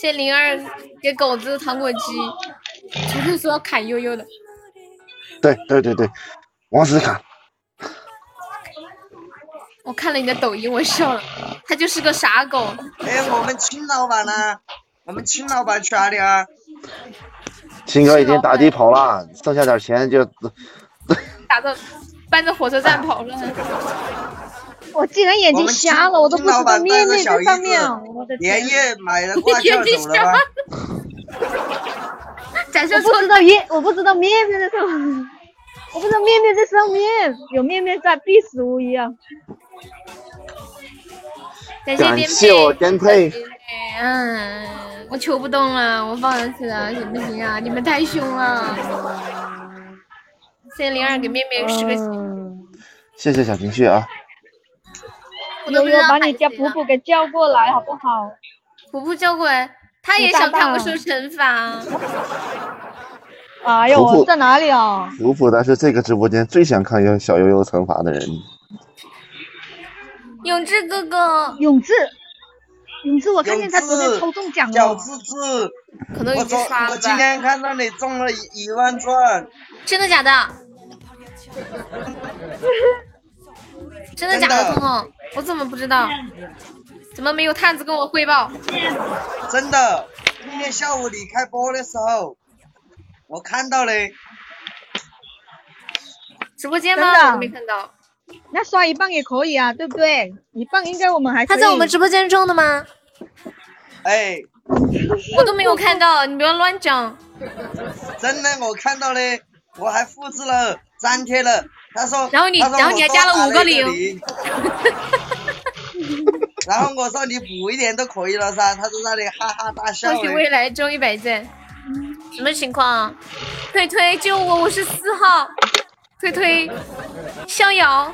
S1: 谢谢灵儿给狗子糖果机。昨天说要砍悠悠的，
S11: 对对对对，王思卡，
S1: 我看了你的抖音，我笑了，他就是个傻狗。
S4: 哎，我们秦老板呢？我们秦老板去哪里啊？
S11: 秦哥已经打的跑了，剩下点钱就
S1: 打着搬着火车站跑了。
S2: 我竟然眼睛瞎了，我都不知道面面在上面。啊我的天
S4: 连夜买了挂件走了吗？
S1: [LAUGHS] 展
S2: 示我不知道面，我不知道面面在上面，我不知道面面在上面，有面面在必死无疑啊！
S1: 感谢
S11: 感
S1: 颠
S11: 谢我
S1: 沛。
S11: 颠沛。
S1: 嗯，我求不动了，我放人去了，行不行啊？你们太凶了。谢谢灵儿给面面
S2: 嗯
S1: 十个心，
S11: 谢谢小情绪啊！
S1: 我都
S2: 悠
S1: 不知
S2: 悠
S1: 道
S2: 把
S1: 喊
S2: 你家
S1: 谁
S19: 啊
S2: 普
S1: 了
S2: 普给叫过来好不好？
S1: 普普叫过来，他也想看我受惩罚。
S2: 哎呦，
S11: 婆婆
S2: 我在哪里啊？
S11: 普普他是这个直播间最想看小悠悠惩罚的人。
S1: 永志哥哥，
S2: 永志，永志，我看见他昨天抽中奖
S4: 小
S2: 了。
S4: 智智，
S1: 可能已
S4: 我
S1: 经
S4: 昨
S1: 刷了吧
S4: 我今天看到你中了一一万钻，
S1: 真的假
S4: [LAUGHS]
S1: 的？真的假的，
S4: 真的
S1: 彤彤？我怎么不知道？怎么没有探子跟我汇报？
S4: 真的。今天下午你开播的时候，我看到嘞，
S1: 直播间
S2: 真的
S1: 吗？我都没看到。
S2: 那刷一磅也可以啊，对不对？一磅应该我们还
S1: 他在我们直播间中的吗？
S4: 哎，
S1: 我都没有看到，你不要乱讲。
S4: 真的我看到嘞，我还复制了粘贴了。他说，
S1: 然后你
S4: 他说
S1: 然后你还加了
S4: 我多打
S1: 五个
S4: 一
S1: 零
S4: 零。然后我说你补一点都可以了噻，他就在那里哈哈大笑
S1: 恭喜未
S4: 嘞。
S1: 来中一百赞。什么情况啊？推推救我！我是四号。推推，逍遥，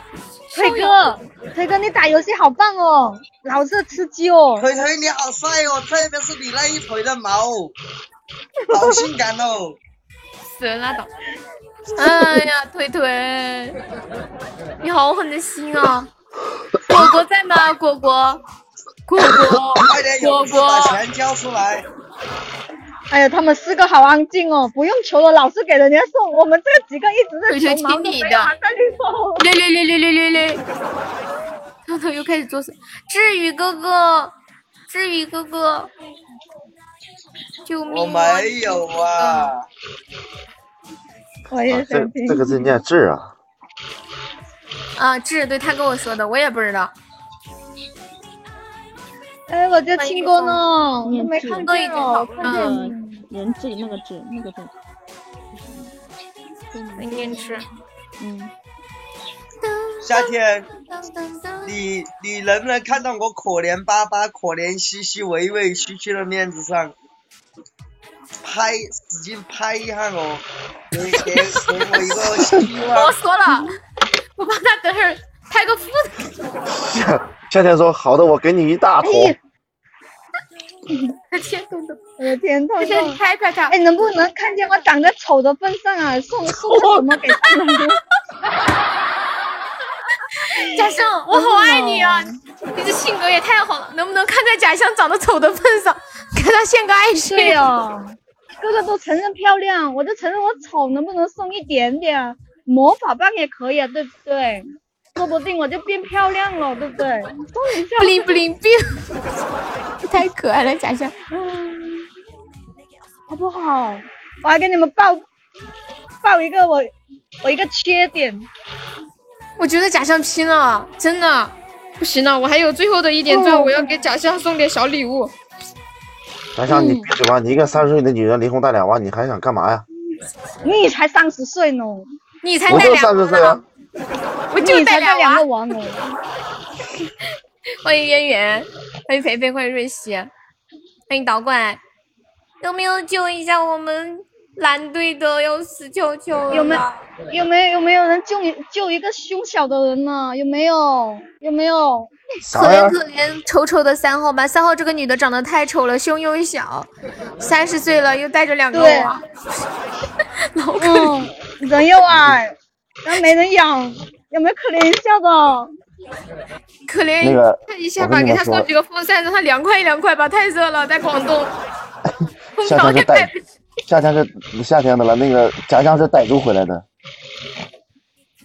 S2: 推哥，推哥，你打游戏好棒哦，老是吃鸡哦。
S4: 腿腿你好帅哦，特别是你那一腿的毛，好性感哦！
S1: 死人拉倒。哎呀，腿腿，你好狠的心啊！果果在吗？果果，果果
S4: 快点，
S1: 果
S4: 勇士把
S1: 果，
S4: 钱交出来！
S2: 哎呀，他们四个好安静哦，不用求了，老师给人家送。我们这几个一直
S1: 腿 [LAUGHS] 腿
S2: 在求毛
S1: 听
S2: 都没
S1: 你
S2: 有
S1: 的
S2: 还在那
S1: [LAUGHS]
S2: 送。
S1: 略略略略略略 [LAUGHS] 略，偷偷又开始作死。志宇哥哥，志宇哥哥，救
S4: 我
S1: 命！
S4: 没有
S1: 嗯
S4: 啊，
S2: 我
S11: 啊
S2: 也
S11: 这
S2: 想听。
S11: 这个字念智啊，
S1: 啊，志，对他跟我说的，我也不知道。
S2: 哎，我就听过呢，都没看
S1: 都已
S2: 见
S1: 经
S2: 哦
S1: 好，
S2: 看见。
S19: 嗯，人质那个质那个质，
S1: 没念吃。
S19: 嗯，
S4: 夏天，你你能不能看到我可怜巴巴、可怜兮兮、畏畏屈屈的面子上，拍使劲拍一下我，给给给我一个希望
S19: [LAUGHS]
S1: 我。说了，我帮他等会儿拍个副的。
S11: 夏夏天说好的，我给你一大桶。
S1: 天痛痛，
S2: 我的天痛
S1: 谢谢你
S2: 痛！
S1: 拍拍他。
S2: 哎，能不能看见我长得丑的份上啊，送送个什么给他们？
S1: [LAUGHS] 贾胜，我好爱你啊！你这性格也太好了，能不能看在贾相长得丑的份上，给他献个爱心？
S2: 对哦，个个都承认漂亮，我就承认我丑，能不能送一点点啊？魔法棒也可以啊，对不对？说不定我就变漂亮了，对不对？送一下
S1: 不灵不灵 [LAUGHS] 不灵，太可爱了，贾相。
S2: 好不好？我还给你们报报一个我我一个缺点，
S1: 我觉得贾相拼了，真的不行了，我还有最后的一点钻，
S2: 哦
S1: 我要给贾相送点小礼物。
S11: 咱想
S2: 嗯
S11: 你闭嘴吧，你一个三十岁的女人离婚带俩娃，你还想干嘛呀？
S2: 你才三十岁呢，
S1: 你才
S11: 我
S1: 带
S11: 就
S1: 两
S11: 三十
S1: 个
S11: 岁啊
S1: 呢，，我就
S2: 你
S1: 带
S2: 才带
S1: 两
S2: 两
S1: 个啊
S2: 个
S1: 娃。
S2: 娃呢。
S1: 欢迎渊源，欢迎肥肥，欢迎瑞希，欢迎导管。有没有救一下我们蓝队的？要死球球了
S2: 有没有没有有没有人救你救一个胸小的人呢、有没有？有没有？
S1: 可怜可怜丑丑的三号吧，三号这个女的长得太丑了，胸又小，三十岁了又带着两个
S2: 对
S1: 娃，
S2: 嗯，人又矮，然后没人养，有没有可怜一下的？
S1: 可怜
S11: 那个
S1: 看一下
S11: 我
S1: 吧，
S11: 跟你
S1: 给
S11: 们
S1: 她
S11: 说
S1: 送几个风扇，让她凉快一凉快吧，太热了，在广
S11: [LAUGHS]
S1: 东，空
S11: 夏
S1: 调
S11: 天
S1: 也
S11: 是
S1: 开
S11: 带
S1: 不起。
S11: 夏天是夏天的了，那个家乡是傣族回来的，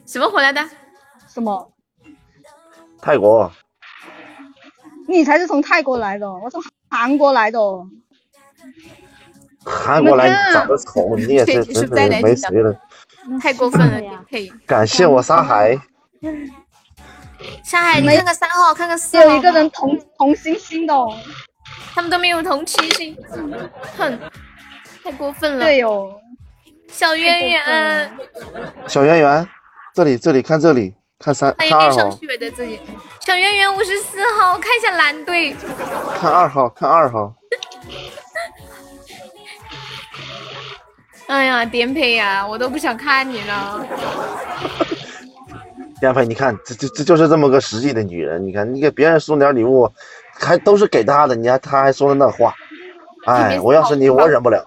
S1: 什么回来的？
S2: 什么？
S11: 泰国
S2: 你才是从泰国来的，我从韩国来的。
S11: 韩国来
S2: 我们
S11: 长
S2: [LAUGHS]
S11: 得丑，你也是
S1: 这
S11: 真
S1: 是带来
S11: 是没
S1: 的
S11: 谁了。
S1: 太过分了，顶配。
S11: 感谢我沙海，
S2: 嗯
S1: 上海，你
S2: 没
S1: 看看三号，看看四
S2: 只
S1: 号，
S2: 有一个人同同心心的哦，
S1: 他们都没有同期性，哼，太过分了。
S2: 对哦，
S1: 小渊源，
S11: 小圆圆，这里这里看这里看三
S1: 欢
S11: 看
S1: 迎
S11: 二
S1: 恋上
S11: 号
S1: 虚伪的自己。小圆圆五十四号，看一下蓝队，
S11: 看二号看二号，
S1: 哎呀，颠沛呀，我都不想看你了。
S11: 燕飞你看这这这就是这么个实际的女人，你看你给别人送点礼物，还都是给她的，你还她还说的那话，哎，我要是你，我忍不了。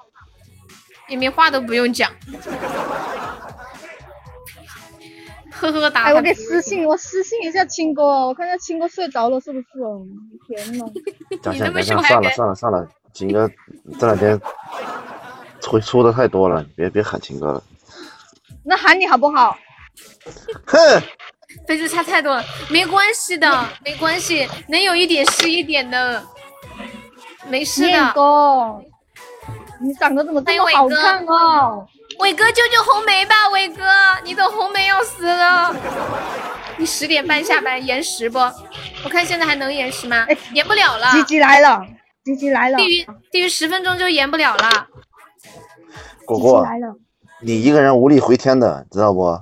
S1: 也没话都不用讲，呵呵哒。
S2: 哎，我给私信，我私信一下青哥，我看看青哥睡着了是不是？天呐，
S11: 讲讲讲讲，算了算了算了，秦哥这两天出出的太多了，别别喊秦哥了。
S2: 那喊你好不好？
S11: 哼，
S1: 分数差太多了，没关系的，没关系，能有一点是一点的，没事
S2: 念
S1: 的。
S2: 哥，你长得怎么
S1: 哎
S2: 这么好看哦？
S1: 伟哥救救红梅吧，伟哥，你等红梅要死了。你十点半下班延时不？我看现在还能延时吗？延不了了。
S2: 哎吉吉来了，吉吉来了，
S1: 地狱地狱十分钟就延不了了。
S11: 果果，
S2: 来了，
S11: 你一个人无力回天的，知道不？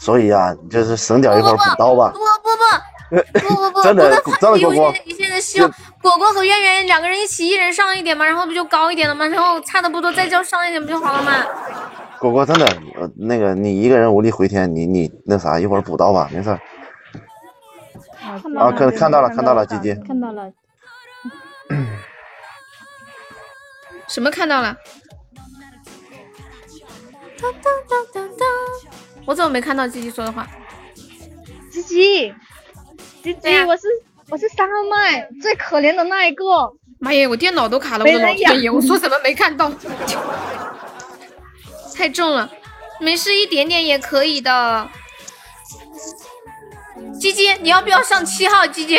S11: 所以啊，你就是省点一会儿补刀吧
S1: 不。不不不不不，
S11: 真的
S1: 我
S11: 真的
S1: 有
S11: 果果，
S1: 一些的希望，果果和圆圆两个人一起，一人上一点嘛，然后不就高一点了吗？然后差的不多，再叫上一点不就好了吗？
S11: 果果真的，呃，那个你一个人无力回天，你你那啥，一会儿补刀吧，没事儿。啊，看看到了看到了，鸡鸡，
S19: 看到了，
S1: 什么看到了？我怎么没看到鸡鸡说的话？
S2: 吉吉，吉吉，
S1: 啊
S2: 我是我是三号麦最可怜的那一个。
S1: 妈耶，我电脑都卡了，我
S2: 没
S1: 的老
S2: 人养
S1: 天爷，我说怎么没看到？ [LAUGHS] 太重了，没事，一点点也可以的。鸡鸡，你要不要上七号？鸡鸡，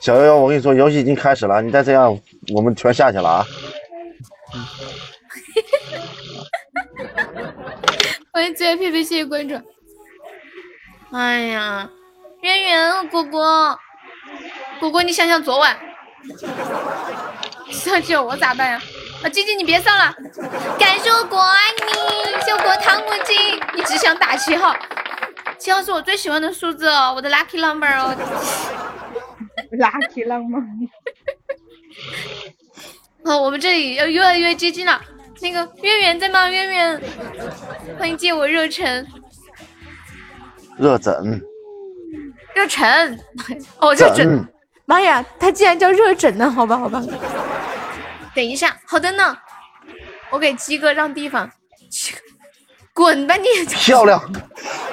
S11: 小悠悠，我跟你说，游戏已经开始了，你再这样，我们全下去了啊！
S1: 欢迎最爱佩佩，谢谢关注。哎呀，圆圆，果果，果果，你想想昨晚， [LAUGHS] 上去了我咋办呀、啊？鸡鸡，你别上了，感谢我果爱你，谢谢我果糖母鸡，你只想打七号，七号是我最喜欢的数字哦，我的 lucky number 哦。
S2: lucky 浪
S1: [LAUGHS]
S2: 漫。
S1: 哦，我们这里要越来越接近了。那个月圆在吗？月圆，欢迎借我热忱，
S11: 热枕，
S1: 热忱。 [LAUGHS] 哦，热
S11: 枕
S1: 忱。妈呀，他竟然叫热枕呢！好吧，好吧。等一下，好的呢。我给鸡哥让地方。 [LAUGHS] 鸡哥滚吧你！
S11: 漂亮。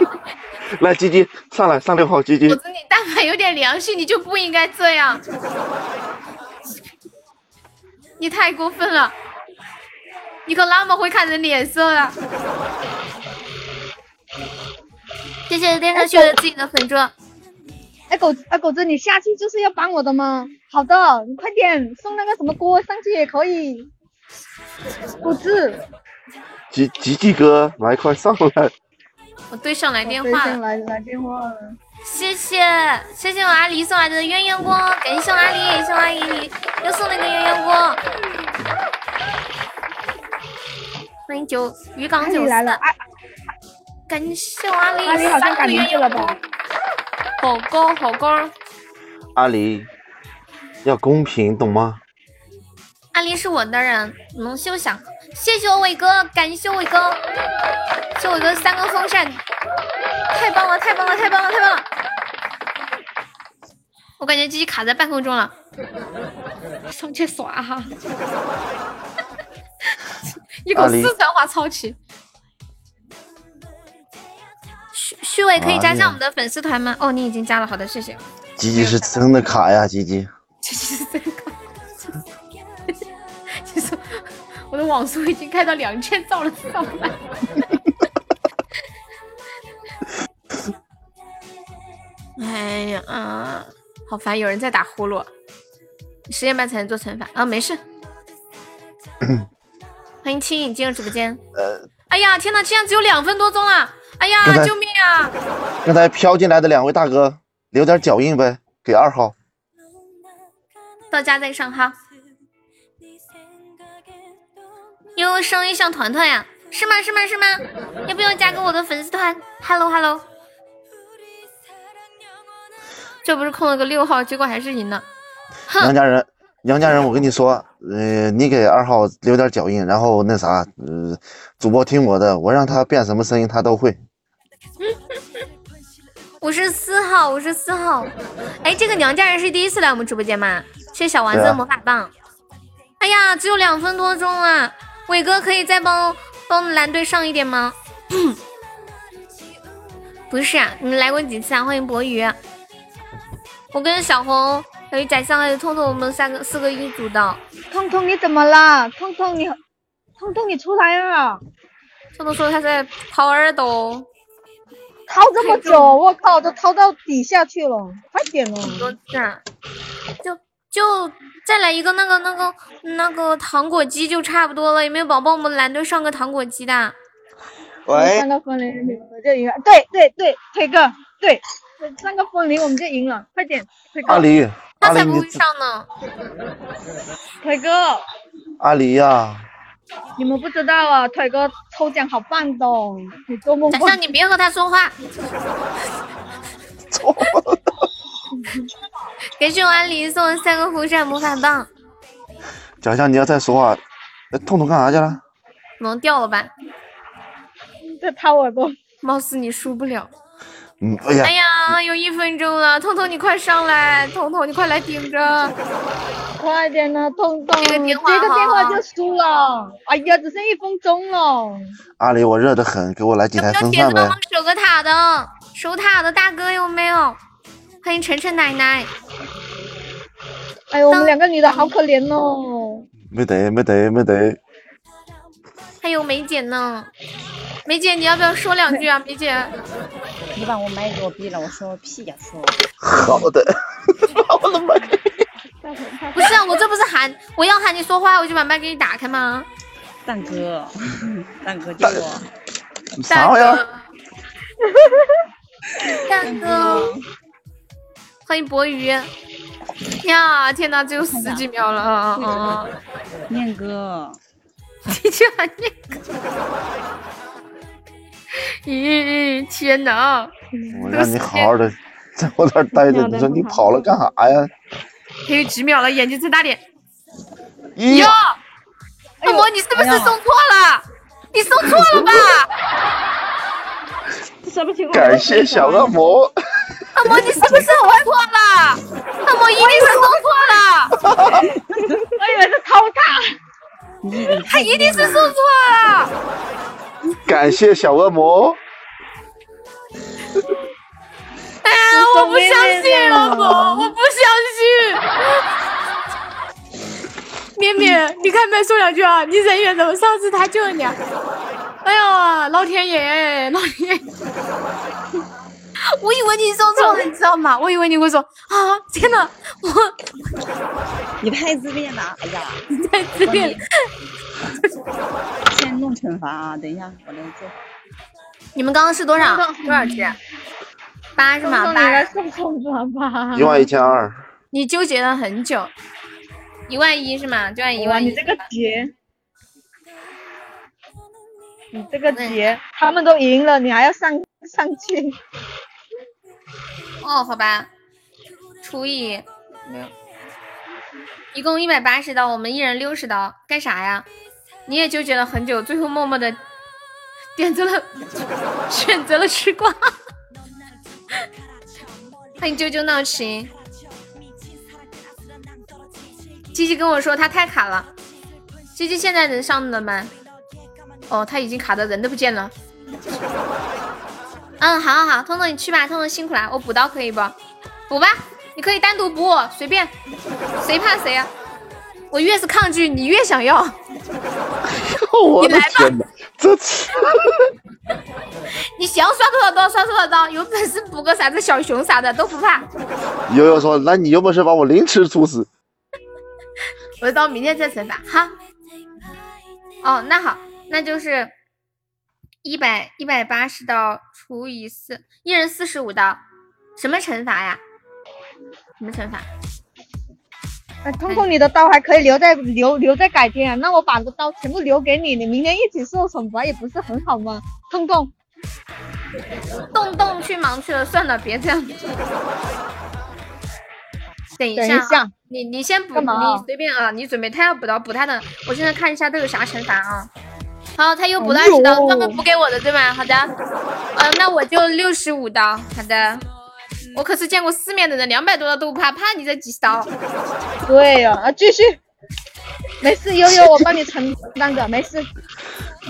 S11: [LAUGHS] 来，鸡鸡上来，上六号，鸡鸡
S1: 我。你但凡有点良心，你就不应该这样。你太过分了，你可那么会看人脸色啊了。谢谢电视剧的自己的粉猪。
S2: 哎狗哎狗子，你下去就是要帮我的吗？好
S1: 哦
S2: 的，你快点送那个什么锅上去也可以。狗子，
S11: 吉吉吉哥，来快上来！
S1: 我对上来电
S2: 对
S1: 话
S2: 上
S1: 了，
S2: 来来电话了。
S1: 谢谢谢谢我阿狸送来的鸳鸯锅，感谢我阿狸，谢我阿姨又送了一个鸳鸯锅。欢迎九渔港
S2: 阿
S1: 九
S2: 狸
S1: 四
S2: 来了，
S1: 感谢我阿狸
S2: 阿狸好像
S1: 三
S2: 改
S1: 个
S2: 名
S1: 鸳
S2: 字
S1: 鸯
S2: 了
S1: 锅
S2: 吧？
S1: 火锅火锅。
S11: 阿狸，要公平，懂吗？
S1: 阿狸是我的人，你们休想！谢谢我伟哥，感谢我伟哥，谢我伟哥三个风扇，太棒了，太棒了，太棒了，太棒了！我感觉自己卡在半空中了，上去耍哈， [LAUGHS] 一口
S11: 阿狸
S1: 四川话超起。虚虚伪可以加
S11: 哎呀
S1: 上我们的粉丝团吗？哦，你已经加了，好的，谢谢。
S11: 吉吉是真的卡呀，吉吉。
S1: [LAUGHS] 这是最高。其实我的网速已经开到两千兆了，上班。哎呀，啊好烦！有人在打呼噜，哎十点半才能做惩罚啊，没事。欢迎青影进入直播间。
S11: 呃，
S1: 哎呀，天呐，竟然只有两分多钟了！哎
S11: 刚
S1: 呀，
S11: 才
S1: 救命啊！
S11: 刚才飘进来的两位大哥，留点脚印呗，给二号。
S1: 到家再上哈。哟，声音像团团呀，是吗？是吗？是吗？要不要加个我的粉丝团？Hello Hello。这不是空了个六号，结果还是赢了。
S11: [LAUGHS] 杨家人，杨家人，我跟你说，呃，你给二号留点脚印，然后那啥，呃，主播听我的，我让他变什么声音他都会。
S1: 五十四号，五十四号。哎，这个娘家人是第一次来我们直播间吗？谢谢小丸子
S20: 对
S1: 的
S20: 啊
S1: 魔法棒。哎呀，只有两分多钟了，伟哥可以再帮帮蓝队上一点吗？ [CLEARS THROAT] 不是啊，你来过几次啊？欢迎博宇。我跟小红还有宰相还有痛痛，我们三个四个一组的。
S2: 痛痛你怎么了？痛痛你，痛痛你出来啊！
S1: 痛痛说他在掏耳朵，
S2: 掏这么久，我靠，都掏到底下去了，快点哦！
S1: 是啊，就就再来一个那个那个那个糖果机就差不多了，有没有宝宝我们蓝队上个糖果机的？
S4: 喂
S2: 三个风铃我就赢了，对对对，推哥，对，三个风铃我们就赢了，快点，推哥。
S11: 阿狸，阿
S1: 他才
S11: 狸
S1: 不
S11: 你
S1: 会上呢。
S2: 腿哥，
S11: 阿狸呀，
S2: 你们不知道啊，腿哥抽奖好棒的哦，你做梦。
S1: 宰相你别和他说话。
S11: [LAUGHS]
S1: 感谢我安妮送的三个风扇魔法棒，
S11: 假象你要再说话，那痛痛干啥去了？
S1: 萌掉了吧？
S2: 这掏耳朵，
S1: 貌似你输不了。
S11: 嗯，哎呀，
S1: 哎呀，有一分钟了，彤彤你快上来，彤彤你快来顶着，
S2: 快点呢，痛痛，
S1: 接个电话
S2: 接个电话
S1: 哈
S2: 就输了。哎呀，只剩一分钟了，
S11: 阿狸我热得很，给我来几台风
S1: 铁
S11: 扇
S1: 哥
S11: 呗
S1: 帮。守个塔的，守塔的大哥有没有？欢迎晨晨奶奶，
S2: 哎呦，我们两个女的好可怜哦。
S11: 没得没得没得，
S1: 还有梅姐呢，梅姐你要不要说两句啊？梅姐，
S17: 你把我麦给我闭了，我说屁呀、说。
S11: 好的，
S1: 不是啊，我这不是喊我要喊你说话，我就把麦给你打开吗？
S17: 蛋哥，蛋哥救我！
S1: 啥玩意儿？大哥，欢迎博宇。呀，天哪，只有十几秒了啊啊！啊
S17: 念哥，
S1: [LAUGHS] 你居然那个！咦，天哪！
S11: 我让你好好的在我这儿待着，你说你跑了干啥呀？
S1: 还有几秒了，眼睛睁大点。
S11: 咦
S1: 哟，大魔，你是不是送错了？你送错了吧？
S19: 什么情况？
S11: 感谢小恶魔，
S1: 大魔，你是 [LAUGHS] 不是送错了？大魔一定是送错了。 [LAUGHS] 我以为是偷塔， [LAUGHS] 他一定是送错了。
S11: 感谢小恶魔，
S1: 哎呀，我不相信了，我我不相信。 [LAUGHS] 绵绵，你看麦说两句啊，你人缘怎么？上次他救了你、啊，哎呀，老天爷，老天爷！我以为你送错了，你知道吗？我以为你会说啊，天哪，我
S17: 你太自恋了！哎呀，
S1: 你太自恋了。
S17: 先弄惩罚啊！等一下，我来做。
S1: 你们刚刚是多少？多少只？八是吗？
S2: 送你
S1: 八
S2: 来。送送吧吧。
S11: 一万一千二，
S1: 你纠结了很久，一万一是吗？就按一
S2: 哇
S1: 万一。
S2: 你这个结，你这个节，他们都赢了，你还要上上去？
S1: 哦，好吧，除以
S12: 没有，
S1: 一共一百八十刀，我们一人六十刀，干啥呀？你也纠结了很久，最后默默的点择了， [LAUGHS] 选择了吃瓜。欢迎啾啾闹琴。鸡鸡跟我说他太卡了，鸡鸡现在能上了吗？哦，他已经卡的人都不见了。嗯，好好好，彤彤你去吧，彤彤辛苦啦，我补刀可以不？补吧，你可以单独补我，随便，谁怕谁啊？我越是抗拒，你越想要。
S11: [LAUGHS] 我
S1: 的
S11: 天哪，这
S1: 你想刷多少刀刷多少刀，有本事补个啥子小熊啥的都不怕。
S11: 悠悠说，那你有本事把我凌迟处死，
S1: 我到明天再惩罚哈。哦，那好，那就是一百一百八十刀除以四，一人四十五刀，什么惩罚呀？什么惩罚？
S2: 哎，通通你的刀还可以留在留留在改天啊，那我把这刀全部留给你，你明天一起受惩罚也不是很好吗？通通，
S1: 洞洞去忙去了，算了，别
S2: [LAUGHS]
S1: 这样。等一下
S2: 等
S1: 啊，
S2: 一下
S1: 你你先补，
S2: 干嘛啊
S1: 你随便啊，你准备他要补刀，补他的。我现在看一下都有啥惩罚啊。好，他又补了
S2: 哎
S1: 二
S2: 呦
S1: 十刀，专门补给我的，对吧？好的，呃，那我就六十五刀。好的，我可是见过世面的人，两百多的都不怕，怕你这几十刀。
S2: 对呀、啊，继续，没事，悠悠，我帮你承担的，没事，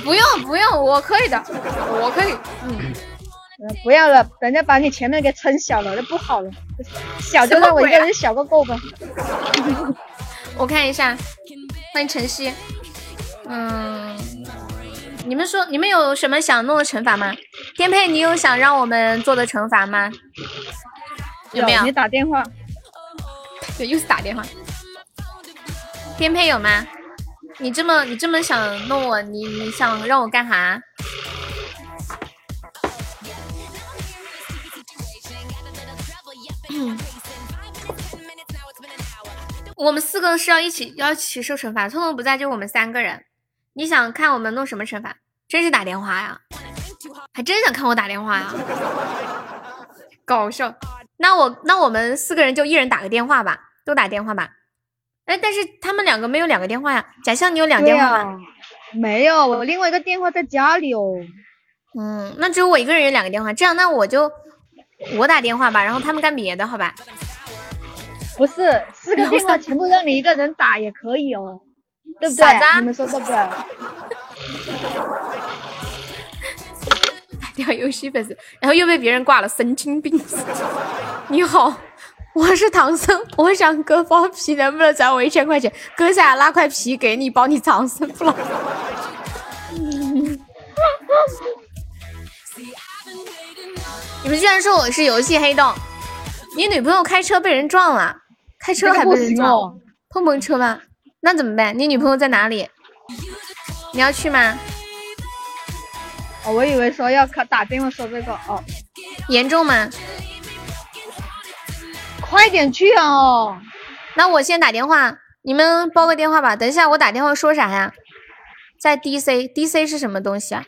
S1: 不用不用，我可以的，我可以，嗯，
S2: 嗯不要了，人家把你前面给撑小了，就不好了，小就让我一
S17: 啊
S2: 个人小个够吧。
S1: 我看一下，欢迎晨曦，嗯，你们说你们有什么想弄的惩罚吗？颠沛，你有想让我们做的惩罚吗？有没有？
S2: 你打电话，
S1: 对，又是打电话。颠沛有吗？你这么你这么想弄我，你你想让我干啥？我们四个是要一起要一起受惩罚，聪聪不在，就我们三个人。你想看我们弄什么惩罚？真是打电话呀，还真想看我打电话呀，搞笑。那我那我们四个人就一人打个电话吧，都打电话吧。哎，但是他们两个没有两个电话呀。假象你有两
S2: 对
S1: 电话
S2: 呀
S1: 吗？
S2: 没有，我另外一个电话在家里哦。
S1: 嗯，那只有我一个人有两个电话，这样那我就我打电话吧，然后他们干别的，好吧？
S2: 不是，四个电话全部让你一个人打也可以哦，对不
S1: 傻子
S2: 对？
S1: 啊
S2: 你们说对不对？
S1: 掉游戏粉丝，然后又被别人挂了，神经病！你好，我是唐僧，我想割包皮，能不能转我一千块钱？割下来拉块皮给你，保你长生不老。你们居然说我是游戏黑洞！你女朋友开车被人撞了，开车还被人撞，
S2: 这个不行哦
S1: 碰碰车吧？那怎么办？你女朋友在哪里？你要去吗？
S2: 哦，我以为说要打打电话说这个哦，
S1: 严重吗？
S2: 快点去哦！
S1: 那我先打电话，你们煲个电话吧。等一下我打电话说啥呀？在 DC，DC 是什么东西啊？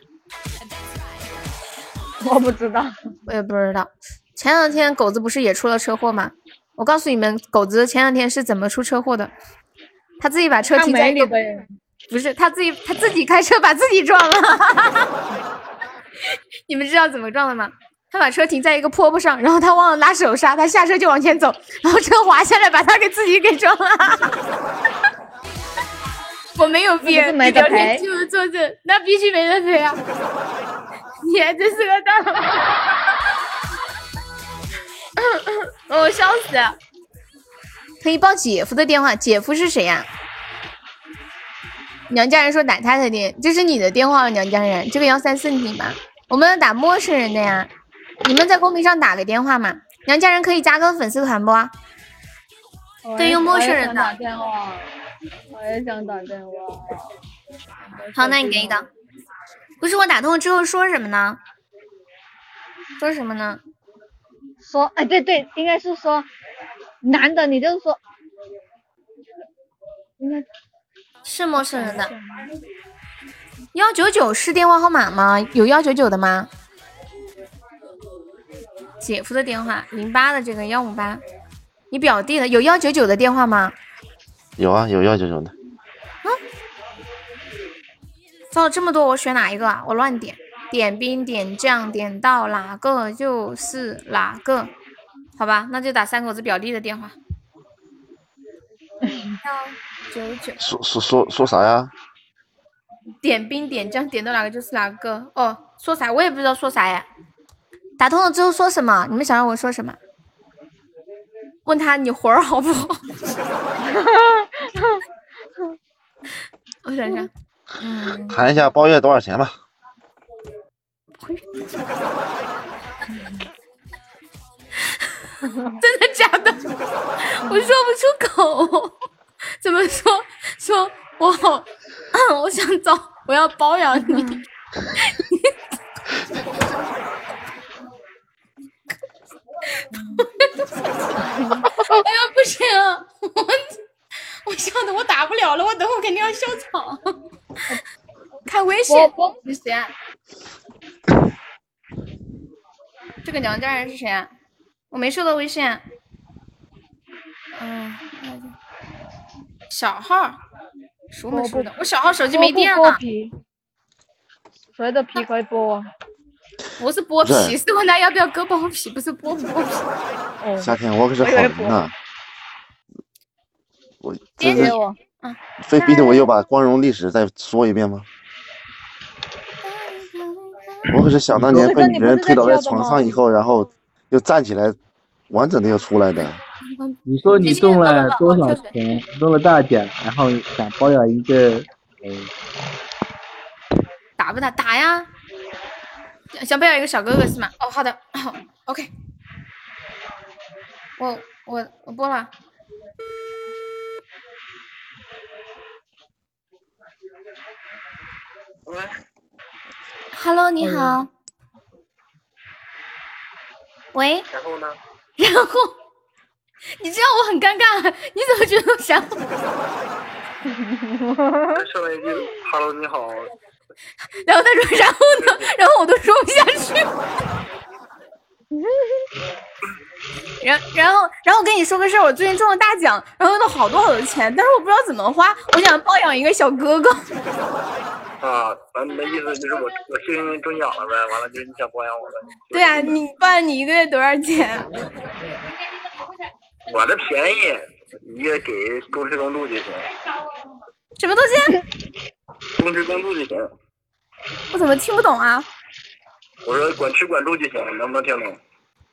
S2: 我不知道，
S1: 我也不知道。前两天狗子不是也出了车祸吗？我告诉你们，狗子前两天是怎么出车祸的。他自己把车
S2: 看
S1: 停在
S2: 美
S1: 一
S2: 女
S1: 个
S2: 的人，
S1: 不是他自己他自己开车把自己撞了。 [LAUGHS] 你们知道怎么撞的吗？他把车停在一个坡坡上，然后他忘了拉手刹，他下车就往前走，然后车滑下来把他给自己给撞了。 [LAUGHS] 我没有
S2: 那
S1: 憋，
S2: 不是没得
S1: 你聊天
S2: 赔
S1: 记录作证，那必须没得赔啊！ [LAUGHS] 你还真是个大佬， [LAUGHS] 我笑死了。可以报姐夫的电话，姐夫是谁啊呀、娘家人说打他的电，这是你的电话吗？娘家人，这个幺三四你吗？我们要打陌生人的呀，你们在公屏上打个电话嘛。娘家人可以加个粉丝团不？啊对，用陌生人
S2: 哎打
S1: 的。
S2: 电话，我也想打电话。
S1: 好，那你给一刀。不是我打通了之后说什么呢？说什么呢？
S2: 说，哎，对对，应该是说男的，你就说，应该
S1: 是陌生人的。幺九九是电话号码吗？有幺九九的吗？姐夫的电话，零八的这个幺五八，你表弟的有幺九九的电话吗？
S11: 有啊，有幺九九的，
S1: 糟了，这么多，我选哪一个啊？我乱点，点兵点将点到哪个就是哪个，好吧，那就打三狗子表弟的电话。幺九九，
S11: 说说说说啥呀？
S1: 点兵点将点到哪个就是哪个。哦，说啥我也不知道说啥呀。打通了之后说什么？你们想让我说什么？问他你活儿好不好？ [LAUGHS] 我想想，嗯，
S11: 谈一下包月多少钱吧？
S1: 真的假的？我说不出口，怎么说？说我好， [CLEARS THROAT] 我想走，我要包养你。 [LAUGHS] 哎呀，不行、啊，我我笑的我打不了了，我等会儿肯定要笑场。看微信
S2: 我我
S1: 是谁啊？这个娘家人是谁啊？我没收到微信啊、嗯，那就小号儿熟门熟的，我小号手机没电了。
S2: 谁的皮可以播啊？
S1: 我是剥皮，
S11: 不是
S1: 是问他要不要割包皮，不是剥不剥皮。
S11: 夏天我可是好人呐，我
S1: 别
S11: 这是
S1: 我，啊，
S11: 非逼着我又把光荣历史再说一遍吗？我可是想当年被女人推倒在床上以后，然后又站起来，完整的又出来的。
S7: [LAUGHS] 你说你中了多少钱？中了大奖，然后想包养一 [LAUGHS] 个，呃，
S1: 打不打？打呀！想表演一个小哥哥是吗？哦，好的，好，OK。我我我播了，
S3: Hello，你好。喂。
S1: 然后呢？然后你知道我很尴尬，你怎么觉得我想？
S20: 说了一句 “hello，你好
S1: 然后他说，然后呢？然后我都说不下去了。
S18: 然然后然后我跟你说个事儿，我最近中了大奖，然后用了好多好多钱，但是我不知道怎么花，我想包养一个小哥哥。
S20: 啊，完那意思就是我我幸运中奖了呗，完了就是你想包养我呗，
S18: 对啊，你不然你一个月多少钱？
S20: 我这便宜，你也给公吃公住就行，
S18: 什么东西？啊
S20: 公吃公住就行。
S18: 我怎么听不懂啊？
S20: 我说管吃管住就行，能不能听懂？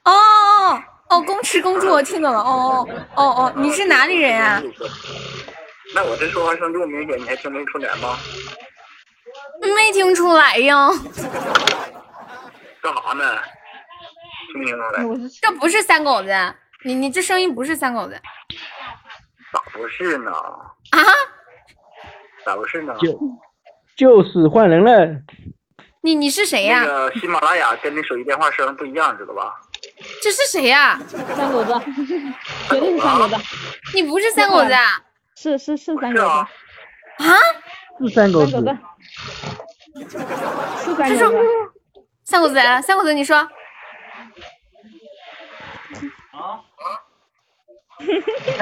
S18: 哦哦哦哦，公吃公住，我听懂了。哦哦哦哦，你是哪里人啊？
S20: 那我这说话声这么明显，你还听没出来吗？
S18: 没听出来呀，
S20: 干啥呢？听不听出来？
S1: 这不是三狗子，你你这声音不是三狗子
S20: 咋不是呢？
S1: 啊？
S20: 咋不是呢？
S7: 就是换人了。
S1: 你你是谁呀、
S20: 那个喜马拉雅跟那手机电话声不一样，知道吧？
S1: 这是谁啊呀、三狗 [LAUGHS] 子，绝对是三狗子。你不是三狗子啊？
S19: 是是是三狗子啊？
S7: 是三狗
S19: 三狗
S7: 子
S19: 子，是三狗
S1: 他说
S19: 子。
S1: 三狗子来了，三狗子你说，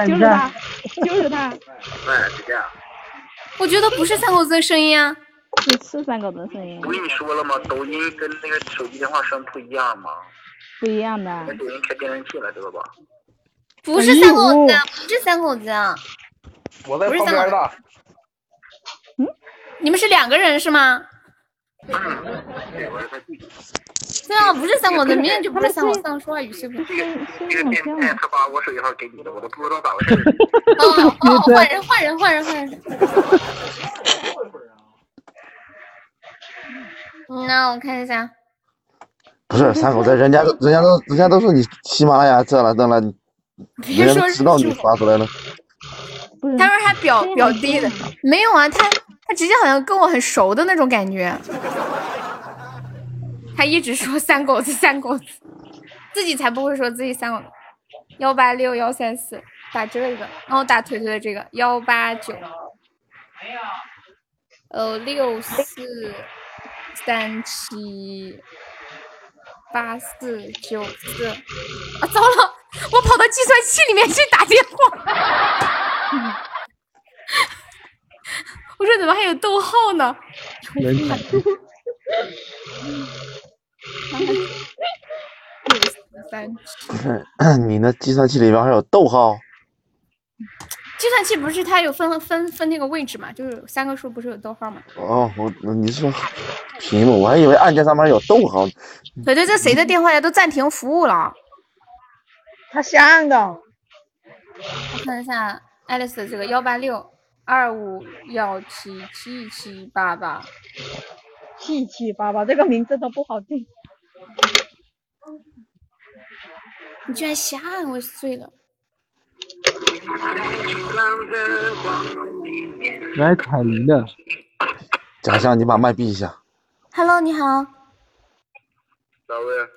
S19: 就是他，就是他，
S20: 哎，就这样。
S1: 我觉得不是三狗子的声音啊。
S19: 是是三狗子的声音
S20: 我，跟你说了吗？抖音跟那个手机电话声不一样吗？
S19: 不一样的。
S20: 那抖音开变声器了，知道吧？
S1: 不是三狗子，不是三狗子啊。
S8: 我在
S1: 不是
S8: 旁
S1: 三
S8: 边
S1: 狗
S8: 的
S1: 子。你们是两个人是吗？对啊，不是三狗子，明显就不是三狗子，三狗子说话语气不一样。
S20: 这个变态他把我手机号给你的，我都不知道咋回事。
S1: 哦哦，换人换人换人换人。嗯那我看一下，
S11: 不是三狗子，人家都人家都人家都说你喜马拉雅这了那了，
S1: 别
S11: 人
S1: 说
S11: 家都
S1: 是
S11: 知道你发出来了。
S1: 他说他表表弟的，没有啊，他他直接好像跟我很熟的那种感觉。 [LAUGHS] 他一直说三狗子 [LAUGHS] 三狗子，自己才不会说自己三狗子。幺八六幺三四打这个，然后打腿腿的这个幺八九，呃六四三七八四九四，啊糟了，我跑到计算器里面去打电话。我说怎么还有逗号呢？
S7: 人才。
S1: 六四 [LAUGHS] 三七，
S11: 不是 [CLEARS THROAT] 你那计算器里边还有逗号？
S1: 计算器不是它有分分分那个位置嘛？就是三个数不是有逗号吗？
S11: 哦，我你说屏幕，我还以为按键上面有逗号。
S1: 腿腿，这谁的电话呀？都暂停服务了。
S17: 他想的。
S1: 我看一下 Alice 的这个幺八六二五幺七七七八八，
S17: 七七八八，这个名字都不好听。
S1: 你居然瞎按，我醉了。
S7: 来彩铃的，
S11: 假象，你把麦闭一下。
S3: Hello，你好。
S20: 咋问？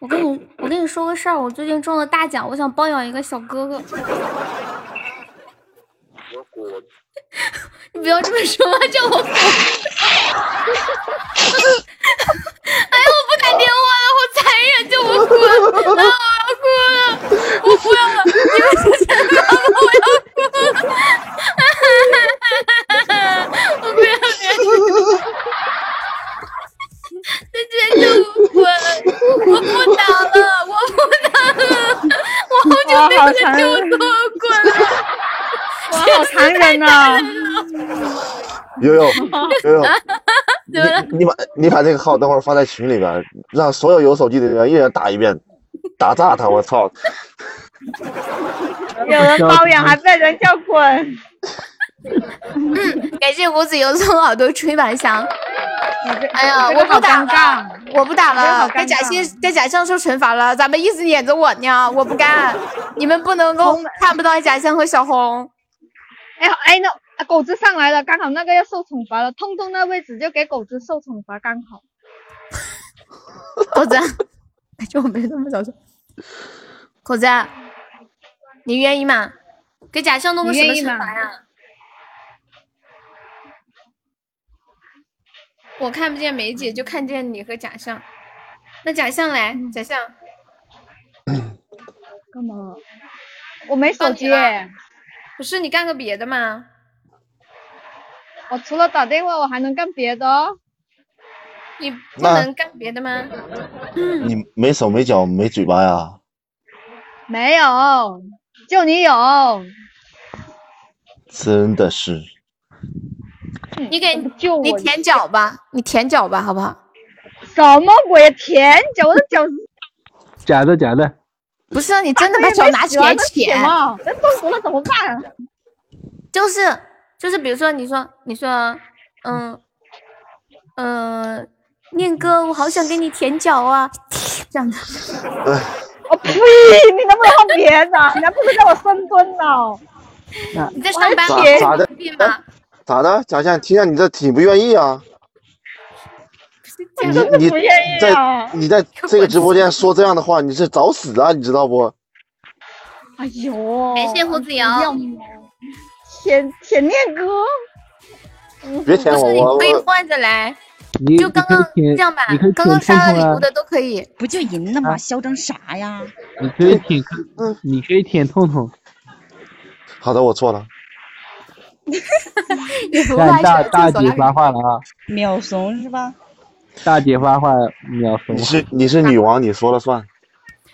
S3: 我跟你我跟你说个事儿，我最近中了大奖，我想包养一个小哥
S18: [LAUGHS]
S3: 哥。
S20: 我滚！
S1: 你不要这么说嘛，叫我滚！哎呀，我不打电话了，好残忍，叫我滚！啊，我要哭了，我不要了，你们是真的吗？我要哭了！我不要脸！他居然叫我滚！
S2: 人呢。 [LAUGHS]
S11: 悠悠，悠悠，
S1: 怎么了？
S11: 你把你把这个号等会儿发在群里边，让所有有手机的人一人打一遍，打炸他！我操！
S2: 有人包养还被人叫滚。
S18: 嗯， [LAUGHS] 感谢胡子油送好多吹板香。哎呀，
S2: 这个
S18: 我
S2: 好
S18: 不打
S2: 尴尬
S18: 了，我不打
S2: 这个好
S18: 了，
S2: 尴尬
S18: 该贾先该贾相受惩罚了，咱们一直撵着我呢，我不干，你们不能够看不到贾相和小红。
S2: 哎哎，那啊狗子上来了，刚好那个要受惩罚了，通通那位置就给狗子受惩罚，刚好。
S18: [LAUGHS] 狗子，感觉我没那么早说。狗子，啊你愿意吗？给贾相弄个
S1: 你
S18: 什么
S1: 愿意
S18: 惩
S1: 吗
S18: 罚呀？
S1: 我看不见梅姐，就看见你和假象。那假象来，
S18: 嗯
S1: 假象，
S2: 干嘛？我没手机
S1: 到你啊
S2: 耶，
S1: 不是你干个别的吗？
S2: 我除了打电话，我还能干别的哦。
S1: 你不
S11: 那
S1: 能干别的吗？
S2: 嗯
S11: 你没手没脚没嘴巴呀？
S2: 没有，就你有。
S11: 真的是，
S18: 你给
S2: 救
S18: 你舔脚吧，你舔脚吧，好不好？
S2: 什么鬼？舔脚？我的脚
S7: 假的假的，
S18: 不是，你真的把脚拿起
S2: 哎
S18: 来舔。
S2: 啊那中毒了怎么办？
S1: 就是就是，比如说你说你说，嗯嗯，
S18: 念哥，我好想给你舔脚啊，这样的。
S2: 我哎哦呸！你能不能换别的？你还不如叫我深蹲呢。
S1: 你在上班
S11: 咋
S1: 别
S11: 咋的
S1: 变吧，
S11: 咋的？贾倩，听见你这挺不愿意啊？
S2: 我
S11: 你
S2: 真的
S11: 你
S2: 不愿意啊
S11: 在！你在这个直播间说这样的话，你是找死啊！你知道不？
S2: 哎呦，
S1: 感谢胡子瑶
S2: 不要命舔舔念哥， [LAUGHS]
S11: 别舔
S1: 不
S11: 我，
S1: 是你
S11: 我
S1: 可以
S11: 我
S1: 换着来，
S7: 你
S1: 就刚刚
S7: 你可以舔
S1: 这样吧
S7: 你可以，
S1: 刚刚
S7: 舔
S1: 杀
S7: 天
S1: 了
S7: 空
S1: 礼
S7: 啊
S1: 物的都可以。
S17: 不就赢了
S19: 啊
S17: 吗？嚣张啥呀？
S7: 你可以舔，
S1: 嗯
S7: 你可以舔痛痛，
S11: 好的，我错了。
S7: 看大大姐发话了啊，
S17: 秒怂是吧？
S7: 大姐发话秒怂。
S11: 你
S1: 嗯
S11: 是你是女王，你说了算。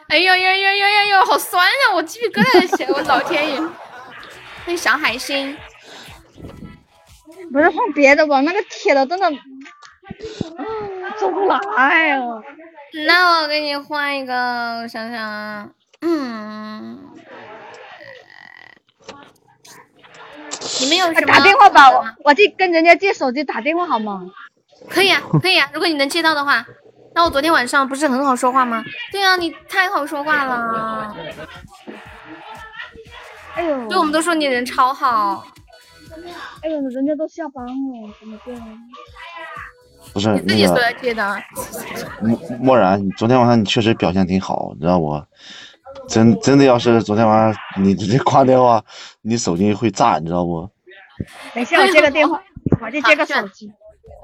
S1: 哎呦呦呦呦呦呦，好酸啊！我鸡皮疙瘩都起来，我老天爷！ [LAUGHS] 那小海星，
S2: 不是换别的吧？那个铁的真的，嗯，做不来啊。
S1: 那我给你换一个，我想想啊，嗯，你们有什么
S2: 打电话
S1: [LAUGHS]
S2: 吧，我我去跟人家借手机打电话好吗？
S1: 可以啊，可以啊，如果你能借到的话。那我昨天晚上不是很好说话吗？对啊，你太好说话了。
S2: 哎呦，
S1: 对，我们都说你人超好。
S2: 哎呦，人家都下班了，怎么这样？
S11: 不是
S1: 你自
S11: 那
S1: 己说
S11: 个
S1: 要借的，
S11: 莫莫然，你昨天晚上你确实表现挺好，你知道不？真真的要是昨天晚上你直接挂电话，你手机会炸，你知道不？
S2: 等一下我接个
S17: [LAUGHS]
S2: 电话，我去接个手机，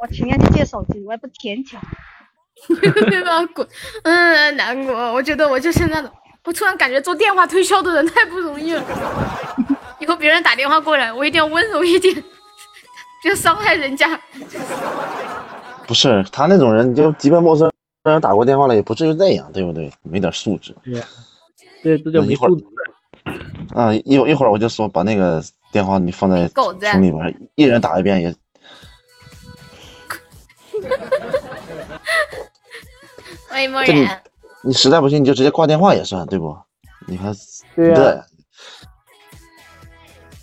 S2: 我情愿去借手机，我也不舔脚。
S1: [LAUGHS] 对吧？滚，嗯，难过。我觉得我就是那种，我突然感觉做电话推销的人太不容
S18: [LAUGHS]
S1: 易了。以后别人打电话过来，我一定要温柔一点， [LAUGHS] 不要伤害人家。
S11: 不是他那种人，就即便陌生人打过电话了，也不至于那样，对不对？没点素质。
S7: 对，这叫
S11: 一
S7: 没
S11: 会儿
S7: 素质。
S11: 啊、一会一会儿我就说把那个电话你放在
S1: 狗子
S11: 群里边，一人打一遍也。
S1: [LAUGHS] 欢迎莫
S11: 这你
S1: 然，
S11: 你实在不行你就直接挂电话也算，对不？你还
S7: 对呀
S11: 这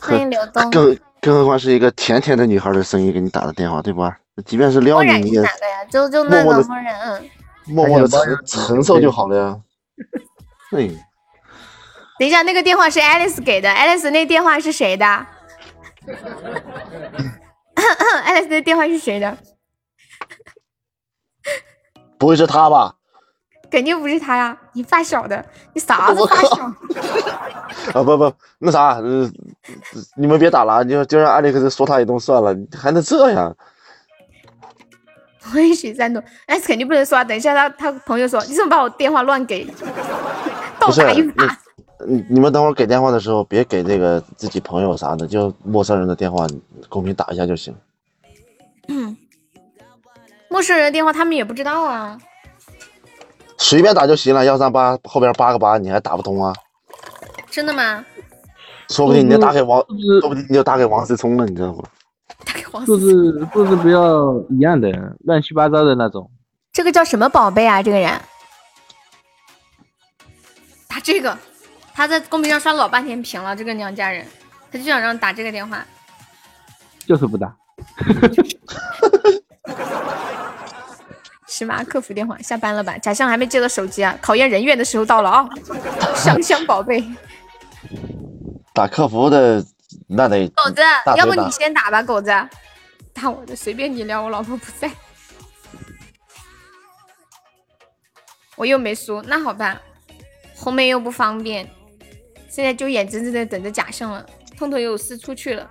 S1: 欢迎刘东。
S11: 啊更更何况是一个甜甜的女孩的声音给你打的电话，对吧？即便是撩
S1: 莫
S11: 你，
S1: 然
S11: 你
S1: 是
S11: 也
S1: 哪个呀？就就那
S11: 默
S1: 个
S11: 默地
S1: 莫然，嗯。
S11: 默默的承
S7: 哎呀
S11: 承受就好了
S7: [LAUGHS]
S11: 呀。对，
S18: 等一下，那个电话是 Alice 给的，Alice 那电话是谁的 [LAUGHS] ？Alice 那电话是谁的？
S11: 不会是她吧？
S18: 肯定不是他呀，你发小的，你啥子发小？
S11: 啊不不，那啥，呃，你们别打了啊，就就让艾利克斯说他一顿算了，还能这样？
S18: 欢迎许三多，Alice
S1: 哎
S18: 肯定不能刷，等一下他他朋友说你怎么把我电话乱给，
S11: 不
S18: 倒
S11: 是
S18: 打一
S11: 你你你们等会儿给电话的时候，别给这个自己朋友啥的，就陌生人的电话，公屏打一下就行。
S1: 嗯，陌生人的电话他们也不知道啊。
S11: 随便打就行了，幺三八后边八个八，你还打不通啊？
S1: 真的吗？
S11: 说不定你就打给王，说不定你就打给王思聪了，你知道吗？
S7: 素质素质不要一样的，乱七八糟的那种。
S1: 这个叫什么宝贝啊？这个人打这个，他在公屏上刷老半天屏了。这个娘家人，他就想让打这个电话。
S7: 就是不打。
S1: 是吗？客服电话，下班了吧？假象还没接到手机啊！考验人员的时候到了啊！ [LAUGHS] 上香宝贝，
S11: 打客服的那得
S1: 狗子
S11: 大，腿
S1: 要不
S11: 打
S1: 你先打吧，狗 [LAUGHS] 子。打我的，随便你聊，我老婆不在。我又没输，那好吧，红梅又不方便，现在就眼睁睁的等着假象了。痛痛又有事出去了，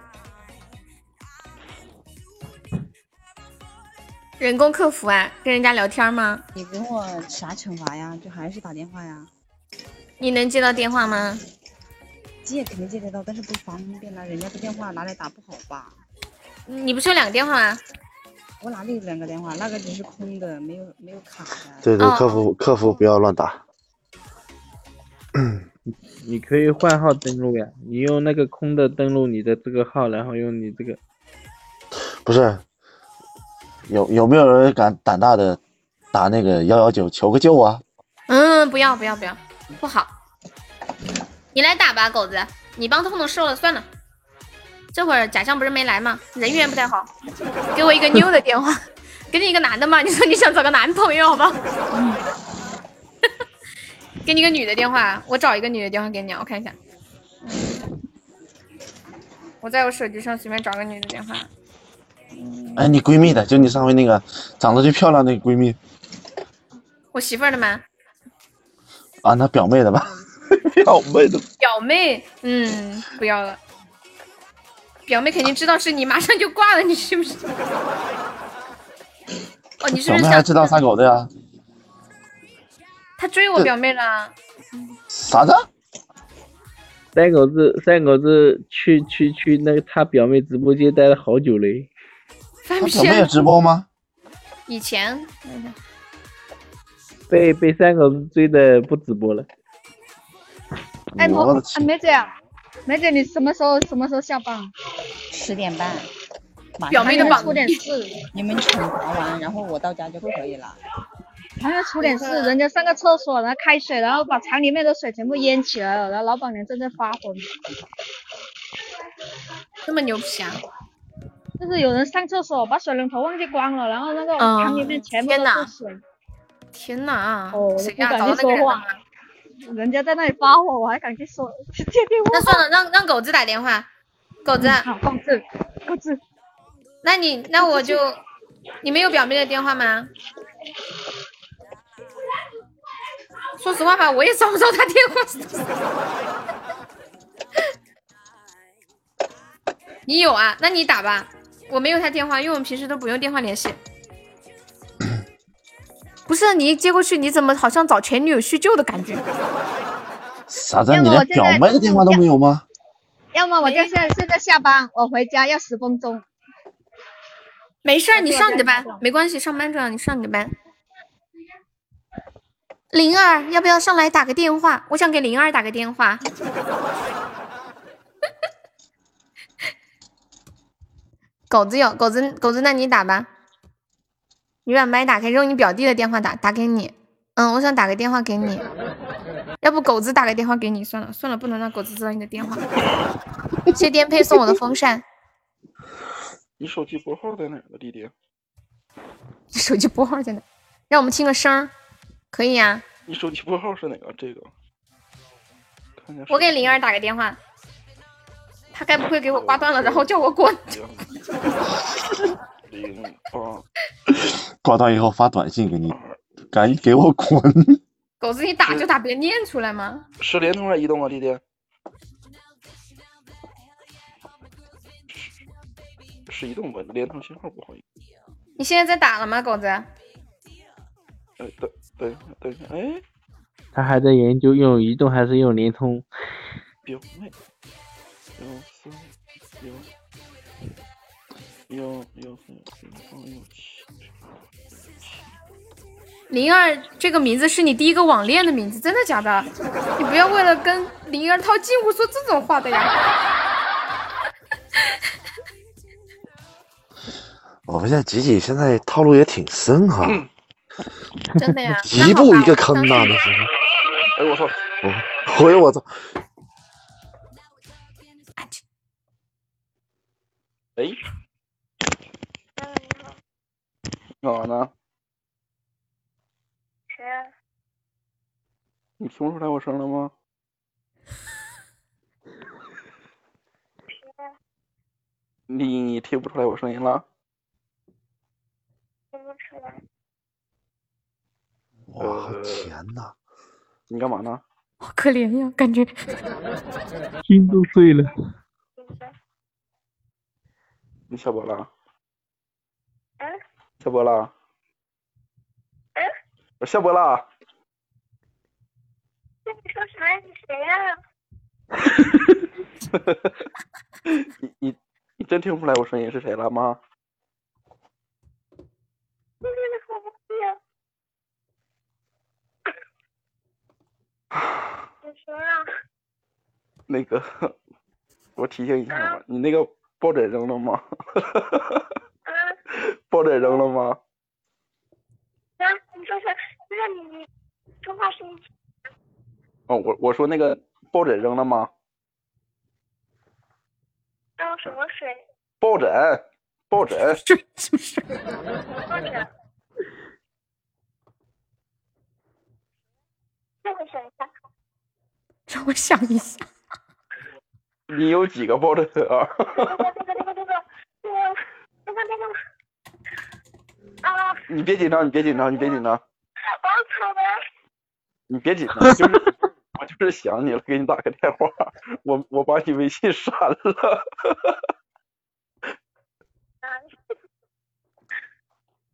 S1: 人工客服啊，跟人家聊天吗？
S17: 你给我啥惩罚呀？就还是打电话呀？
S1: 你能接到电话吗？
S17: 接肯定接得到，但是不方便啊了，人家的电话拿来打不好吧？
S1: 你不是有两个电话吗？
S17: 我哪里有两个电话？那个只是空的，没有没有卡的。
S11: 对对，
S1: 哦
S11: 客服客服不要乱打。
S7: 你可以换号登录呀，你用那个空的登录你的这个号，然后用你这个
S11: 不是，有有没有人敢胆大的打那个幺幺九求个救啊？
S1: 嗯，不要不要不要，不好。你来打吧，狗子，你帮痛痛收了算了。这会儿假象不是没来吗？人缘不太好，给我一个妞的电话， [LAUGHS] 给你一个男的嘛？你说你想找个男朋友好不好？ [LAUGHS] 给你一个女的电话，我找一个女的电话给你啊，我看一下。我在我手机上随便找个女的电话，
S11: 哎，你闺蜜的，就你上回那个长得最漂亮那个闺蜜
S1: 我媳妇儿的吗？
S11: 啊，那表妹的吧？ [LAUGHS] 表妹的，
S1: 表妹，嗯，不要了。表妹肯定知道是你，马上就挂了，你是不是？哦，你是
S11: 表
S1: 不是
S11: 妹还
S1: 想
S11: 知道撒狗的呀？
S1: 他追我表妹了？
S11: 啥子？
S7: 三狗子三狗子去去去那个他表妹直播间待了好久嘞。
S1: 翻
S11: 她表妹
S1: 篇
S11: 有。直播吗？
S1: 以前，
S7: 被被三狗子追的不直播了。
S2: 哎，
S7: 我
S2: 我
S7: 的
S2: 哎，梅姐，梅姐，你什么时候什么时候下班？啊
S17: 十点半。
S2: 表妹的榜
S17: 出点
S1: [LAUGHS]
S17: 事，你们惩罚完，然后我到家就可以了。
S2: 还要出点事，人家上个厕所，然后开水，然后把厂里面的水全部淹起来了，然后老板娘正在发昏。
S1: 这么牛皮啊！
S2: 就是有人上厕所把水龙头忘记关了，然后那个
S1: 嗯
S2: 厂里面全部都是水。
S1: 天哪！
S2: 哦，我都不
S1: 谁呀？找
S2: 敢
S1: 到
S2: 去
S1: 那个
S2: 说
S1: 人了
S2: 话
S1: 吗？。
S2: 人家在那里发火，我还敢去说 [LAUGHS] 去接电话？啊
S1: 那算了，让让狗子打电话。狗子，
S2: 嗯
S1: 啊
S2: 好，狗子，狗子，
S1: 那你那我就，你没有表妹的电话吗？说实话吧，我也找不着他电话。你有啊？那你打吧，我没有他电话，因为我们平时都不用电话联系。 [COUGHS] 不是你一接过去，你怎么好像找前女友叙旧的感觉？
S11: 啥子？
S2: 要
S11: 你
S2: 么我
S11: 连
S2: 现在
S11: 表妹的电话都没有吗？
S2: 要么我就现在现在下班，我回家要十分钟。
S1: 没事儿，你上你的班，没关系，上班重要，你上你的班。灵儿，要不要上来打个电话？我想给灵儿打个电话。 [LAUGHS] 狗子有，狗子狗子，那你打吧。你把麦打开，用你表弟的电话打，打给你。嗯，我想打个电话给你，要不狗子打个电话给你算了，算了，不能让狗子知道你的电话。谢颠沛送我的风扇，
S21: 你手机拨号在哪儿呢，弟弟？
S1: 你 [LAUGHS] 手机拨号在哪？让我们听个声儿，可以呀、
S21: 你手机拨号是哪个？这个？看一下手
S1: 我给灵儿打个电话，他该不会给我挂断了，然后叫我滚？
S21: 机零八，
S11: 挂断以后发短信给你，赶紧给我滚！
S1: 狗子，你打就打，别念出来嘛。
S21: 是联通还是移动啊，弟弟？是移动吧？联通信号不好。
S1: 你现在在打了吗，狗子？
S21: 哎，等等一下，等一下，哎，
S7: 他还在研究用移动还是用联通。
S21: 表妹，幺三幺
S4: 幺幺三幺幺七，
S1: 灵儿这个名字是你第一个网恋的名字，真的假的？你不要为了跟灵儿套近乎说这种话的
S11: [LAUGHS]
S1: 呀！
S11: 我发现吉吉现在套路也挺深哈，
S4: 嗯
S1: 真的呀
S11: 一步一个坑呐，那是。
S4: 哎呦我操！
S11: 我，哎呦我操！
S4: 哎，干啥呢？
S10: 谁啊？
S4: 你听出来我声了吗？ [LAUGHS] 你听不出来我声音了？
S10: 听不出来，
S4: 呃
S11: 我天呐，
S4: 你干嘛呢？
S1: 好可怜呀，感觉
S4: 心都碎了。你下播了？
S10: 嗯
S4: 下播了？
S10: 嗯，
S4: 我下播了。
S10: 那你说啥？你谁呀、
S4: 你你你真听不出来我声音是谁了吗？
S10: 你这个好不呀？你谁呀、
S4: 那个，我提醒一下吧，你那个抱枕扔了吗？抱枕扔了吗？
S10: 啊？你说啥？那你你说话声音
S4: 哦，我我说那个抱枕扔了吗？
S10: 叫什么水？
S4: 抱枕，抱枕，
S10: 或者让我想一下，
S1: 让我想一下。
S4: 你有几个抱枕啊？
S10: 那个那个那个那个那个那个啊！
S4: 你别紧张，你别紧张，你别紧张，
S10: 我操的！
S4: 你别紧张，就是我就是想你了，给你打个电话，我我把你微信删了。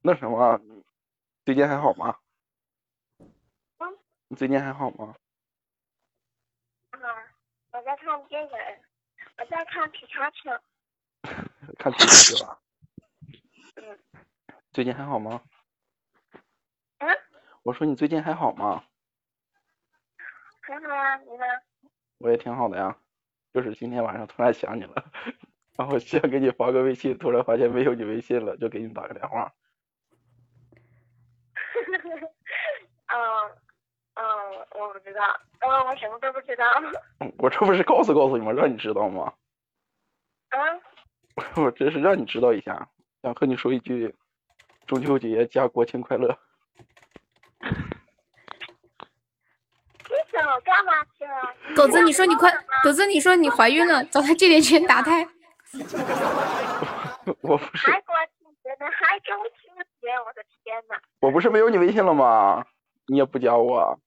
S4: 那什么，你最近还好吗？你最近还好吗？
S10: 啊！我在看电影，我在看皮卡丘。
S4: 看电视剧了？
S10: 嗯
S4: 最近还好吗？
S10: 嗯，
S4: 我说你最近还好吗？
S10: 很好啊，你呢？
S4: 我也挺好的呀，就是今天晚上突然想你了，然后想给你发个微信，突然发现没有你微信了，就给你打个电话。
S10: 嗯嗯，我不知道，嗯，我什么都不知道。
S4: 嗯我这不是告诉告诉你吗？让你知道吗？
S10: 嗯，
S4: 我这是让你知道一下，想和你说一句，中秋节加国庆快乐。
S10: 你早干嘛去了？
S1: 狗子，你说你
S10: [LAUGHS]
S1: 快，狗子，你说你怀孕了，早在这点前打胎。
S4: 我不是
S10: 还国庆节呢，还中秋节，我的天呐！
S4: 我不是没有你微信了吗？你也不加我，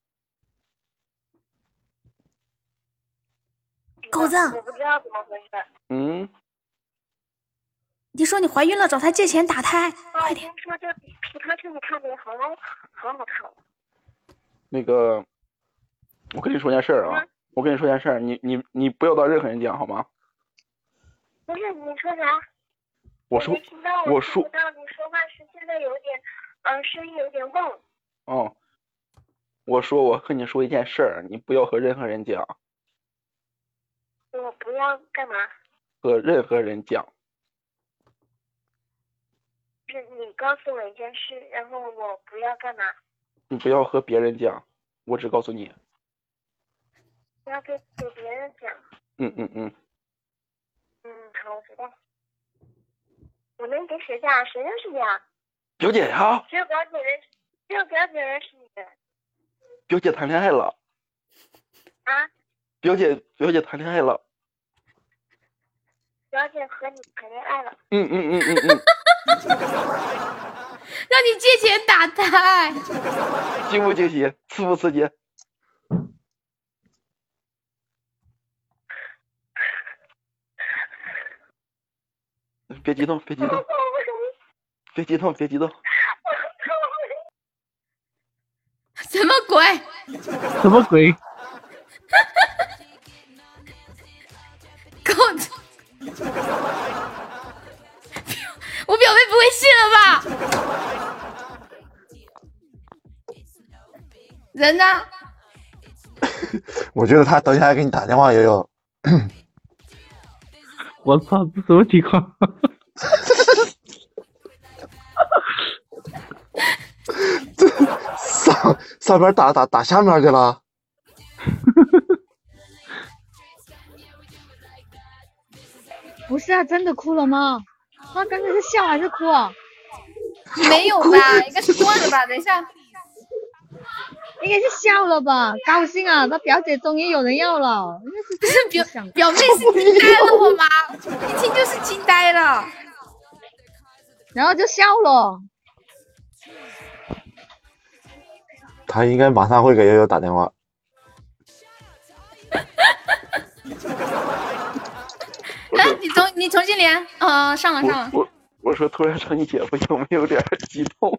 S2: 狗子，
S10: 我不知道怎么回事。
S4: 嗯，
S2: 你说你怀孕了，找他借钱打胎。
S10: 啊，我听说这皮卡丘你看的好好好看，
S4: 那个，我跟你说件事儿
S10: 嗯
S4: 啊，我跟你说件事儿，你你你不要当任何人讲好吗？
S10: 不是你说啥？
S4: 我说
S10: 没听到，
S4: 我
S10: 听
S4: 说
S10: 不到你说话是现在有点，嗯，声音有点嗡。
S4: 哦，我说我和你说一件事儿，你不要和任何人讲，
S10: 我不要干嘛？
S4: 和任何人讲，
S10: 是你告诉我一件事，然后我不要干嘛？
S4: 你不要和别人讲，我只告诉你，
S10: 不要给给别人讲。
S4: 嗯嗯嗯，
S10: 嗯，好，我知道。我能给谁讲？谁认识你啊？
S4: 表姐啊呀、
S10: 只有表姐认识，只有表姐认识你的
S4: 表姐谈恋爱了，
S10: 啊！
S4: 表姐表姐谈恋爱了，
S10: 表姐和你谈恋爱了，
S4: 嗯嗯嗯嗯
S1: 让你借钱打胎，
S4: 嗯，惊不惊喜，刺不刺激？别激动，别激动，别激动，别激动。
S1: 什么鬼？
S7: 什么鬼？
S1: 狗子，人呢？
S11: 我觉得他等一下给你打电话，悠悠。
S7: 我操，这什么情况？ [LAUGHS]
S11: 上上边打打打下面去了，
S2: 不是啊，真的哭了吗？啊，刚才是笑还是哭啊？
S1: 没有吧？应该是断了吧？等一下，
S2: 应该是笑了吧？高兴啊，他表姐终于有人要了。
S1: 不是表表妹是惊呆了我妈，一听就是惊呆了。
S2: 然后就笑了。
S11: 他应该马上会给悠悠打电话。
S1: 哎，你重你重新连，呃，上了上了。
S22: 我我说突然成你姐夫，有没有点儿激动？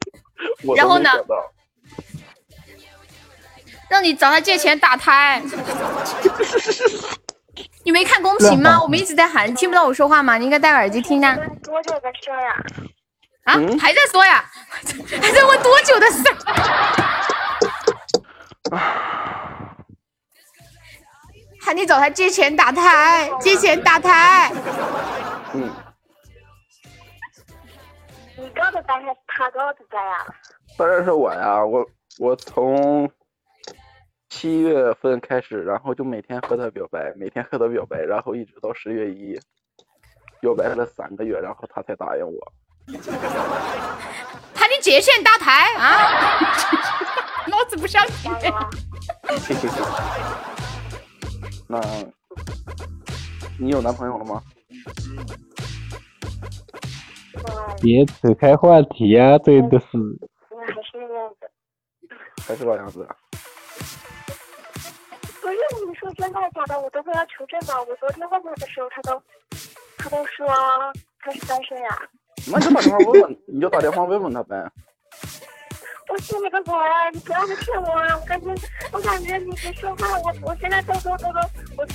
S22: 我都
S1: 然后
S22: 没
S1: 呢
S22: 想到
S1: 让你找他借钱打胎。你没看公屏吗？我们一直在喊，你听不到我说话吗？你应该戴耳机听啊。
S10: 多久的车呀？
S1: 啊，
S22: 嗯
S1: 还在说呀，还在问多久的事儿？ [LAUGHS] 喊你找他借钱打胎，借钱打胎。
S22: 嗯，
S10: 你告诉咱他他告诉咱呀？
S22: 当然是我呀，我我从七月份开始，然后就每天和他表白，每天和他表白，然后一直到十月一，表白了三个月，然后他才答应我。
S1: 喊你姐线打胎啊！ [LAUGHS] 老子不相信。
S22: 嘿嘿嘿。那，你有男朋友了吗？
S7: 别扯开话题呀、真的是。
S10: 那还是那样子。
S22: 还是老样子啊？
S10: 不是你说真的假的，我都快要求证了。我昨天问他的时候，他都他都说他是单身呀、
S22: 那你就打电话问问，你就打电话问问他呗。
S10: 我信你个鬼！哎你不要再骗我了！我感觉，我感觉你别说话，我我现在都都都都，我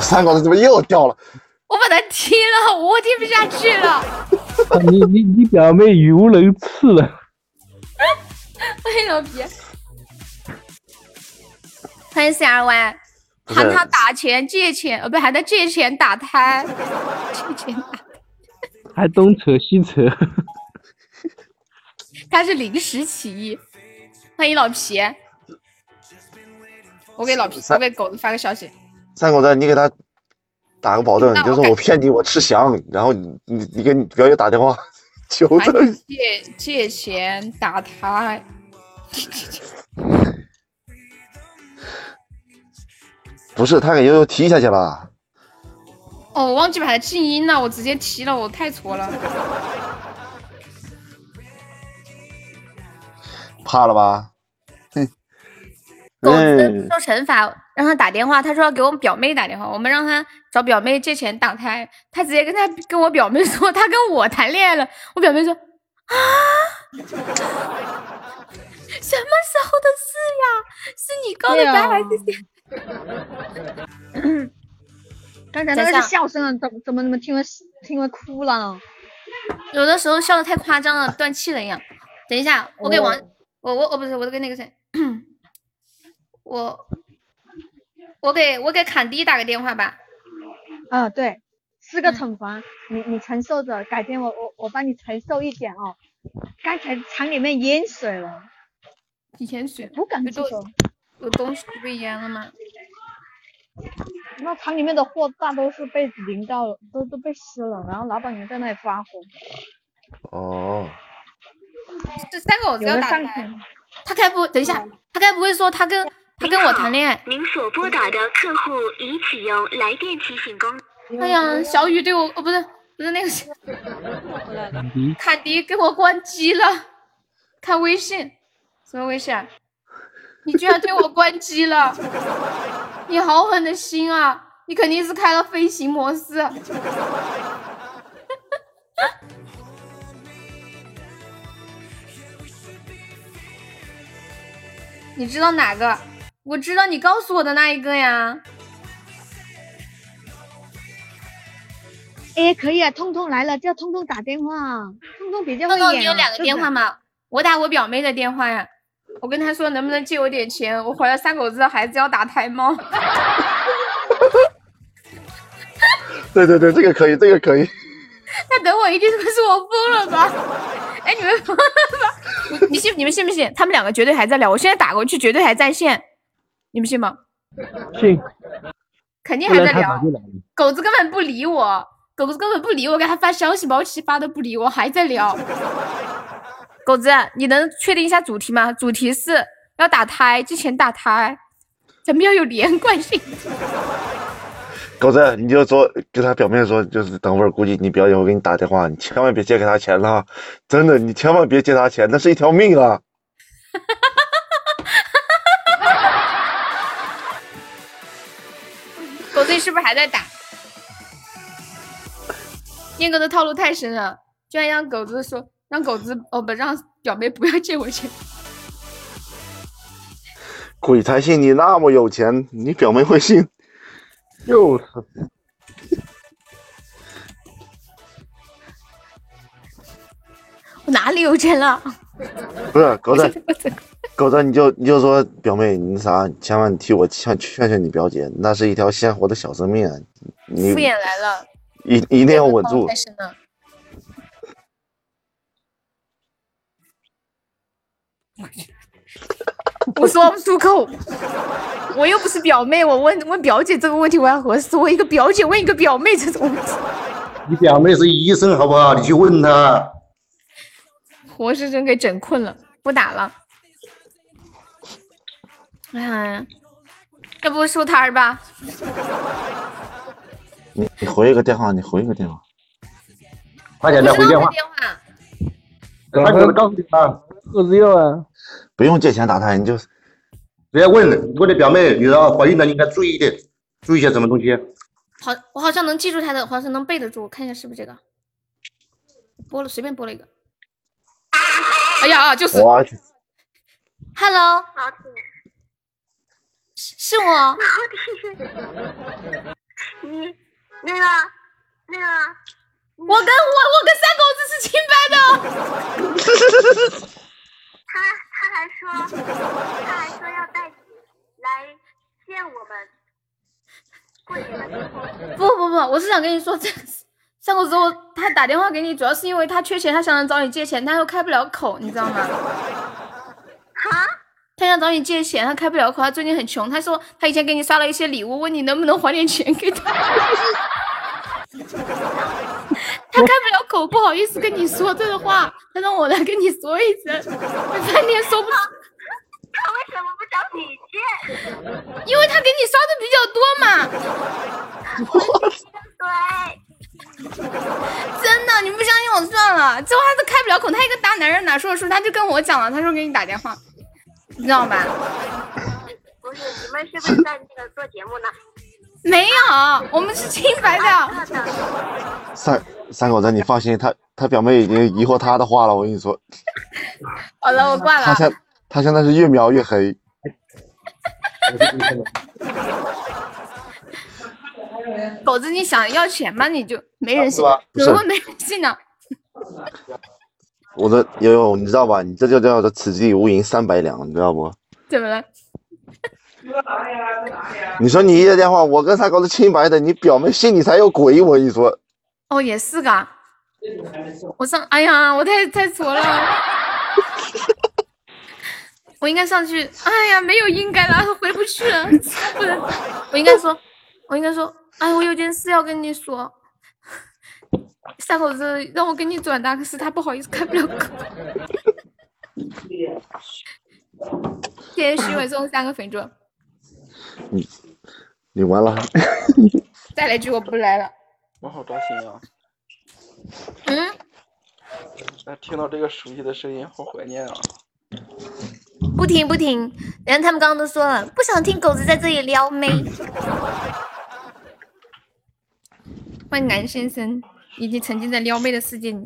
S11: 三狗子怎么又掉了？
S1: 我把他踢了，我听不下去了。
S7: 你你你表妹语无伦次了。
S1: 哎呦别！欢迎 C R Y，
S11: 不是
S1: 喊他打钱借钱，呃，不，喊他借钱打胎， [LAUGHS] 借钱打，
S7: 还东扯西扯，
S1: 他是临时起意。欢迎老皮，我给老皮，我给狗子发个消息，
S11: 三狗子，你给他打个保证，你就说我骗你，我吃翔，然后你你你给你表姐打电话求
S1: 喊
S11: 证
S1: 你。借借钱打胎。
S11: 不是，他给悠悠踢下去了。
S1: 哦，我忘记把它静音了，我直接踢了，我太挫了。
S11: 怕了吧？哼，
S1: 狗子
S11: 嗯，
S1: 受惩罚，让他打电话，他说要给我们表妹打电话，我们让他找表妹借钱打胎，他直接跟他跟我表妹说他跟我谈恋爱了，我表妹说啊，什么时候的事呀？是你告的
S2: 对
S1: 白
S2: 啊
S1: 还是谁？ [COUGHS]
S2: 刚才那个
S1: 等
S2: 是
S1: 一下
S2: 笑声啊，怎么怎么怎么听了听了哭了？
S1: 有的时候笑的太夸张了，断气了一样。等一下，我给王，
S2: 哦
S1: 我我我不是，我给那个谁， [CLEARS THROAT] 我我给我给坎迪打个电话吧。嗯
S2: 啊，对，是个惩罚，你你承受着，改天我我我帮你承受一点哦。刚才厂里面淹水了，
S1: 淹水
S2: 不敢
S1: 有
S2: 这
S1: 东
S2: 个，
S1: 有东西被淹了吗？
S2: 那厂里面的货大都是被淋到了，都都被湿了，然后老板娘在那里发火，
S11: 哦，
S1: 这三个我都
S2: 有
S1: 要
S2: 人
S1: 打
S2: 上嗯
S1: 开。
S2: 去。
S1: 他该不等一下，他该不会说他跟他跟我谈恋爱？
S10: 您所拨打的客户已启用来电提醒功
S1: 哎呀，小雨对我哦不是不是那个谁，坎迪给我关机了，看微信，什么微信啊？你居然对我关机了，你好狠的心啊！你肯定是开了飞行模式。 [LAUGHS] 你知道哪个？我知道你告诉我的那一个呀。
S2: 哎，可以啊，通通来了，叫通通打电话，通通比较
S1: 刚
S2: 会
S1: 刚
S2: 演、
S1: 你有两个电话？吗？我打我表妹的电话呀。我跟他说能不能借我点钱，我怀了三狗子的孩子要打胎猫。
S23: 对对对，这个可以，这个可以。
S1: 他等我一定会说我疯了吧？哎，你们疯了吧？你你信你们信不信？他们两个绝对还在聊，我现在打过去绝对还在线，你们信吗？
S8: 信，
S1: 肯定还在聊。
S8: 不然他早就来了
S1: 狗子根本不理我，狗子根本不理我，给他发消息，毛奇发都不理我，还在聊。狗子，你能确定一下主题吗？主题是要打胎，之前打胎，咱们要有连贯性。
S11: 狗子，你就说跟他表妹说，就是等会儿估计你表姐会给你打电话，你千万别借给他钱了啊，真的，你千万别借他钱，那是一条命啊！
S1: 狗子你是不是还在打？念哥的套路太深了，居然让狗子说，让狗子哦不，让表妹不要借我钱。 [LAUGHS]
S11: 鬼才信你那么有钱，你表妹会信？
S8: 就是，
S1: 我哪里有钱了？
S11: 不是
S1: [LAUGHS]
S11: 狗子，狗子你就你就说表妹，你那啥，千万替我劝劝劝你表姐，那是一条鲜活的小生命啊，你
S1: 敷衍来了，
S11: 一一定要稳住
S1: 太。深 [LAUGHS] 了。我说不出口，我又不是表妹，我问问表姐这个问题我还合适？我一个表姐问一个表妹这种问题，
S8: 你表妹是医生好不好？你去问她。
S1: 活生生给整困了，不打了。哎呀，要不收摊儿吧？
S11: 你你回一个电话，你回一个电话，
S8: 快点
S1: 不
S8: 的
S1: 知
S8: 回
S1: 道
S8: 电
S1: 的
S8: 话，
S15: 嗯
S1: 电话，
S8: 快点的告诉你吧。
S7: 各自要啊，
S11: 不用借钱打胎，你就
S8: 直接问问你表妹，你要怀孕了，你应该注意点，注意些什么东西？
S1: 好，我好像能记住他的，好像能背得住，我看一下是不是这个。播了，随便播了一个。哎呀啊，就是
S11: 我去， [LAUGHS]
S1: Hello，是是我。
S2: 你那个那个，
S1: 我跟我我跟三狗子是清白哦的。
S2: 他他还说他还说要带来见我们，过年的时候。
S1: 不不不，我是想跟你说，这三狗子我他打电话给你，主要是因为他缺钱，他想找你借钱，他又开不了口，你知道吗？他想找你借钱，他开不了口，他最近很穷。他说他以前给你刷了一些礼物，问你能不能还点钱给他。他开不了口，不好意思跟你说这个话，他让我来跟你说一声，我半天说不出。
S2: 他为什么不找你借？
S1: 因为他给你刷的比较多嘛。真的，你不相信我算了。最后他都开不了口，他一个大男人哪说得出？他就跟我讲了，他说给你打电话，你知道吧？
S2: 不是你们是不是在那个做节目呢？
S1: 没有，我们是清白的。
S11: 三三狗子，你放心，他他表妹已经疑惑他的话了，我跟你说，
S1: 好了，我挂
S11: 他
S1: 了。
S11: 现他现在是越描越黑。
S1: 狗子，你想要钱吗？你就没人信
S11: 啊
S1: [LAUGHS]
S11: 是吧，
S1: 怎么
S11: 不
S1: 会
S11: 是
S1: 没人信呢？
S11: 我的悠悠，你知道吧？你这就叫做此地无银三百两，你知道不？
S1: 怎么了？
S11: 你说你一个电话，我跟三狗子清白的，你表妹信你才有鬼，我跟你说。
S1: 哦，也是噶。我上，哎呀，我太太挫了。 [LAUGHS] 我应该上去，哎呀，没有应该了，回不去了， [LAUGHS] 不能。我应该说，我应该说，哎，我有件事要跟你说。三狗子让我给你转达，可是他不好意思开不了口。谢谢徐伟送三个粉猪，
S11: 你你完了，
S1: 再来一句我不来了。
S23: 我好扎心啊！
S1: 嗯，
S23: 哎，听到这个熟悉的声音，好怀念啊！
S24: 不听不听，人家他们刚刚都说了，不想听狗子在这里撩妹。
S1: [LAUGHS] 欢迎南先生，以及沉浸在撩妹的世界里，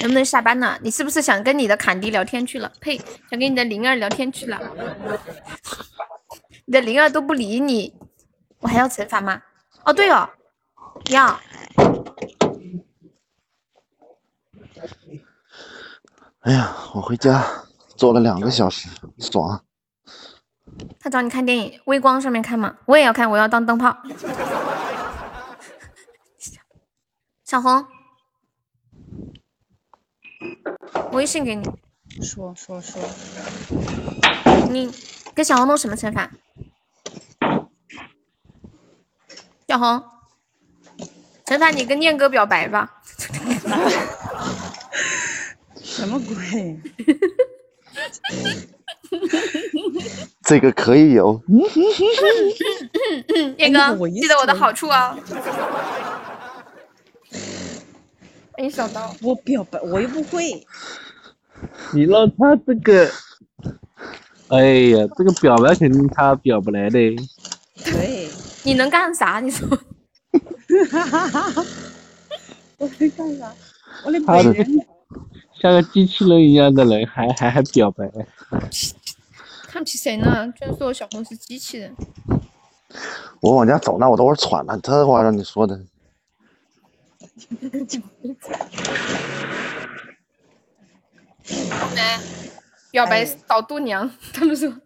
S1: 能不能下班了？你是不是想跟你的坎迪聊天去了？呸，想跟你的灵儿聊天去了？ [LAUGHS] 你的灵儿都不理你，我还要惩罚吗？哦，对哦，要。
S11: 哎呀，我回家坐了两个小时，爽。
S1: 他找你看电影，微光上面看嘛，我也要看，我要当灯泡。小红，微信给你，
S17: 说说说，
S1: 你给小红弄什么惩罚？小红，惩罚你跟念哥表白吧。
S17: 什么鬼？
S11: 这个可以有，
S1: 念哥，记得我的好处啊。哎，小刀，
S17: 我表白我又不会，
S7: 你让他这个， [LAUGHS] 哎呀，这个表白肯定他表不来的。
S17: 对，
S1: 你能干啥？你说，
S17: 我会干啥？我连
S7: 他
S17: 本
S7: 的
S17: 人
S7: 像个机器人一样的人，还还还表白，
S1: 看不起谁呢？居然说我小红是机器人。
S11: 我往家走，那我等会儿喘了。这话让你说的，
S1: 没，表白找度娘，他们说。
S17: 都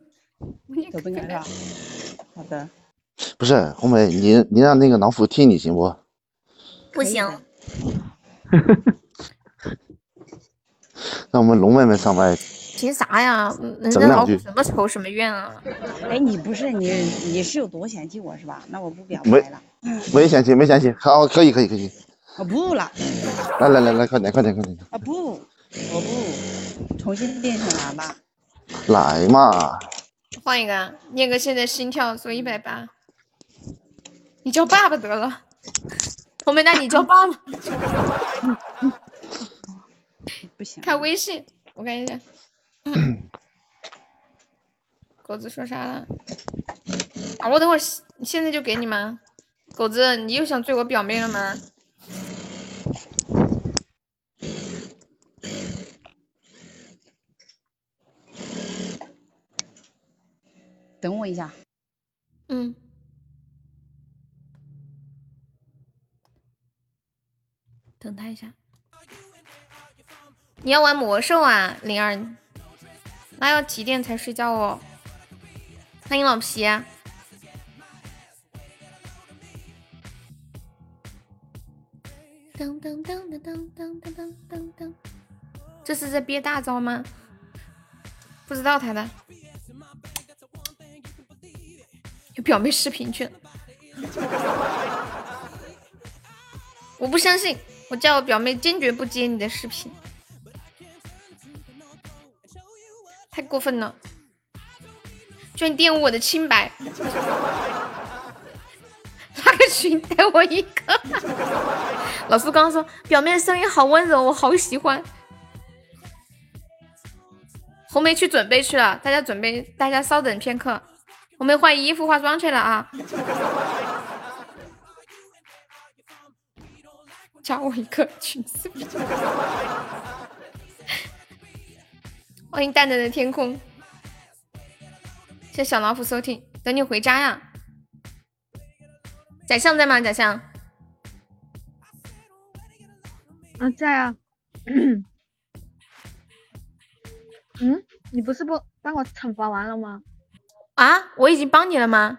S17: 哎不娘了。好的，
S11: 不是红梅，你你让那个老虎替你行不？
S1: 不
S2: 哎
S1: 行，
S11: 让我们龙妹妹上麦，
S1: 凭啥呀？嗯人
S11: 整
S1: 家
S11: 两
S1: 老虎
S11: 句
S1: 什么仇什么怨啊？
S17: 哎，你不是你你是有多嫌弃我是吧？那我不表白
S11: 没
S17: 了，
S11: 没嫌弃，没嫌弃，好，可以可以可以，
S17: 我不了，
S11: 来来来来，快点快点快点，
S17: 啊不，我不，重新变成蓝吧。
S11: 来嘛！
S1: 换一个，啊念哥现在心跳只有一百八，你叫爸爸得了。红梅，那你叫爸爸。
S17: 不行，
S1: 看微信，我看一下。狗子说啥了？啊，我等会儿现在就给你吗？狗子，你又想追我表妹了吗？
S17: 等我一下，
S1: 嗯。等他一下。你要玩魔兽啊，灵儿？那要几点才睡觉哦？欢迎老皮、啊。当当当当当当当当当当，这是在憋大招吗？不知道他的。有表妹视频去了。我不相信，我叫我表妹坚决不接你的视频，太过分了，居然玷污我的清白！拉个群带我一个。老苏刚刚说表妹的声音好温柔，我好喜欢。红梅去准备去了，大家准备，大家稍等片刻，红梅换衣服化妆去了啊。加我一个群私密。欢迎淡淡的天空，谢谢小老虎收听，等你回家呀。宰相在吗？宰相，
S2: 啊，在啊。嗯，你不是不帮我惩罚完了吗？
S1: 啊，我已经帮你了吗？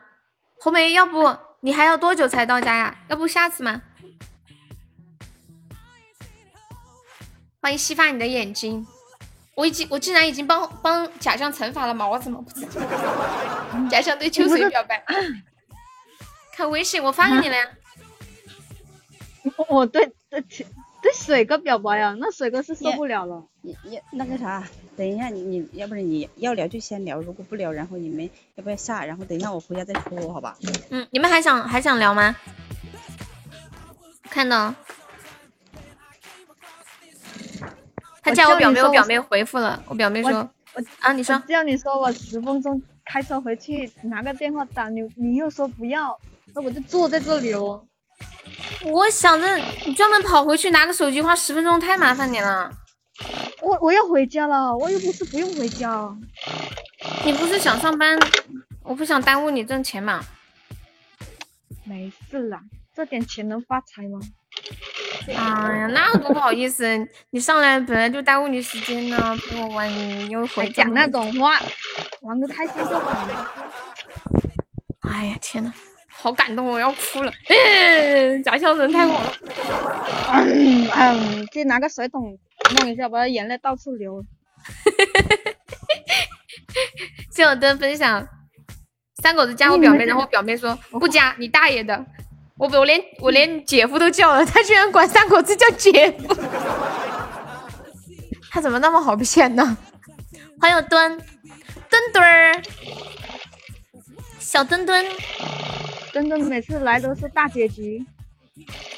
S1: 红梅，要不你还要多久才到家呀？要不下次嘛？欢迎稀发你的眼睛，我已经我竟然已经帮帮假象惩罚了吗？我怎么不知道？ [LAUGHS] 假象对秋水表白，看微信我发给你了呀。
S2: 我我对对对水哥表白呀，那水哥是受
S17: 也
S2: 不了了。
S17: 你你那个啥，等一下你你要不然你要聊就先聊，如果不聊，然后你们要不要下？然后等一下我回家再说，好吧？
S1: 嗯，你们还想还想聊吗？看到，他
S2: 我
S1: 叫
S2: 叫
S1: 我表
S2: 你
S1: 妹，
S2: 说
S1: 我表
S2: 我
S1: 妹回复了，我表妹
S2: 我
S1: 说
S2: 我
S1: 啊，你说
S2: 只要你说我十分钟开车回去拿个电话打你，你又说不要，那我就坐在这里哦喽。
S1: 我想着你专门跑回去拿个手机花十分钟，太麻烦你了。
S2: 我我要回家了，我又不是不用回家。
S1: 你不是想上班？我不想耽误你挣钱嘛。
S2: 没事啦，这点钱能发财吗？
S1: 哎呀，那多不好意思，你上来本来就耽误你时间呢，陪我玩，你又回家
S2: 哎讲那种话，玩的开心就好了。
S1: 哎呀，天呐，好感动，我要哭了。 [LAUGHS] 嗯，假笑人太火了。
S2: 嗯嗯，去拿个水桶弄一下，把眼泪到处
S1: [LAUGHS]
S2: 流。
S1: 谢我的分享，三狗子
S2: 嗯
S1: 加我表妹，然后我表妹说不加，你大爷的！我我连我连姐夫都叫了，他居然管三狗子叫姐夫，他怎么那么好骗呢？欢迎墩墩墩儿，小墩墩，
S2: 墩墩每次来都是大结局，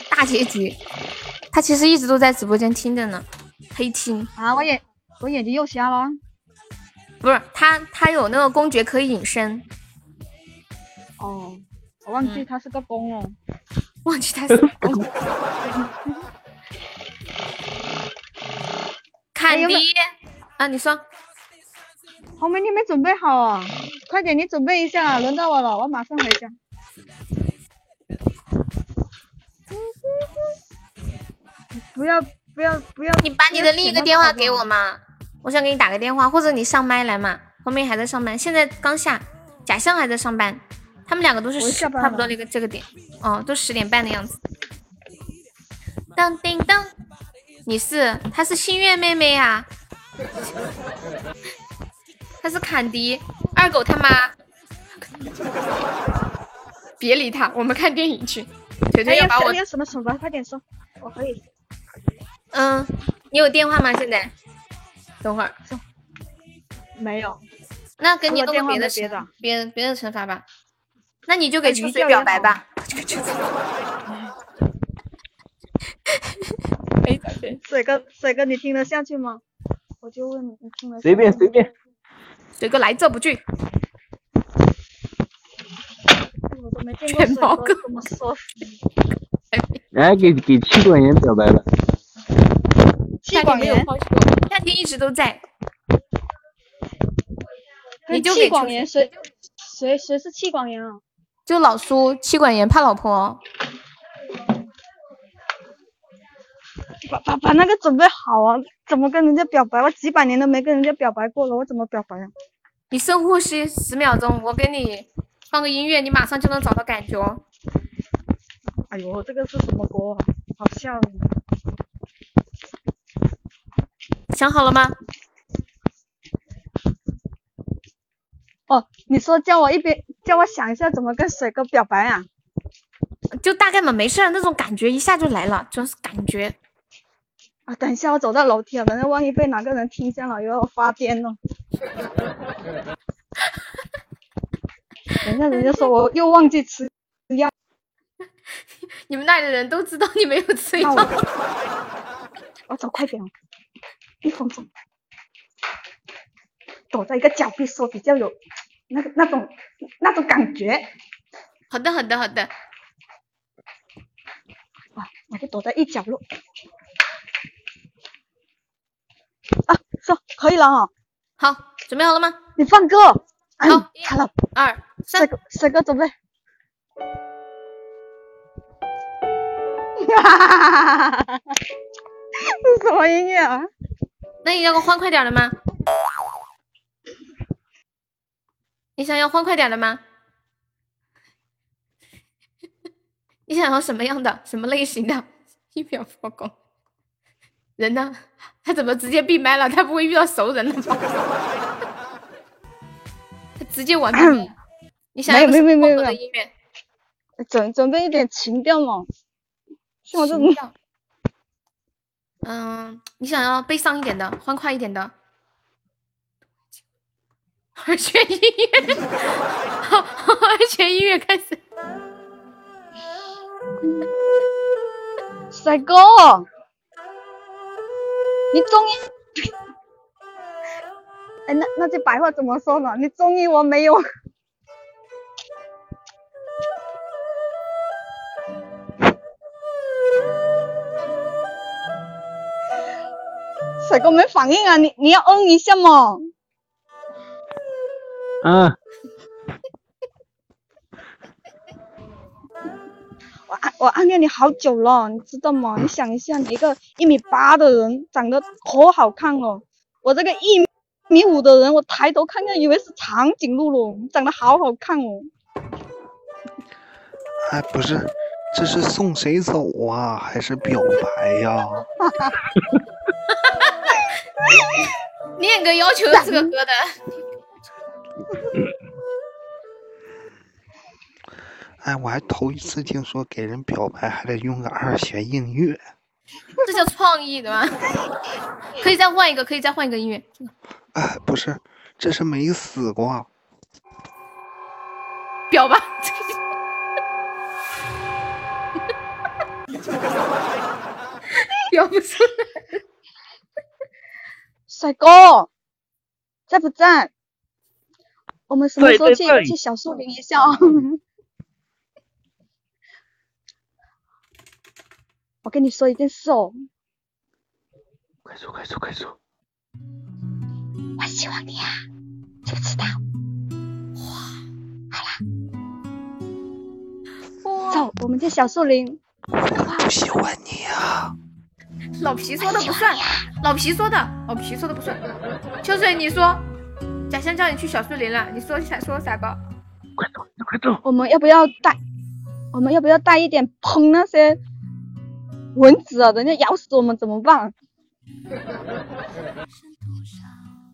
S1: 大结局。他其实一直都在直播间听着呢，黑听。
S2: 啊，我眼我眼睛又瞎了。啊
S1: 不是他，他有那个公爵可以隐身，
S2: 哦，我忘
S17: 嗯
S2: 记他是个公哦了。
S1: 忘记他是个公。
S2: 哎
S1: 坎
S2: 有没有
S1: 迪啊，你说
S2: 红梅，你没准备好啊？快点，你准备一下，轮到我了，我马上回家。不要不要不要！
S1: 你把你的另一个电话给我嘛，我想给你打个电话，或者你上麦来嘛。红梅还在上班，现在刚下，假象还在上班，他们两个都是
S2: 我
S1: 十
S2: 下班
S1: 差不
S2: 了
S1: 多那个这个点，哦，都十点半的样子。当叮当，你是她是心愿妹妹 [LAUGHS] 呀、她是坎迪二狗他妈。 [LAUGHS] 别理他，我们看电影去。腿
S2: 哎
S1: 腿要
S2: 呀，
S1: 把我
S2: 你有什么惩罚？快点说，我可以。
S1: 嗯，你有电话吗？现在？等会儿。
S2: 没有。
S1: 那给你
S2: 我
S1: 弄
S2: 电
S1: 个
S2: 话
S1: 别的
S2: 没别
S1: 惩
S2: 的
S1: 别别的惩罚吧。那你就
S2: 哎
S1: 给
S2: 鱼
S1: 秋
S2: 钓
S1: 水
S2: 也
S1: 表白
S2: 好
S1: 吧。
S2: [LAUGHS]
S1: 哎，
S2: 水哥，水哥，你听得下去吗？我就问你，你听得下
S7: 随便
S2: 去吗
S7: 随便。
S1: 水哥来这不去。
S2: 我都没见过
S1: 卷
S2: 水
S1: 毛
S2: 哥这么说。
S7: 来给给妻管严表白吧。
S1: 夏天没有抛弃我，夏天一直都在。你
S2: 跟
S1: 就
S2: 气
S1: 给
S2: 管
S1: 秋
S2: 炎，
S1: 水
S2: 谁谁谁是气管炎啊？
S1: 就老苏妻管严怕老婆。
S2: 把把把那个准备好啊！怎么跟人家表白？我几百年都没跟人家表白过了，我怎么表白啊？
S1: 你深呼吸十秒钟，我给你放个音乐，你马上就能找到感觉。哦
S2: 哎呦，这个是什么锅、啊？好笑啊！
S1: 想好了吗？
S2: 哦，你说叫我一边叫我想一下怎么跟水哥表白啊？
S1: 就大概嘛，没事儿，那种感觉一下就来了，主要是感觉。
S2: 啊，等一下，我走到楼梯了，等下万一被哪个人听见了，以为我发癫了。等一下，人家
S17: [LAUGHS]
S2: 说我又忘记吃药，
S1: 你们那里的人都知道你没有吃药。
S2: 我走快点哦，一分钟，躲在一个角壁说比较有那个那种那种感觉。
S1: 好的，好的，好的。
S2: 啊，我就躲在一角落。啊，说可以了哈、
S1: 好，准备好了吗？
S2: 你放歌。好，嗯好了。
S1: 二
S2: 三，水哥，水哥准备。这什么音乐啊？
S1: 那你要个欢快点儿的吗？你想要欢快点儿的吗？ [LAUGHS] 你想要什么样的？什么类型的？ [LAUGHS] 一秒破功。人呢？他怎么直接闭麦了？他不会遇到熟人了吧？ [LAUGHS] 他直接玩闭
S2: [COUGHS]
S1: 麦。你想要个
S2: 没有没有
S1: 什么
S2: 没有
S1: 风格的
S2: 没有
S1: 音乐？
S2: 准准备一点情调嘛，像我这种
S1: 情调嗯，你想要悲伤一点的，欢快一点的，二泉音乐，好，二泉音乐开始。
S2: 帅哥，
S10: 哦
S2: 你中意？哎，那那句白话怎么说呢？你中意我没有？帅哥没反应啊，你你要嗯一下嘛。
S7: 啊，
S10: 我暗我暗恋你好久了，你知道吗？你想一下，你一个一米八的人，长得可好看了，我这个一米五的人，我抬头看看以为是长颈鹿了，你长得好好看哦。
S4: 哎，不是，这是送谁走啊？还是表白呀、
S1: 念哥要求有这个歌的，
S4: 哎，我还头一次听说给人表白还得用个二弦映月。
S1: [LAUGHS] 这叫创意对吧？可以再换一个，可以再换一个音乐。
S4: 哎，不是，这是没死过。
S1: 表白。 [LAUGHS]
S2: 表不出来。
S10: 帅哥，在不在？我们什么时候
S2: 在
S10: 去
S2: 在在
S10: 去小树林一下啊？我跟你说一件事哦，
S25: 快说快说快说！
S10: 我希望你啊，知不知道？哇，好啦，走，我们去小树林。
S4: 不喜欢你啊！
S1: 老皮说的不算，老皮说的，老皮说的不算。秋水，你说，贾香叫你去小树林了，你说啥说啥吧？
S10: 我们要不要带？我们要不要带一点喷那些蚊子啊？人家咬死我们怎么办？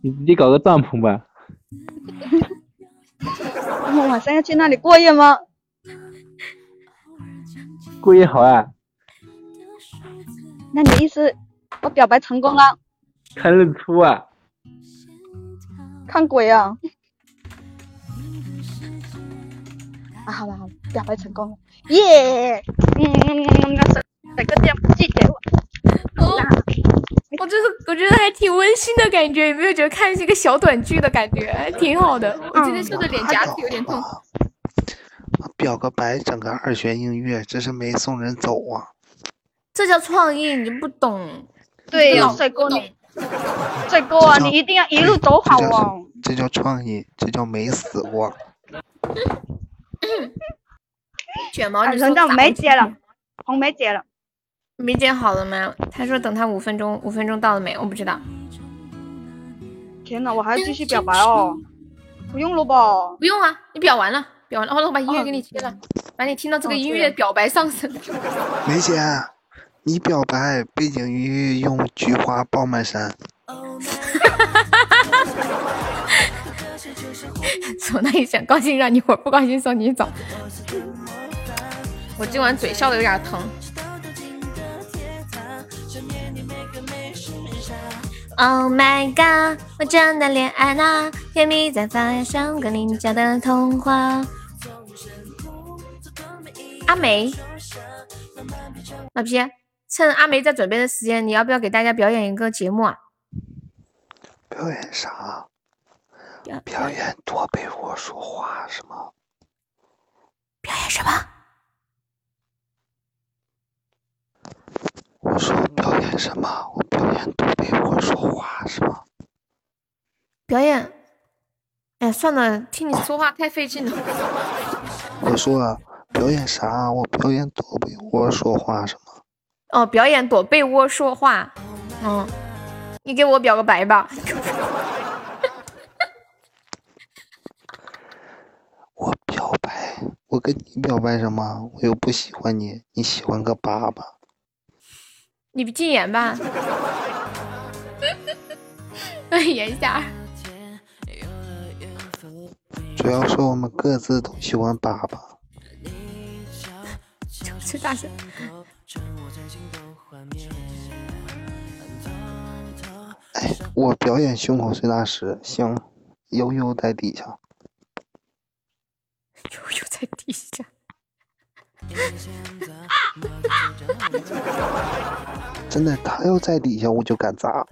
S7: 你你搞个帐篷吧，
S10: [LAUGHS] 我们晚上要去那里过夜吗？
S7: [LAUGHS] 过夜好啊，
S10: 那你的意思，我表白成功了？
S7: 看日出啊，
S10: 看鬼啊！啊，好了好了，表白成功了，耶！嗯嗯嗯嗯，那帅哥这样不拒绝我。
S2: 我觉得我觉得还挺温馨的感觉，有没有觉得看这个小短剧的感觉，还挺好的。我今
S10: 嗯
S2: 天笑的脸颊子有
S1: 嗯
S2: 点痛。
S4: 啊表个白，整个二弦映月，这是没送人走啊！
S1: 这叫创意，你就不懂。
S10: 对呀、
S1: 老
S10: 帅哥你，帅哥啊，你一定要一路走好哦。
S4: 这叫创意，这叫没死过。
S1: 卷毛，你
S10: 哎人
S1: 说
S10: 家
S1: 咋
S10: 梅姐了，红梅姐了，
S1: 梅姐好了吗？她说等她五分钟，五分钟到了没？我不知道，
S10: 天哪，我还要继续表白哦。不用了吧？
S1: 不用啊，你表完了，表完了，好哦了，我把音乐给你切了，把你听到这个音乐表白上身。
S4: 梅姐，啊你表白背景音乐用菊花爆满山。
S1: [LAUGHS] 从那一想，高兴让你火，不高兴送你走。我今晚嘴笑的有点疼。
S26: Oh my god，我真的恋爱啦，甜蜜在发生，格林家的童话。
S1: 阿梅，老皮，趁阿梅在准备的时间，你要不要给大家表演一个节目啊？
S4: 表演啥？表演多被窝说话是吗？
S1: 表演什么？
S4: 我说表演什么？我表演多被窝说话是吗？
S1: 表演？哎，算了，听你说话太费劲了。
S4: 我说表演啥？我表演多被窝说话是吗？
S1: 哦，表演躲被窝说话。嗯，你给我表个白吧。
S4: 我跟你表白什么？我又不喜欢你，你喜欢个粑粑。
S1: 你禁言吧。 [LAUGHS] 演哎一下。
S4: 主要是我们各自都喜欢粑粑。
S1: 吃大
S10: [LAUGHS]
S1: 声。
S4: 我表演胸口碎大石，行，悠悠在底下。
S1: 悠悠在底下。
S4: 真的，他要在底下，我就敢砸。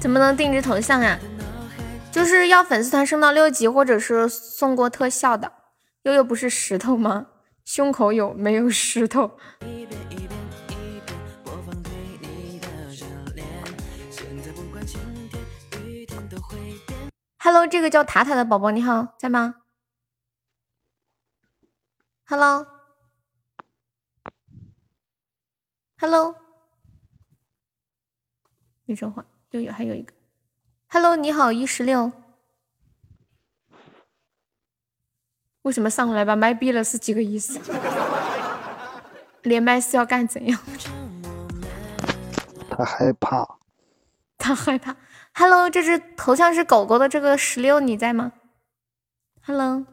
S1: 怎么能定制头像啊？就是要粉丝团升到六级，或者是送过特效的。悠悠不是石头吗？胸口有没有石头？Hello，这个叫塔塔的宝宝你好，在吗？
S2: Hello。Hello。没说话，又有还有一个。Hello，你好，一十六。为什么上来把麦闭了是几个意思？啊 [LAUGHS] 连麦是要干怎样？
S6: 他害怕，
S2: [LAUGHS] 他害怕。Hello，这只头像是狗狗的这个十六，你在吗？Hello，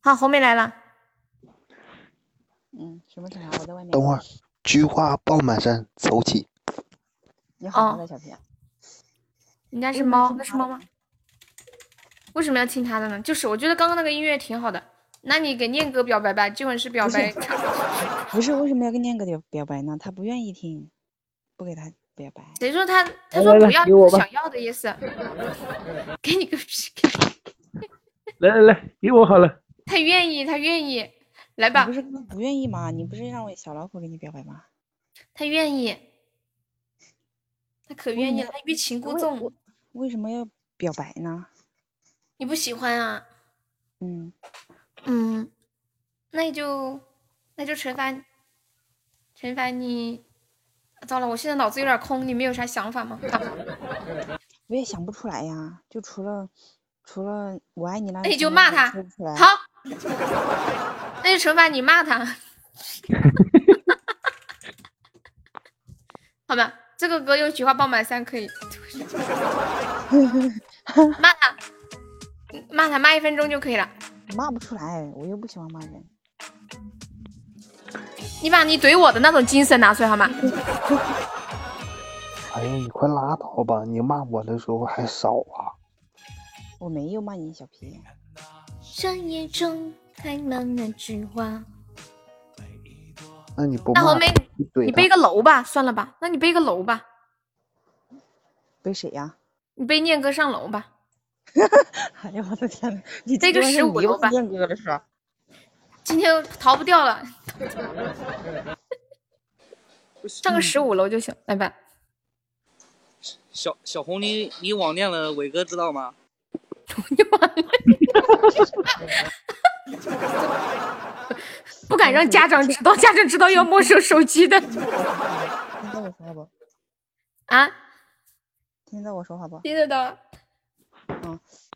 S2: 好，红梅来了。
S10: 嗯，什么情况？我在外面。
S6: 等会儿，菊花爆满山，走起。
S10: 你
S2: 哦
S10: 好，那小平。
S2: 嗯
S1: 应该是猫，那是猫吗？为什么要听他的呢？就是我觉得刚刚那个音乐挺好的，那你给念哥表白吧，这会是表白
S10: 不。不是，为什么要跟念哥表表白呢？他不愿意听，不给他表白。
S1: 谁说他他
S10: 来
S1: 说
S10: 来
S1: 不
S10: 来
S1: 要
S10: 给我吧
S1: 想要的意思？ [LAUGHS] 给你个屁！
S27: 来来来，给我好了。
S1: 他愿意，他愿意，来吧。
S10: 不是不愿意吗？你不是让我小老虎给你表白吗？
S1: 他愿意，他可愿意了，他欲擒故纵。
S10: 为什么要表白呢？
S1: 你不喜欢啊？
S10: 嗯
S1: 嗯，那就那就惩罚惩罚你。糟了，我现在脑子有点空，你们有啥想法吗？ [LAUGHS]
S10: 我也想不出来呀，就除了除了我爱你那，
S1: 那你就骂他
S10: 说不出来。
S1: 好，那就惩罚你骂他。 [LAUGHS] 好吧，这个歌用菊花爆满山可以。骂他，骂他，骂一分钟就可以了。
S10: 骂不出来，我又不喜欢骂人。
S1: 你把你怼我的那种精神拿出来好吗？
S6: 哎呀，你快拉倒吧！你骂我的时候还少啊！
S10: 我没有骂你，小皮。
S2: 深夜中开满了菊花。
S6: 那你不
S1: 那
S6: 骂
S1: 红梅，
S6: 你怼
S1: 你
S6: 他
S1: 背个楼吧，算了吧。那你背个楼吧，
S10: 背谁呀、
S1: 你背念哥上楼吧。
S10: [LAUGHS] 哎呀，我的天呐，你
S1: 背个
S10: 今晚
S1: 十
S10: 上
S1: 五
S10: 你又
S1: 楼吧。
S10: 念哥了是吧？
S1: 今天逃不掉了，上个十五楼就行，来吧。
S4: 小小红，你你网恋了，伟哥知道吗？
S1: 不敢让家长
S10: [LAUGHS]
S1: 知道，家长知道要没收手机的。
S10: 听到我说话不？
S1: 啊，
S10: 听到我说话不？
S1: 听得到？
S10: 啊，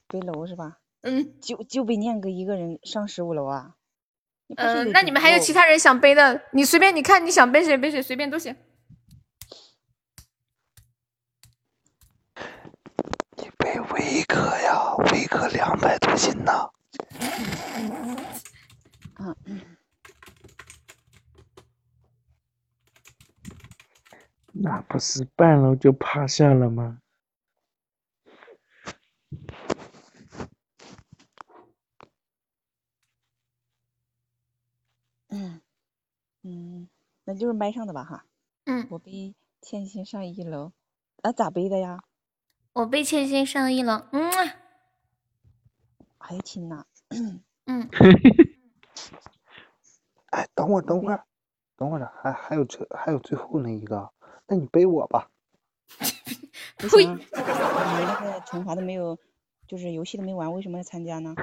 S10: 背楼是吧？
S1: 嗯，
S10: 就就被念哥一个人上十五楼啊？你不是
S1: 嗯，
S10: 有
S1: 那
S10: 毒
S1: 你们还有
S10: 哦
S1: 其他人想背的，你随便，你看你想背谁背谁，随便都行。
S6: 背威哥呀，威哥两百多斤呐，
S10: 啊，
S7: 那不是半楼就趴下了吗？
S10: 嗯嗯，那就是麦上的吧哈。
S2: 嗯，
S10: 我背千心上一楼，啊咋背的呀？
S2: 我被千心上一了，嗯啊，
S10: 还亲呐。
S2: 嗯，
S6: 哎，等会儿，等会儿，等会儿，还还有这还有最后那一个，那你背我吧。
S10: 不行啊，你那个惩罚都没有，就是游戏都没玩，为什么要参加呢？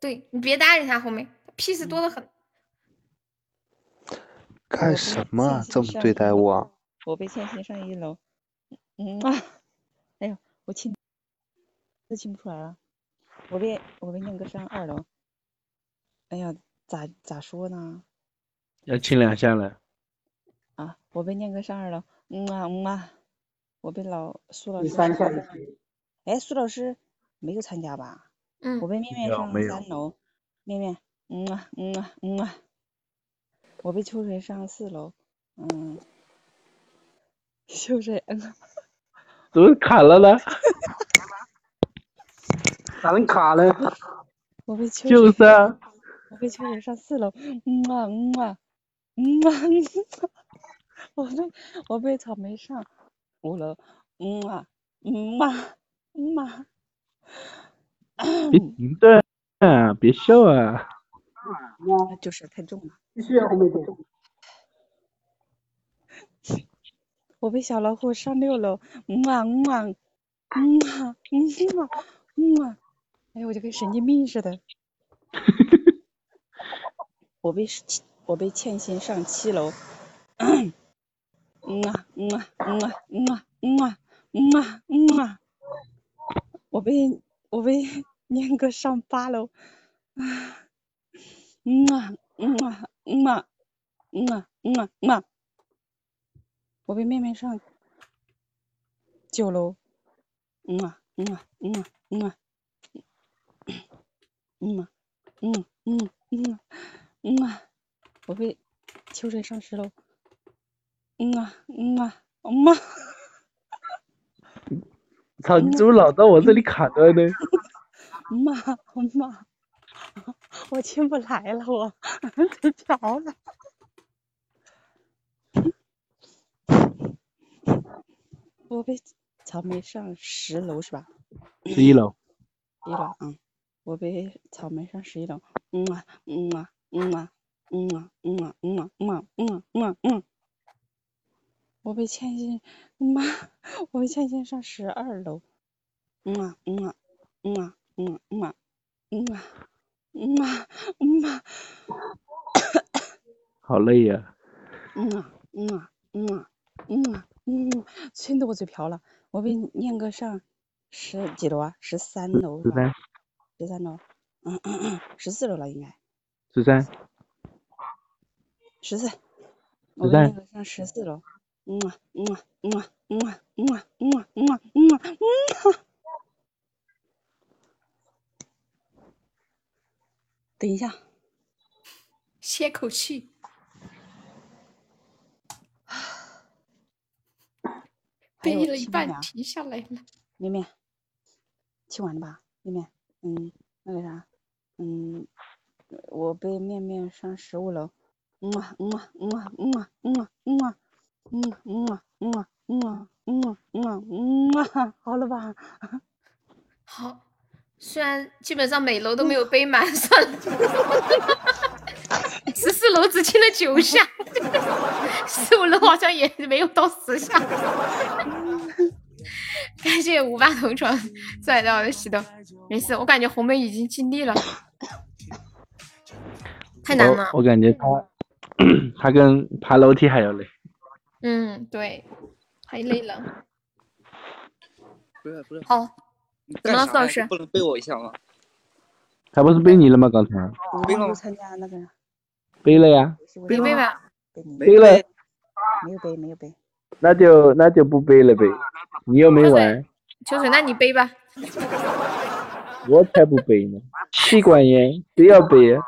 S1: 对你别搭理他，后面屁事多得
S10: 嗯
S1: 很。
S6: 干什么啊这么
S10: 上
S6: 对
S10: 一
S6: 待
S10: 楼
S6: 我？
S10: 我被倩倩上一楼，嗯啊，哎呦，我亲，都亲不出来了。我被我被念哥上二楼，哎呀，咋咋说呢？
S7: [LAUGHS] 要亲两下了，
S10: 啊，我被念哥上二楼，嗯啊嗯啊，我被老苏老
S28: 第
S10: 师
S28: 三
S10: 上
S28: 项
S10: 二楼，哎，苏老师没有参加吧？
S1: 嗯，
S10: 我被面面
S7: 有
S10: 上
S7: 没
S10: 三楼，面面，嗯啊嗯啊嗯啊，我被秋水上四楼，嗯，秋水嗯啊。
S27: 怎么卡了呢？
S28: 咋能卡了？
S10: 我被秋
S27: 就
S10: 水，
S27: 是啊，
S10: 我被秋水上四楼，嗯啊嗯啊嗯啊，嗯啊 [LAUGHS] 我被我被草莓上五楼，嗯啊嗯啊嗯啊，嗯
S7: 别停顿啊，别笑啊！
S10: 就是太重了。
S28: 必须要后面走。
S10: [LAUGHS] 我被小老虎上六楼，嗯啊嗯啊嗯啊嗯啊嗯啊，哎呦，我就跟神经病似的。我被我被欠薪上七楼， [COUGHS] 嗯啊嗯啊嗯啊嗯啊嗯啊嗯啊嗯啊，我被我被念哥上八楼，啊嗯啊嗯啊嗯啊嗯啊嗯啊嗯啊，我被妹妹上九楼，嗯啊嗯啊嗯啊嗯啊嗯啊嗯嗯嗯啊嗯啊，我被秋水上十楼。嗯啊，嗯啊，嗯啊，
S29: 操，你怎么老到我这里卡着呢？
S10: 嗯啊，嗯啊， [LAUGHS] 我进不来了，我 [LAUGHS] 得调了。我被草莓上十楼是吧？
S7: 十一楼，
S10: 一楼啊、嗯，我被草莓上十一楼。嗯啊，嗯啊，嗯啊，嗯啊，嗯啊，嗯啊，嗯啊，嗯啊，嗯啊，嗯。我被欠薪，妈， [LAUGHS] 我被欠薪上十二楼。嗯啊嗯啊嗯啊嗯啊嗯啊嗯啊嗯啊嗯啊
S7: [COUGHS] 好累呀、
S10: 嗯啊嗯啊嗯啊嗯啊嗯啊，熏得我嘴瓢了。我被念哥上十几楼啊？十三楼是吧？
S7: 13
S10: 十三楼，嗯嗯嗯，十四楼了应该，
S7: 十三，
S10: 十四。我被
S7: 13
S10: 念哥上十四楼。嗯啊嗯啊嗯啊嗯啊嗯啊嗯啊嗯啊嗯啊嗯啊。等一下，
S1: 歇口气。
S10: 还有
S1: 背了一
S10: 七秒
S1: 半
S10: 两
S1: 停下来了，
S10: 妹妹，听完了吧？妹妹，嗯，那个啥，嗯，我被面面上十五楼，嗯啊嗯啊嗯啊嗯啊嗯啊嗯啊嗯啊嗯啊嗯啊嗯啊嗯啊嗯啊嗯啊，好了吧？
S1: 好，虽然基本上每楼都没有背满， [LAUGHS] 算了。十四楼只亲了九下，十五楼好像也没有到十下。感谢五八同床拽到的石头，没事，我感觉红妹已经尽力了，太难了。
S7: 我我感觉他 [COUGHS] 他跟爬楼梯还要累。
S1: 嗯，对，太累了。
S4: 不是不是，
S1: 好，
S4: 你
S1: 怎么了
S4: 干啥
S1: 宋老
S4: 呀
S1: 师
S4: 你不能背我一下吗？
S7: 他不是背你了吗？刚才
S10: 我
S4: 背上
S10: 忘了
S4: 了
S10: 参加那个
S7: 背了呀，
S10: 背
S1: 背
S10: 了
S1: 吧，
S7: 背了，
S10: 没有背，没有背。
S7: 那就那就不背了呗。你又没玩，
S1: 秋水，那你背吧。
S7: 我才不背呢。妻管严，谁要背啊呀？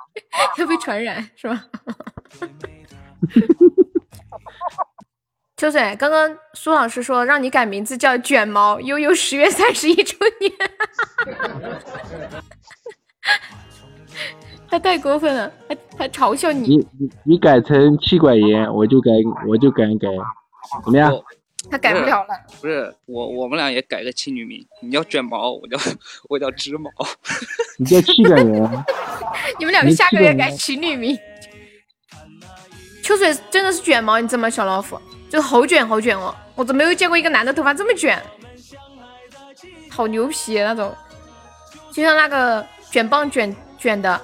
S1: 会被传染是吧？ [LAUGHS] 秋水，刚刚苏老师说让你改名字叫卷毛，悠悠十月三十一周年， [LAUGHS] 他太过分了，他他嘲笑你，
S7: 你你你改成妻管严，我就敢我就敢改，怎么样？
S1: 他改不
S4: 是
S1: 了了。
S4: 不是我，我们俩也改个妻女名，你叫卷毛，我叫我叫直毛。
S7: 你叫妻管严啊，
S1: [LAUGHS] 你们两个
S7: 没
S1: 下
S7: 气
S1: 个月
S7: 的
S1: 改
S7: 人
S1: 情侣名。秋水真的是卷毛，你知道吗？小老虎就好卷好卷哦，我都没有见过一个男的头发这么卷，好牛皮啊那种，就像那个卷棒卷卷的。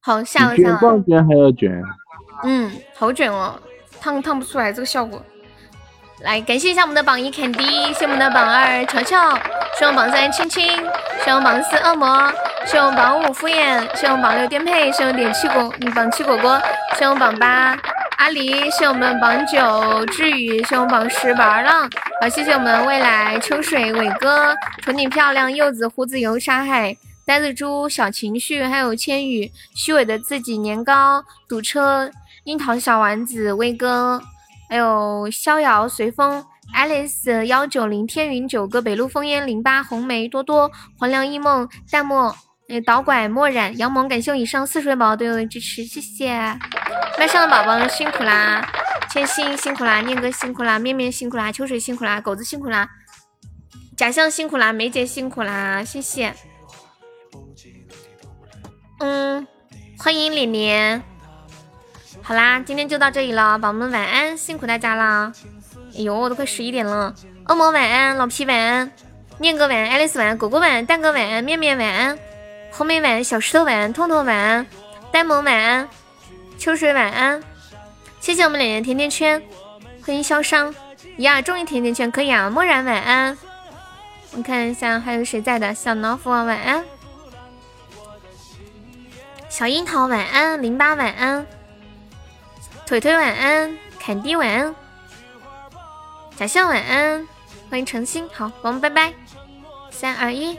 S1: 好，下了
S7: 你
S1: 下
S7: 卷
S1: 了，
S7: 棒卷还要卷，
S1: 嗯，好卷哦，烫烫不出来这个效果。来，感谢一下我们的榜一肯迪，谢谢我们的榜二乔乔，谢我们榜三青青，谢我们榜四恶魔，谢我们榜五敷衍，谢我们榜六颠沛，谢我们点七果嗯榜七果果，谢我们榜八阿狸，谢我们榜九志宇，谢我们榜十宝儿浪，好，谢谢我们未来秋水伟哥，宠你漂亮柚子胡子油沙海。呆子猪、小情绪，还有千羽、虚伪的自己、年糕、堵车、樱桃小丸子、威哥，还有逍遥、随风、Alice 幺九零、天云九哥、北陆烽烟零八、红梅、多多、黄粱一梦、淡漠、呃导拐、墨染、杨萌，感谢我以上四十位宝宝对我的支持，谢谢。麦上的宝宝辛苦啦，千心辛苦啦，念哥辛苦啦，面面辛苦啦，秋水辛苦啦，狗子辛苦啦，假象辛苦啦，梅姐辛苦啦，谢谢。嗯，欢迎脸脸。好啦，今天就到这里了，宝宝们晚安，辛苦大家啦！哎呦，我都快十一点了，恶魔晚安，老皮晚安，念哥晚安，爱丽丝晚安，果果晚安，蛋哥晚安，面面晚安，红梅晚安，小石头晚安，痛痛晚安，呆萌晚安，秋水晚安。谢谢我们脸脸甜甜圈，欢迎潇湘呀，终于甜甜圈可以啊。漠然晚安，我看一下还有谁在的，小老虎晚安，小樱桃晚安，零八晚安，腿腿晚安，凯蒂晚安，假象晚安，欢迎晨星，好，我们拜拜，三二一。